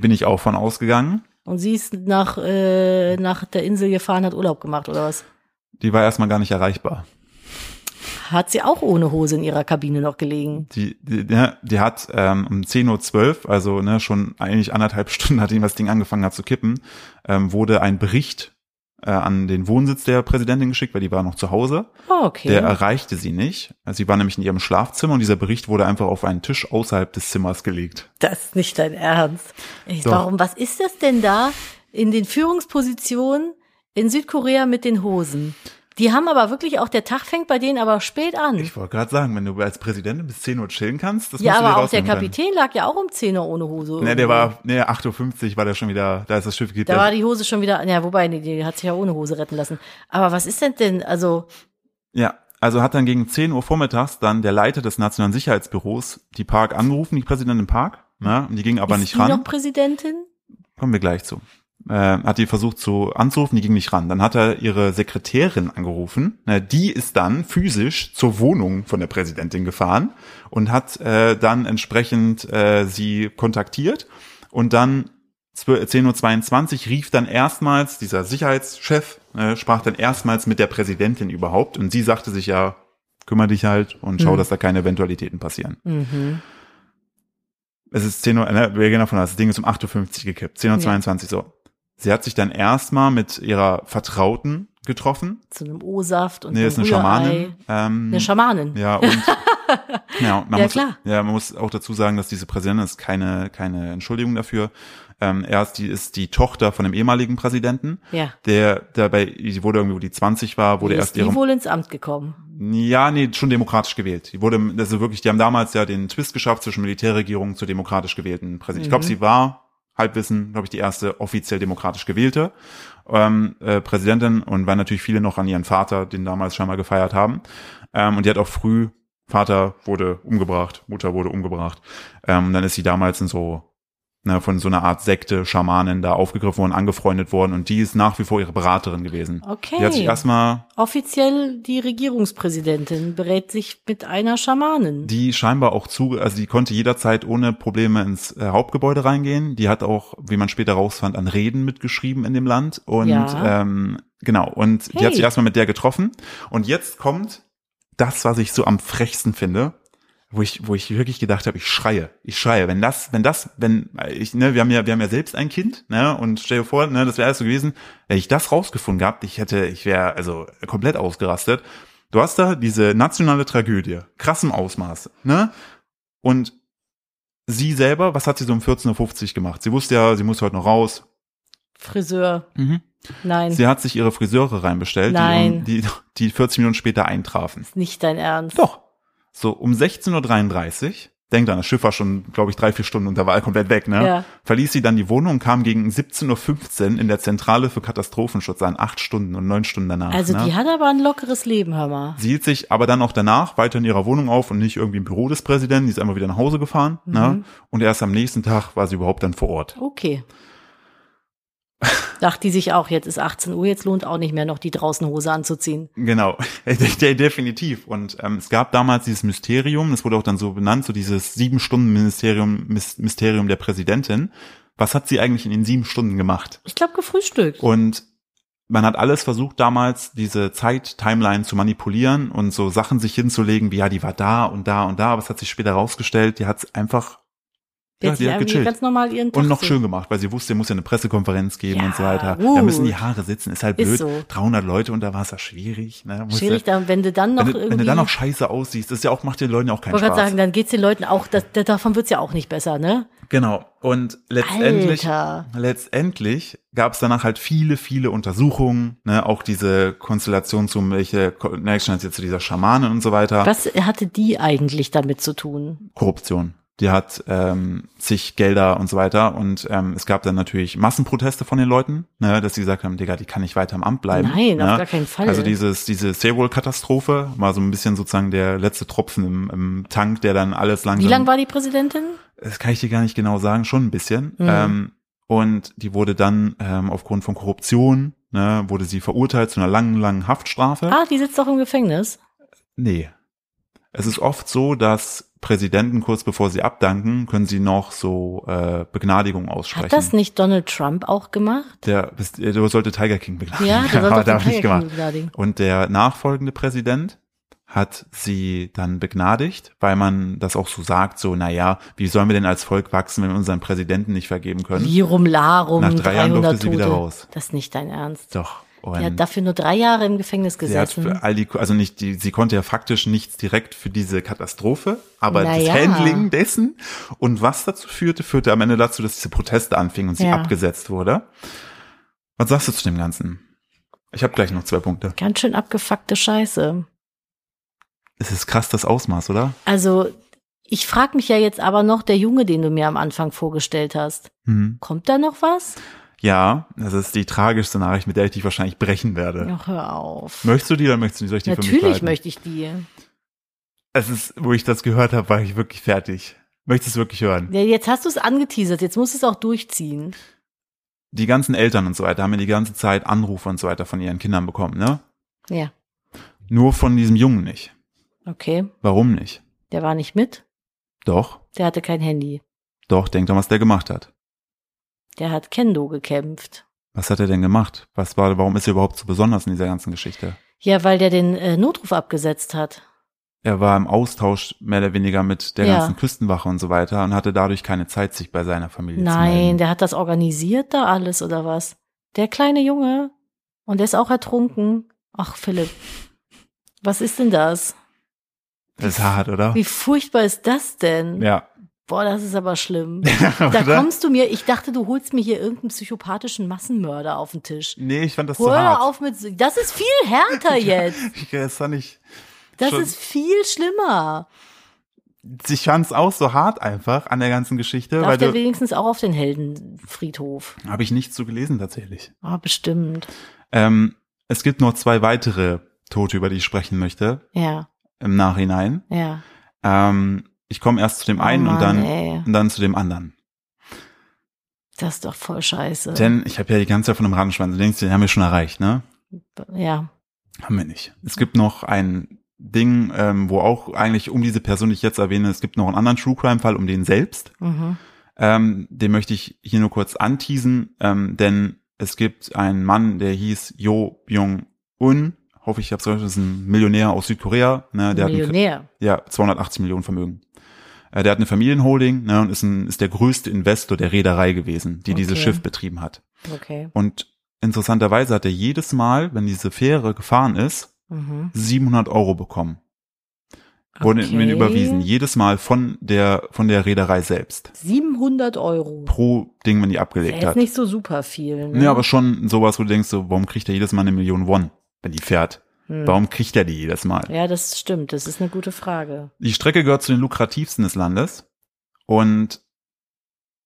Bin ich auch von ausgegangen.
Und sie ist nach, äh, nach der Insel gefahren, hat Urlaub gemacht oder was?
Die war erstmal gar nicht erreichbar.
Hat sie auch ohne Hose in ihrer Kabine noch gelegen?
Die, die, ne, die hat ähm, um 10.12 Uhr, also ne, schon eigentlich anderthalb <laughs> Stunden, nachdem das Ding angefangen hat zu kippen, ähm, wurde ein Bericht äh, an den Wohnsitz der Präsidentin geschickt, weil die war noch zu Hause.
Ah, okay.
Der erreichte sie nicht. Also sie war nämlich in ihrem Schlafzimmer und dieser Bericht wurde einfach auf einen Tisch außerhalb des Zimmers gelegt.
das ist nicht dein Ernst. Ich,
Doch.
warum, was ist das denn da in den Führungspositionen in Südkorea mit den Hosen? Die haben aber wirklich auch, der Tag fängt bei denen aber spät an.
Ich wollte gerade sagen, wenn du als Präsident bis 10 Uhr chillen kannst, das
ja,
musst du dir
aber auch der
rausnehmen können.
Kapitän lag ja auch um 10 Uhr ohne Hose.
Ne, der
irgendwo.
war, ne, 8.50 Uhr war der schon wieder, da ist das Schiff
Da war
gegangen.
die Hose schon wieder, ja, wobei, nee, die hat sich ja ohne Hose retten lassen. Aber was ist denn denn, also,
Ja, also hat dann gegen 10 Uhr vormittags dann der Leiter des Nationalen Sicherheitsbüros die Park angerufen, die Präsidentin Park, ne, und die ging aber
ist
nicht
die
ran.
noch Präsidentin?
Kommen wir gleich zu. Äh, hat die versucht zu anzurufen, die ging nicht ran. Dann hat er ihre Sekretärin angerufen. Na, die ist dann physisch zur Wohnung von der Präsidentin gefahren und hat äh, dann entsprechend äh, sie kontaktiert. Und dann zwö- 10.22 Uhr rief dann erstmals dieser Sicherheitschef, äh, sprach dann erstmals mit der Präsidentin überhaupt. Und sie sagte sich ja, kümmere dich halt und schau,
Mhm.
dass da keine Eventualitäten passieren.
Mhm.
Es ist 10 Uhr, ne, wir gehen davon aus, das Ding ist um 8.50 Uhr gekippt, 10.22 Uhr so. Sie hat sich dann erstmal mit ihrer Vertrauten getroffen.
Zu einem O-Saft und
Nee,
einem
ist eine
Rührei.
Schamanin. Ähm,
Eine Schamanin.
ja, und
<laughs>
ja, man
Ja,
muss,
klar.
ja, man muss auch dazu sagen, dass diese Präsidentin ist keine, keine Entschuldigung dafür. Ähm, er ist die, ist die Tochter von dem ehemaligen Präsidenten,
Ja.
der dabei, die wurde irgendwie, wo die 20 war, wurde
Wie
erst
ist die
ihrem
wohl ins Amt gekommen?
ja, nee, schon demokratisch gewählt. Die wurde, im- also wirklich, die haben damals ja den Twist geschafft zwischen Militärregierung zu demokratisch gewählten Präsidenten. Ich glaube, sie war, Halbwissen, glaube ich, die erste offiziell demokratisch gewählte ähm, äh, Präsidentin und weil natürlich viele noch an ihren Vater, den damals scheinbar gefeiert haben. Ähm, und die hat auch früh, Vater wurde umgebracht, Mutter wurde umgebracht. Ähm, dann ist sie damals in so ne, von so einer Art Sekte, Schamanen da aufgegriffen worden, angefreundet worden und die ist nach wie vor ihre Beraterin gewesen. Die hat sich
Okay.
erstmal
Offiziell die Regierungspräsidentin berät sich mit einer Schamanin.
die scheinbar auch zu, also die konnte jederzeit ohne Probleme ins äh, Hauptgebäude reingehen. Die hat auch, wie man später rausfand, an Reden mitgeschrieben in dem Land. Und
Ja.
ähm, genau, und die
Hey.
hat sich erstmal mit der getroffen. Und jetzt kommt das, was ich so am frechsten finde. Wo ich, wo ich wirklich gedacht habe, ich schreie, ich schreie. Wenn das, wenn das, wenn ich, ne, wir haben ja, wir haben ja selbst ein Kind, ne, und stell dir vor, ne, das wäre alles so gewesen, wenn ich das rausgefunden gehabt, ich hätte, ich wäre also komplett ausgerastet. Du hast da diese nationale Tragödie, krassem Ausmaß, ne? Und sie selber, was hat sie so um 14.50 Uhr gemacht? Sie wusste ja, sie muss heute noch raus.
Friseur. Nein.
Sie hat sich ihre Friseure reinbestellt,
Nein.
Die, um, die, die 40 Minuten später eintrafen.
ist nicht dein Ernst.
Doch. So, um 16.33 Uhr, denk dran, das Schiff war schon, glaube ich, drei, vier Stunden und da war er komplett weg, ne?
Ja.
Verließ sie dann die Wohnung und kam gegen 17.15 Uhr in der Zentrale für Katastrophenschutz an, acht Stunden und neun Stunden danach.
Also
ne?
die hat aber ein lockeres Leben, hör mal.
Sie hielt sich aber dann auch danach weiter in ihrer Wohnung auf und nicht irgendwie im Büro des Präsidenten. Die ist einmal wieder nach Hause gefahren.
Mhm.
Ne? Und erst am nächsten Tag war sie überhaupt dann vor Ort. <laughs>
Okay. Dachte die sich auch, jetzt ist 18 Uhr, jetzt lohnt auch nicht mehr noch die Draußenhose anzuziehen.
Genau, <laughs> De- definitiv. Und ähm, es gab damals dieses Mysterium, das wurde auch dann so benannt, so dieses Sieben-Stunden-Ministerium, Mys- Mysterium der Präsidentin. Was hat sie eigentlich in den sieben Stunden gemacht?
Ich glaube, gefrühstückt.
Und man hat alles versucht, damals diese Zeit-Timeline zu manipulieren und so Sachen sich hinzulegen, wie ja, die war da und da und da, aber es hat sich später rausgestellt, die hat einfach ja, die
sich
hat
irgendwie
gechillt.
ganz normal ihren Tag
Und noch
so-
schön gemacht, weil sie wusste, muss ja eine Pressekonferenz geben
Ja,
und so weiter. Da
gut.
müssen die Haare sitzen, ist halt
Ist
blöd.
so.
300 Leute unter Wasser, schwierig. Ne? Musst
Schwierig,
du,
dann, wenn du dann noch
wenn, du,
irgendwie.
wenn du dann noch scheiße aussiehst, das ist ja auch, macht den Leuten ja auch
ich
keinen
wollte
Spaß.
gerade sagen, dann geht's den Leuten auch, das, das, davon wird's ja auch nicht besser, ne?
Genau. Und letztendlich,
Alter.
letztendlich gab es danach halt viele, viele Untersuchungen, ne? auch diese Konstellation zu welche Connection hat jetzt zu dieser Schamanin und so weiter.
Was hatte die eigentlich damit zu tun?
Korruption. Die hat ähm, zig Gelder und so weiter. Und ähm, es gab dann natürlich Massenproteste von den Leuten, ne, dass sie gesagt haben, Digga, die kann nicht weiter am Amt bleiben.
Nein,
ne?
auf gar keinen Fall.
Also dieses, diese Seawall-Katastrophe war so ein bisschen sozusagen der letzte Tropfen im, im Tank, der dann alles langsam.
Wie lang war die Präsidentin?
Das kann ich dir gar nicht genau sagen, schon ein bisschen.
Mhm.
Ähm, und die wurde dann ähm, aufgrund von Korruption, ne, wurde sie verurteilt zu einer langen, langen Haftstrafe.
Ah, die sitzt doch im Gefängnis.
Nee. Es ist oft so, dass Präsidenten kurz bevor sie abdanken, können sie noch so äh, Begnadigung aussprechen.
Hat das nicht Donald Trump auch gemacht?
der, bis- der sollte Tiger King begnadigen.
Ja,
<laughs>
der
aber der
sollte doch
hat
den
nicht
Tiger
gemacht.
King begnadigen.
Und der nachfolgende Präsident hat sie dann begnadigt, weil man das auch so sagt, so, naja, wie sollen wir denn als Volk wachsen, wenn wir unseren Präsidenten nicht vergeben können?
Virum Larum,
Nach drei
300
Jahren durfte sie
Tote.
wieder raus.
Das ist nicht dein Ernst.
Doch.
Die
Und
hat dafür nur drei Jahre im Gefängnis
sie hat
gesessen.
für all die, also nicht die, sie konnte ja faktisch nichts direkt für diese Katastrophe, aber
Naja.
das Handling dessen und was dazu führte, führte am Ende dazu, dass diese Proteste anfingen und sie
Ja.
abgesetzt wurde. Was sagst du zu dem Ganzen? Ich habe gleich noch zwei Punkte.
Ganz schön abgefuckte Scheiße.
Es ist krass, das Ausmaß, oder?
Also, ich frage mich ja jetzt aber noch, der Junge, den du mir am Anfang vorgestellt hast,
Mhm.
kommt da noch was?
Ja, das ist die tragischste Nachricht, mit der ich dich wahrscheinlich brechen werde.
Ach, hör auf.
Möchtest du die oder möchtest du die? Soll ich die für mich
Natürlich
behalten?
möchte ich die.
Es ist, wo ich das gehört habe, war ich wirklich fertig. Möchtest du es wirklich hören?
Ja, jetzt hast du es angeteasert, jetzt musst du es auch durchziehen.
Die ganzen Eltern und so weiter haben ja die ganze Zeit Anrufe und so weiter von ihren Kindern bekommen, ne?
Ja,
Nur von diesem Jungen nicht.
okay.
Warum nicht?
Der war nicht mit,
Doch,
der hatte kein Handy.
doch, denk doch, was der gemacht hat.
Der hat Kendo gekämpft.
Was hat er denn gemacht? Was war, warum ist er überhaupt so besonders in dieser ganzen Geschichte?
Ja, weil der den äh, Notruf abgesetzt hat.
Er war im Austausch mehr oder weniger mit der
Ja.
ganzen Küstenwache und so weiter und hatte dadurch keine Zeit, sich bei seiner Familie zu melden.
Nein, der hat das organisiert da alles oder was? Der kleine Junge. Und der ist auch ertrunken. Ach, Philipp. Was ist denn das?
Das ist hart, oder?
Wie furchtbar ist das denn?
Ja. <laughs>
Boah, das ist aber schlimm. Da
Oder?
kommst du mir, ich dachte, du holst mir hier irgendeinen psychopathischen Massenmörder auf den Tisch.
Nee, ich fand das zu
Hör
hart.
auf mit, so- das ist viel
<laughs>
härter jetzt.
Ich, das fand ich,
Das
Schon.
ist viel schlimmer.
ich fand's auch so hart einfach an der ganzen Geschichte,
Darf
weil
der
du,
wenigstens auch auf den Heldenfriedhof?
habe ich nichts zu gelesen tatsächlich.
Ah, bestimmt.
Ähm, es gibt noch zwei weitere Tote, über die ich sprechen möchte
Ja,
im Nachhinein.
ja.
Ähm, ich komme erst zu dem einen
oh Mann,
und dann
Ey,
und dann zu dem anderen.
das ist doch voll scheiße.
Denn ich habe ja die ganze Zeit von einem Rattenschwanz. Du denkst, den haben wir schon erreicht, ne?
ja,
Haben wir nicht. Es gibt noch ein Ding, ähm, wo auch eigentlich um diese Person, die ich jetzt erwähne, es gibt noch einen anderen True Crime Fall um den selbst.
mhm.
Ähm, den möchte ich hier nur kurz anteasen, ähm, denn es gibt einen Mann, der hieß Jo Byung-un. Hoffe ich, ich habe es ist ein Millionär aus Südkorea. Ne, der hat einen,
Millionär.
ja, 280 Millionen Vermögen. Äh, der hat eine Familienholding ne, und ist, ein, ist der größte Investor der Reederei gewesen, die dieses
Okay.
Schiff betrieben hat.
Okay.
Und interessanterweise hat er jedes Mal, wenn diese Fähre gefahren ist,
Mhm.
700 Euro bekommen. Wurden
okay.
ihm überwiesen. Jedes Mal von der, von der Reederei selbst.
700 Euro.
Pro Ding, wenn die abgelegt
Ist
hat.
jetzt nicht so super viel. Ne?
Ja, aber schon sowas, wo du denkst, so, warum kriegt er jedes Mal eine Million Won, wenn die fährt?
Hm.
Warum kriegt er die jedes Mal?
Ja, das stimmt. Das ist eine gute Frage.
Die Strecke gehört zu den lukrativsten des Landes und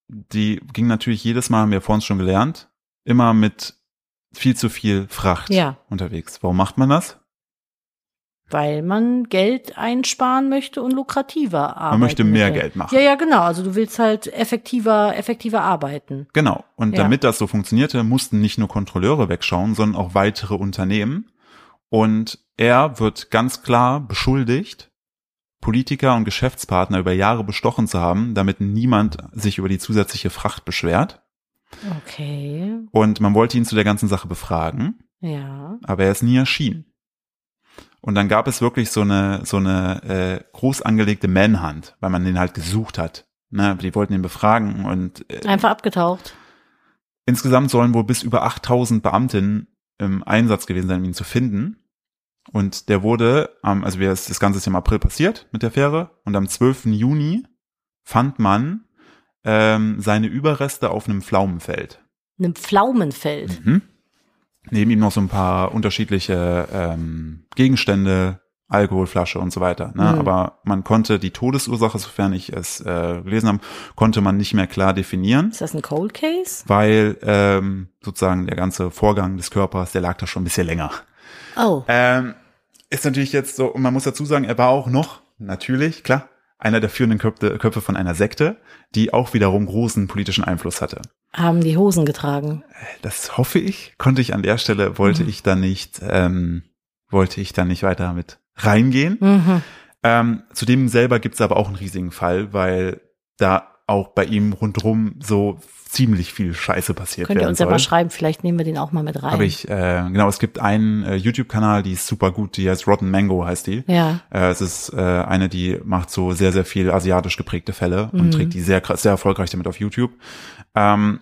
die ging natürlich jedes Mal, haben wir vorhin schon gelernt, immer mit viel zu viel Fracht
Ja,
unterwegs. Warum macht man das?
weil man Geld einsparen möchte und lukrativer arbeiten.
Man möchte mehr
möchte.
Geld machen.
Ja, ja, genau. Also du willst halt effektiver, effektiver arbeiten.
Genau. Und
Ja.
damit das so funktionierte, mussten nicht nur Kontrolleure wegschauen, sondern auch weitere Unternehmen. Und er wird ganz klar beschuldigt, Politiker und Geschäftspartner über Jahre bestochen zu haben, damit niemand sich über die zusätzliche Fracht beschwert.
Okay.
Und man wollte ihn zu der ganzen Sache befragen,
Ja.
aber er ist nie erschienen. Und dann gab es wirklich so eine, so eine äh, groß angelegte Manhunt, weil man den halt gesucht hat. Ne, die wollten ihn befragen und äh,
Einfach abgetaucht.
Insgesamt sollen wohl bis über 8000 Beamtinnen im Einsatz gewesen sein, um ihn zu finden. Und der wurde, am- also wir- das Ganze ist ja im April passiert mit der Fähre. Und am 12. Juni fand man ähm, seine Überreste auf einem Pflaumenfeld.
Einem Pflaumenfeld.
Mhm. Neben ihm noch so ein paar unterschiedliche ähm, Gegenstände, Alkoholflasche und so weiter. Ne?
Mhm.
Aber man konnte die Todesursache, sofern ich es äh, gelesen habe, konnte man nicht mehr klar definieren
Ist das ein Cold Case?
weil ähm, sozusagen der ganze Vorgang des Körpers, der lag da schon ein bisschen länger.
Oh.
Ähm, ist natürlich jetzt so, und man muss dazu sagen, er war auch noch, natürlich, klar, einer der führenden Köpfe, Köpfe von einer Sekte, die auch wiederum großen politischen Einfluss hatte.
Haben die Hosen getragen.
Das hoffe ich, konnte ich an der Stelle,
Mhm.
wollte ich da nicht, ähm, wollte ich da nicht weiter mit reingehen.
Mhm.
Ähm, zu dem selber gibt's aber auch einen riesigen Fall, weil da auch bei ihm rundrum so ziemlich viel Scheiße passiert
Könnt ihr
werden
uns
soll.
ja mal schreiben, vielleicht nehmen wir den auch mal mit rein.
Habe ich, äh, genau, es gibt einen äh, YouTube-Kanal, die ist super gut, die heißt Rotten Mango, heißt die.
Ja.
Äh, es ist äh, eine, die macht so sehr, sehr viel asiatisch geprägte Fälle
Mhm.
und trägt die sehr, krass- sehr erfolgreich damit auf YouTube. Ähm,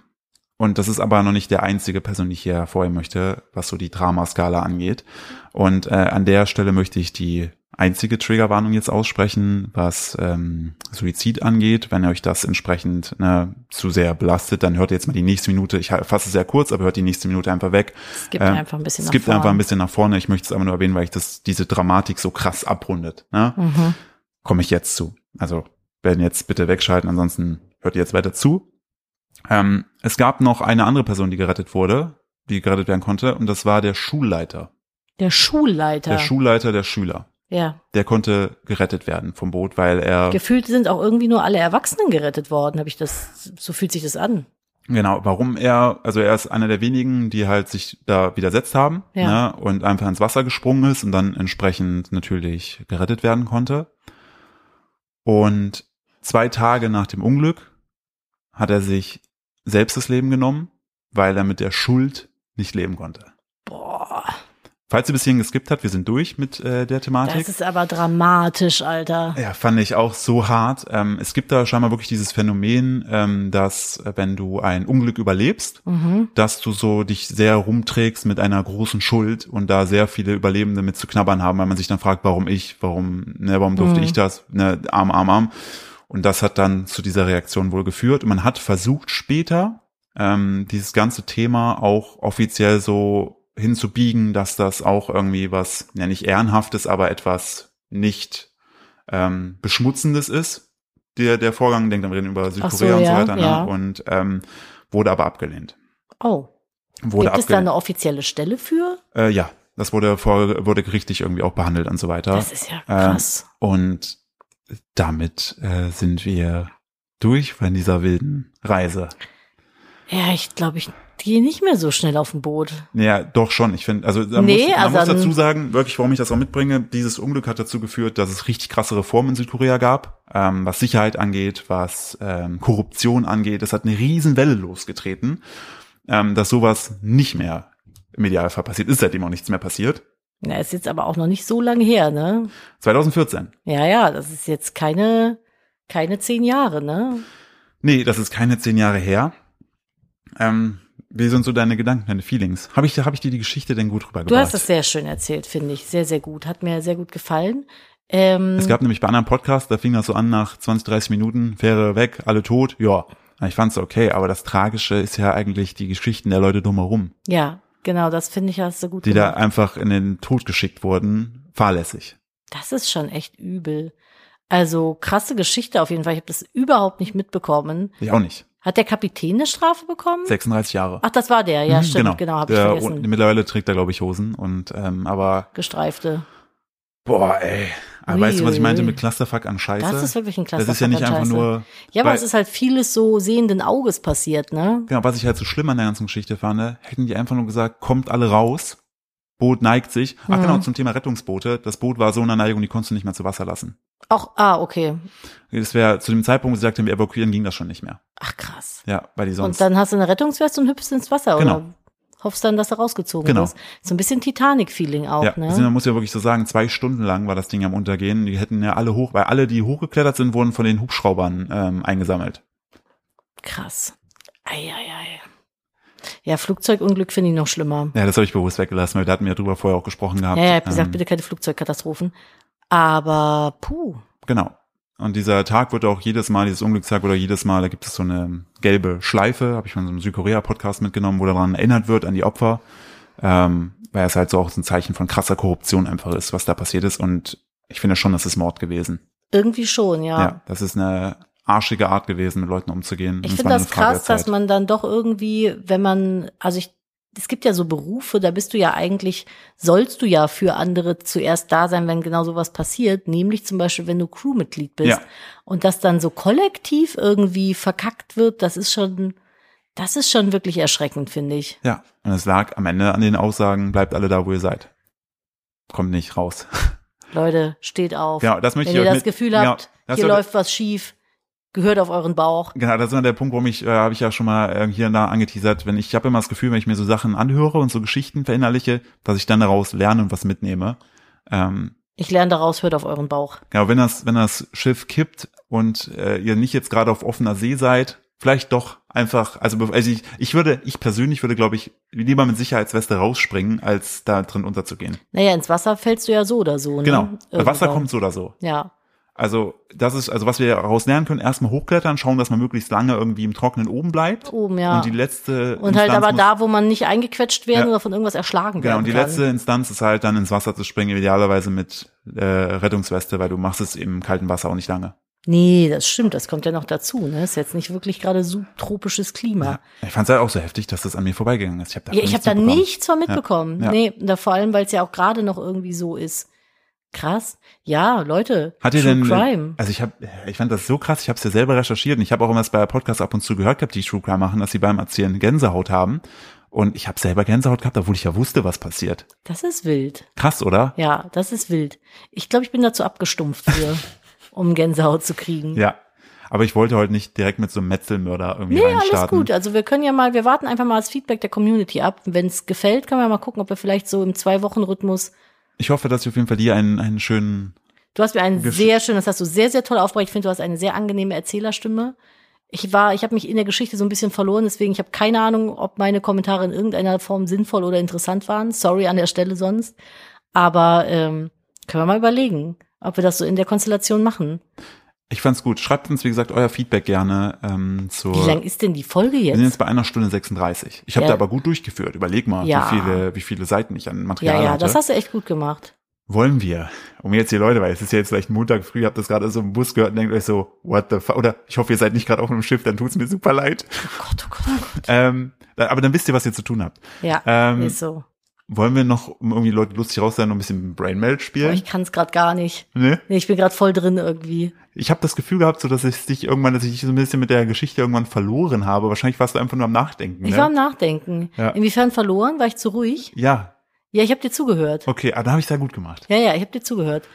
und das ist aber noch nicht der einzige Person, die ich hier hervorheben möchte, was so die Dramaskala angeht. Und äh, an der Stelle möchte ich die einzige Triggerwarnung jetzt aussprechen, was ähm, Suizid angeht. Wenn euch das entsprechend ne, zu sehr belastet, dann hört ihr jetzt mal die nächste Minute. Ich fasse es sehr kurz, aber hört die nächste Minute einfach weg.
Es gibt einfach ein bisschen
Es
nach
gibt
vorne.
einfach ein bisschen nach vorne. Ich möchte es aber nur erwähnen, weil ich das, diese Dramatik so krass abrundet. Ne?
Mhm.
komme ich jetzt zu. Also werden jetzt bitte wegschalten, ansonsten hört ihr jetzt weiter zu. Ähm, es gab noch eine andere Person, die gerettet wurde, die gerettet werden konnte, und das war der Schulleiter.
Der Schulleiter.
Der Schulleiter der Schüler.
ja.
Der konnte gerettet werden vom Boot, weil er
Gefühlt sind auch irgendwie nur alle Erwachsenen gerettet worden, habe ich das, so fühlt sich das an.
Genau, warum er, also er ist einer der wenigen, die halt sich da widersetzt haben
Ja.
ne, und einfach ins Wasser gesprungen ist und dann entsprechend natürlich gerettet werden konnte. Und zwei Tage nach dem Unglück hat er sich selbst das Leben genommen, weil er mit der Schuld nicht leben konnte.
Boah,
Falls ihr bis hierhin geskippt habt, wir sind durch mit äh, der Thematik.
das ist aber dramatisch, Alter.
Ja, fand ich auch so hart. Ähm, es gibt da scheinbar wirklich dieses Phänomen, ähm, dass äh, wenn du ein Unglück überlebst,
Mhm.
dass du so dich sehr rumträgst mit einer großen Schuld und da sehr viele Überlebende mit zu knabbern haben, weil man sich dann fragt, warum ich, warum, ne, warum durfte
Mhm.
ich das, ne, arm, arm, arm. Und das hat dann zu dieser Reaktion wohl geführt. Und man hat versucht später, ähm, dieses ganze Thema auch offiziell so hinzubiegen, dass das auch irgendwie was, ja nicht ehrenhaftes, aber etwas nicht ähm, beschmutzendes ist. Der, der Vorgang, denkt wir reden über Südkorea und so
ja,
weiter, ne?
ja.
und ähm, wurde aber abgelehnt.
Oh,
Wurde
gibt es da
abgelehnt.
eine offizielle Stelle für?
Äh, ja, das wurde vor, wurde gerichtlich irgendwie auch behandelt und so weiter.
Das ist ja krass.
und damit äh, sind wir durch von dieser wilden Reise.
Ja, ich glaube, ich gehe nicht mehr so schnell auf ein Boot.
Ja, doch schon. Ich finde, also man,
Nee,
muss, man
also
muss
dann-
dazu sagen, wirklich, warum ich das auch mitbringe, dieses Unglück hat dazu geführt, dass es richtig krasse Reformen in Südkorea gab, ähm, was Sicherheit angeht, was ähm, Korruption angeht. Es hat eine Riesenwelle losgetreten, ähm, dass sowas nicht mehr im Idealfall passiert. Ist seitdem auch nichts mehr passiert.
Na, ist jetzt aber auch noch nicht so lange her, ne?
2014.
Ja, ja, das ist jetzt keine, keine zehn Jahre, ne?
Nee, das ist keine zehn Jahre her. Ähm, wie sind so deine Gedanken, deine Feelings? Habe ich, hab ich dir die Geschichte denn gut rübergebracht?
Du hast das sehr schön erzählt, finde ich. Sehr, sehr gut. Hat mir sehr gut gefallen. Ähm,
Es gab nämlich bei anderen Podcasts, da fing das so an nach 20, 30 Minuten, Fähre weg, alle tot, ja. Ich fand's okay, aber das Tragische ist ja eigentlich die Geschichten der Leute drumherum,
ja, genau, das finde ich, hast du gut
die da
gemacht.
einfach in den Tod geschickt wurden, fahrlässig.
Das ist schon echt übel. Also krasse Geschichte auf jeden Fall. Ich habe das überhaupt nicht mitbekommen.
Ich auch nicht.
Hat der Kapitän eine Strafe bekommen?
36 Jahre.
Ach, das war der, Ah, ja,
Mhm,
stimmt, genau, hab habe ich
Der-
vergessen.
und mittlerweile trägt er, glaube ich, Hosen und, ähm, aber,
Gestreifte.
boah, ey. Aber
Ui,
weißt du, was ich
ui,
meinte
ui.
mit Clusterfuck an Scheiße?
Das ist wirklich ein
Das
klasse
ist ja nicht einfach nur,
Ja, aber
weil-
es ist halt vieles so sehenden Auges passiert, ne?
Genau, was ich halt so schlimm an der ganzen Geschichte fand, ne, hätten die einfach nur gesagt, kommt alle raus, Boot neigt sich. Ach
Mhm.
genau, zum Thema Rettungsboote, das Boot war so in der Neigung, die konntest du nicht mehr zu Wasser lassen.
Auch, ah, okay.
Das wäre zu dem Zeitpunkt, wo sie sagten, wir evakuieren, ging das schon nicht mehr.
Ach, krass.
Ja, weil die
Und
sonst.
dann hast du eine Rettungsweste und hüpfst ins Wasser
Genau.
oder hoffst dann, dass du rausgezogen
Genau.
wirst. So ein bisschen Titanic-Feeling auch,
ja,
ne?
deswegen, man muss ja wirklich so sagen, zwei Stunden lang war das Ding am Untergehen. Die hätten ja alle hoch, weil alle, die hochgeklettert sind, wurden von den Hubschraubern ähm, eingesammelt.
Krass. Eieiei. Ja, Flugzeugunglück finde ich noch schlimmer.
Ja, das habe ich bewusst weggelassen, weil da hatten wir ja drüber vorher auch gesprochen gehabt.
Ja, ja, ich habe gesagt,
Ähm,
bitte keine Flugzeugkatastrophen. Aber puh.
Genau. Und dieser Tag wird auch jedes Mal, dieses Unglückstag oder jedes Mal, da gibt es so eine gelbe Schleife, habe ich von so einem Südkorea-Podcast mitgenommen, wo daran erinnert wird an die Opfer, ähm, weil es halt so auch so ein Zeichen von krasser Korruption einfach ist, was da passiert ist. Und ich finde schon, das ist Mord gewesen.
Irgendwie schon,
Ja,
ja.
das ist eine arschige Art gewesen, mit Leuten umzugehen. Und
Ich
es
finde
war nur
das
eine Frage
krass,
der
dass
Zeit.
man dann doch irgendwie, wenn man, also ich, es gibt ja so Berufe, da bist du ja eigentlich, sollst du ja für andere zuerst da sein, wenn genau sowas passiert, nämlich zum Beispiel, wenn du Crewmitglied bist.
Ja.
Und dass dann so kollektiv irgendwie verkackt wird, das ist schon, das ist schon wirklich erschreckend, finde ich.
Ja, und es lag am Ende an den Aussagen, bleibt alle da, wo ihr seid. Kommt nicht raus.
Leute, steht auf.
Genau, das möchte
wenn
ich
ihr
euch
das
mit-
Gefühl
ja,
habt,
das
hier
sollte-
läuft was schief, gehört auf euren Bauch.
Genau, das ist immer der Punkt, warum ich, äh, habe ich ja schon mal äh, hier und da angeteasert, wenn ich, ich habe immer das Gefühl, wenn ich mir so Sachen anhöre und so Geschichten verinnerliche, dass ich dann daraus lerne und was mitnehme. Ähm,
Ich lerne daraus, hört auf euren Bauch.
genau, wenn das, wenn das Schiff kippt und äh, ihr nicht jetzt gerade auf offener See seid, vielleicht doch einfach, also, be- also ich, ich würde, ich persönlich würde, glaube ich, lieber mit Sicherheitsweste rausspringen, als da drin unterzugehen.
Naja, ins Wasser fällst du ja so oder so. Ne?
Genau. Wasser
Irgendwann.
kommt so oder so.
Ja.
Also, das ist, also was wir daraus lernen können, erstmal hochklettern, schauen, dass man möglichst lange irgendwie im Trockenen oben bleibt.
Oben, ja.
Und die letzte
Und halt
Instanz
aber
muss-
da, wo man nicht eingequetscht werden
Ja.
oder von irgendwas erschlagen
Genau,
werden
und die
kann.
letzte Instanz ist halt dann ins Wasser zu springen, idealerweise mit äh, Rettungsweste, weil du machst es im kalten Wasser auch nicht lange.
Nee, das stimmt, das kommt ja noch dazu. Ne? Ist jetzt nicht wirklich gerade subtropisches Klima.
Ich fand es halt auch so heftig, dass das an mir vorbeigegangen ist. Ich habe da,
Ja, ich habe da
mitbekommen.
nichts von mitbekommen.
Ja.
Nee, da vor allem, weil es ja auch gerade noch irgendwie so ist. Krass. Ja, Leute,
Hat ihr
True
denn,
Crime.
also ich habe, ich fand das so krass, ich habe es ja selber recherchiert und ich habe auch immer das bei Podcasts ab und zu gehört gehabt, die True Crime machen, dass sie beim Erzählen Gänsehaut haben und ich habe selber Gänsehaut gehabt, obwohl ich ja wusste, was passiert.
Das ist wild.
Krass, oder?
Ja, das ist wild. Ich glaube, ich bin dazu
<laughs>
abgestumpft für, um Gänsehaut zu kriegen.
Ja. Aber ich wollte heute nicht direkt mit so einem Metzelmörder irgendwie
Nee,
reinstarten.
alles gut. Also wir können ja mal, wir warten einfach mal das Feedback der Community ab. Wenn es gefällt, können wir mal gucken, ob wir vielleicht so im Zwei-Wochen-Rhythmus.
Ich hoffe, dass ich auf jeden Fall dir einen, einen schönen,
Du hast mir einen
Gesch-
sehr schön, das hast du sehr, sehr toll aufgebracht. Ich finde, du hast eine sehr angenehme Erzählerstimme. Ich war, ich habe mich in der Geschichte so ein bisschen verloren, deswegen ich habe keine Ahnung, ob meine Kommentare in irgendeiner Form sinnvoll oder interessant waren. Sorry an der Stelle sonst. Aber ähm, können wir mal überlegen, ob wir das so in der Konstellation machen.
ich fand's gut. Schreibt uns, wie gesagt, euer Feedback gerne ähm, zur,
Wie lang ist denn die Folge
wir sind
jetzt?
jetzt bei einer Stunde 36. Ich habe
Ja.
da aber gut durchgeführt. Überleg mal,
Ja.
wie viele, wie viele Seiten ich an Material
Ja, ja,
hatte.
das hast du echt gut gemacht.
wollen wir, um jetzt die Leute, weil es ist ja jetzt vielleicht Montag früh, habt das gerade so im Bus gehört und denkt euch so, what the fuck, oder ich hoffe, ihr seid nicht gerade auf einem Schiff, dann tut's mir super leid.
Oh Gott, oh Gott, oh Gott.
Ähm, da, aber dann wisst ihr, was ihr zu tun habt.
Ja,
Ähm,
ist so.
Wollen wir noch, um irgendwie Leute lustig raus sein, noch ein bisschen Brainmeld
Boah,
spielen?
Oh, ich kann es gerade gar nicht.
Ne?
Nee, ich bin gerade voll drin irgendwie.
Ich habe das Gefühl gehabt, so dass ich dich irgendwann, dass ich dich so ein bisschen mit der Geschichte irgendwann verloren habe. Wahrscheinlich warst du einfach nur am Nachdenken.
Ich
ne?
war am Nachdenken.
Ja.
Inwiefern verloren? War ich zu ruhig?
ja,
Ja, ich habe dir zugehört.
okay, aber da habe ich sehr gut gemacht.
Ja, ja, ich habe dir zugehört.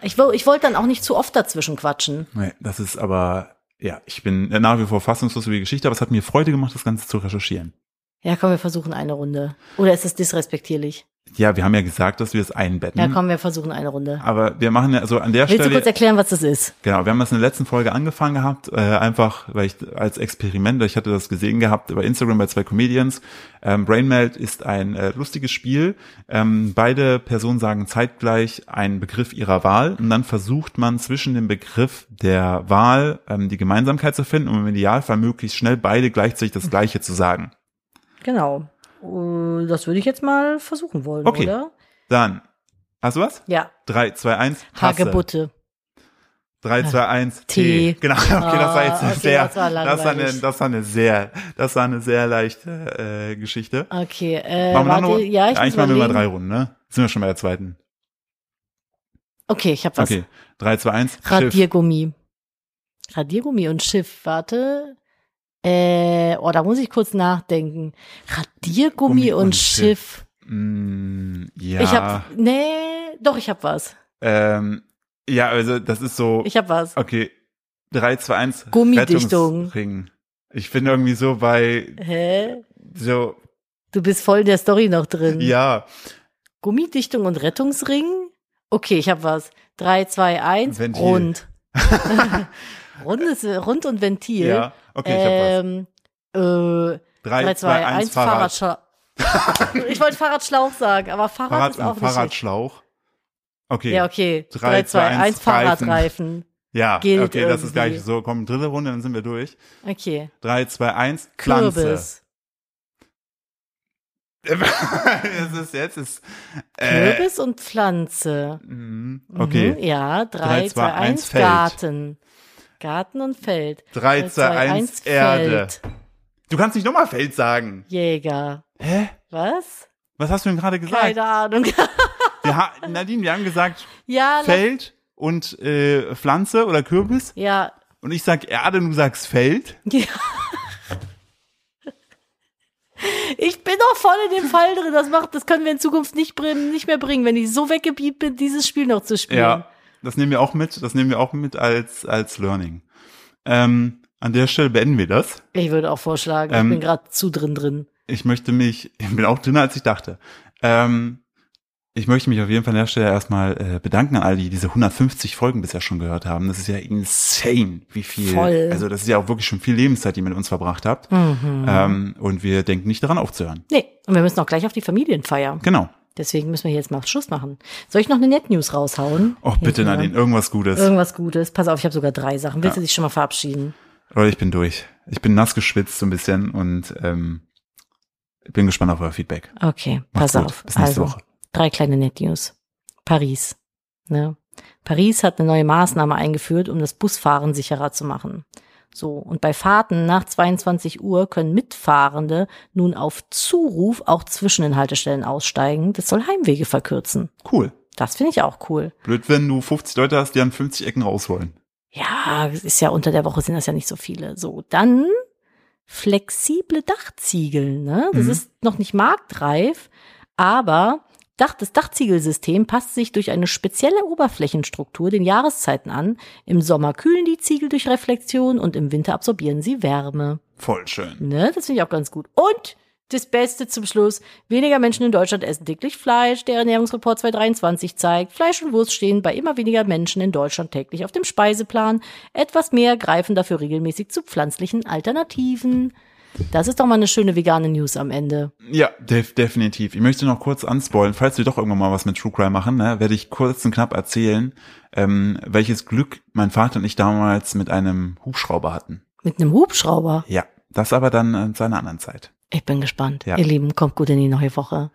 Ich, wo- ich wollte dann auch nicht zu oft dazwischen quatschen.
Nee, das ist aber, ja, ich bin nach wie vor fassungslos über die Geschichte, aber es hat mir Freude gemacht, das Ganze zu recherchieren.
Ja, komm, wir versuchen eine Runde. Oder ist es disrespektierlich?
Ja, wir haben ja gesagt, dass wir es einbetten.
Ja, komm, wir versuchen eine Runde.
Aber wir machen ja, also an der
Willst du
Stelle,
kurz erklären, was das ist?
genau, wir haben das in der letzten Folge angefangen gehabt, äh, einfach, weil ich als Experiment, ich hatte das gesehen gehabt bei Instagram bei zwei Comedians. Ähm, Brainmeld ist ein äh, lustiges Spiel. Ähm, beide Personen sagen zeitgleich einen Begriff ihrer Wahl und dann versucht man zwischen dem Begriff der Wahl ähm, die Gemeinsamkeit zu finden, um im Idealfall möglichst schnell beide gleichzeitig das Gleiche zu sagen.
Genau. Äh, Das würde ich jetzt mal versuchen wollen,
Okay.
oder?
Dann, hast du was?
Ja.
Drei, zwei, eins. Tasse.
Hagebutte.
3, 2, 1,
T.
T. Genau, <laughs> okay, das war jetzt
Ah, okay,
sehr,
das war
das war eine,
langweilig.
das war eine sehr, das war eine sehr leichte äh, Geschichte.
Okay, äh,
Machen wir noch
warte,
eine-
ja, ich
Eigentlich
muss
machen wir mal
überlegen.
drei Runden, ne? Sind wir schon bei der zweiten.
Okay, ich habe was.
Okay, 3, 2, 1, Schiff.
Radiergummi. Radiergummi und Schiff, warte. Äh, oh, da muss ich kurz nachdenken. Radiergummi
Gummi
und,
und
Schiff.
Mm, ja,
Ich hab, nee, doch, ich hab was.
ähm, ja, also das ist so,
Ich hab was.
okay, 3, 2, 1,
Gummidichtung.
Rettungsring. Ich bin irgendwie so bei,
Hä?
so,
Du bist voll in der Story noch drin.
ja,
Gummidichtung und Rettungsring? Okay, ich hab was. Drei, zwei, eins.
Ventil. <laughs>
rund. rund, ist, rund und Ventil.
ja, okay, ich hab was.
ähm, äh,
3, 2,
3, 2,
1,
1,
Fahrrad.
Fahrradschlauch. <laughs> ich wollte Fahrradschlauch sagen, aber Fahrrad
Fahrrad
ist auch
und
nicht richtig.
Fahrradschlauch. Okay.
Ja, okay.
Drei,
3, 2,
zwei,
1,
eins,
Fahrradreifen.
Ja,
Gilt
okay, das ist
irgendwie.
gleich so. Komm, dritte Runde, dann sind wir durch.
Okay.
Drei, zwei, eins, Pflanze.
Kürbis.
<laughs> es ist jetzt ist. Äh,
Kürbis und Pflanze.
mh,
Mhm,
okay.
Ja,
Drei,
3,
zwei,
2,
eins,
1,
Feld.
Garten. Garten und Feld.
Drei,
Drei,
zwei,
zwei,
eins,
eins,
Erde.
Feld.
Du kannst nicht nochmal Feld sagen.
Jäger.
Hä?
Was?
Was hast du denn gerade gesagt?
Keine Ahnung. <laughs>
Wir ha Nadine, wir haben gesagt
ja, lass-
Feld und äh, Pflanze oder Kürbis.
ja.
Und ich sag Erde und du sagst Feld.
Ja. Ich bin doch voll in dem Fall drin. Das macht, das können wir in Zukunft nicht, bringen, nicht mehr bringen, wenn ich so weggebiet bin, dieses Spiel noch zu spielen.
Ja. Das nehmen wir auch mit. Das nehmen wir auch mit als, als Learning. Ähm, an der Stelle beenden wir das.
Ich würde auch vorschlagen,
Ähm,
ich bin gerade zu drin drin.
ich möchte mich, ich bin auch dünner als ich dachte. Ähm, Ich möchte mich auf jeden Fall an der Stelle erstmal äh, bedanken an all die, die diese 150 Folgen bisher schon gehört haben. Das ist ja insane, wie viel.
Voll.
Also das ist ja auch wirklich schon viel Lebenszeit, die ihr mit uns verbracht habt. Ähm, und wir denken nicht daran aufzuhören.
Nee, und wir müssen auch gleich auf die Familienfeier.
Genau.
Deswegen müssen wir jetzt mal Schluss machen. Soll ich noch eine Net-News raushauen?
Oh, bitte,
Hilf mir.
Nadine, irgendwas Gutes.
Irgendwas Gutes. Pass auf, ich habe sogar drei Sachen. Willst du dich schon mal verabschieden?
Leute, Oh, ich bin durch. Ich bin nass geschwitzt so ein bisschen und ähm, bin gespannt auf euer Feedback.
Okay,
Macht's
pass
gut.
auf. Also,
Bis nächste Woche.
drei kleine Net-News. Paris. Ne? Paris hat eine neue Maßnahme eingeführt, um das Busfahren sicherer zu machen. So, und bei Fahrten nach 22 Uhr können Mitfahrende nun auf Zuruf auch zwischen den Haltestellen aussteigen. Das soll Heimwege verkürzen.
Cool.
Das finde ich auch cool.
Blöd, wenn du 50 Leute hast, die an 50 Ecken raus wollen.
Ja, es ist ja unter der Woche sind das ja nicht so viele. So, dann flexible Dachziegel, ne? Das
Mhm.
ist noch nicht marktreif, aber Dach, das Dachziegelsystem passt sich durch eine spezielle Oberflächenstruktur den Jahreszeiten an. Im Sommer kühlen die Ziegel durch Reflexion und im Winter absorbieren sie Wärme.
Voll schön.
Ne? Das finde ich auch ganz gut. Und das Beste zum Schluss. Weniger Menschen in Deutschland essen täglich Fleisch. Der Ernährungsreport 2023 zeigt, Fleisch und Wurst stehen bei immer weniger Menschen in Deutschland täglich auf dem Speiseplan. Etwas mehr greifen dafür regelmäßig zu pflanzlichen Alternativen. Das ist doch mal eine schöne vegane News am Ende.
Ja, def definitiv. Ich möchte noch kurz anspoilen, falls wir doch irgendwann mal was mit True Crime machen, ne, werde ich kurz und knapp erzählen, ähm, welches Glück mein Vater und ich damals mit einem Hubschrauber hatten.
Mit einem Hubschrauber.
Ja, das aber dann äh, zu einer anderen Zeit. <laughs>
Ich bin gespannt.
Ja.
Ihr Lieben, kommt gut in die neue Woche.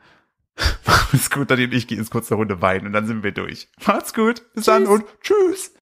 Macht's gut, Nadine und ich gehen jetzt kurz eine Runde weinen und dann sind wir durch. Macht's gut, bis dann
Tschüss.
und tschüss.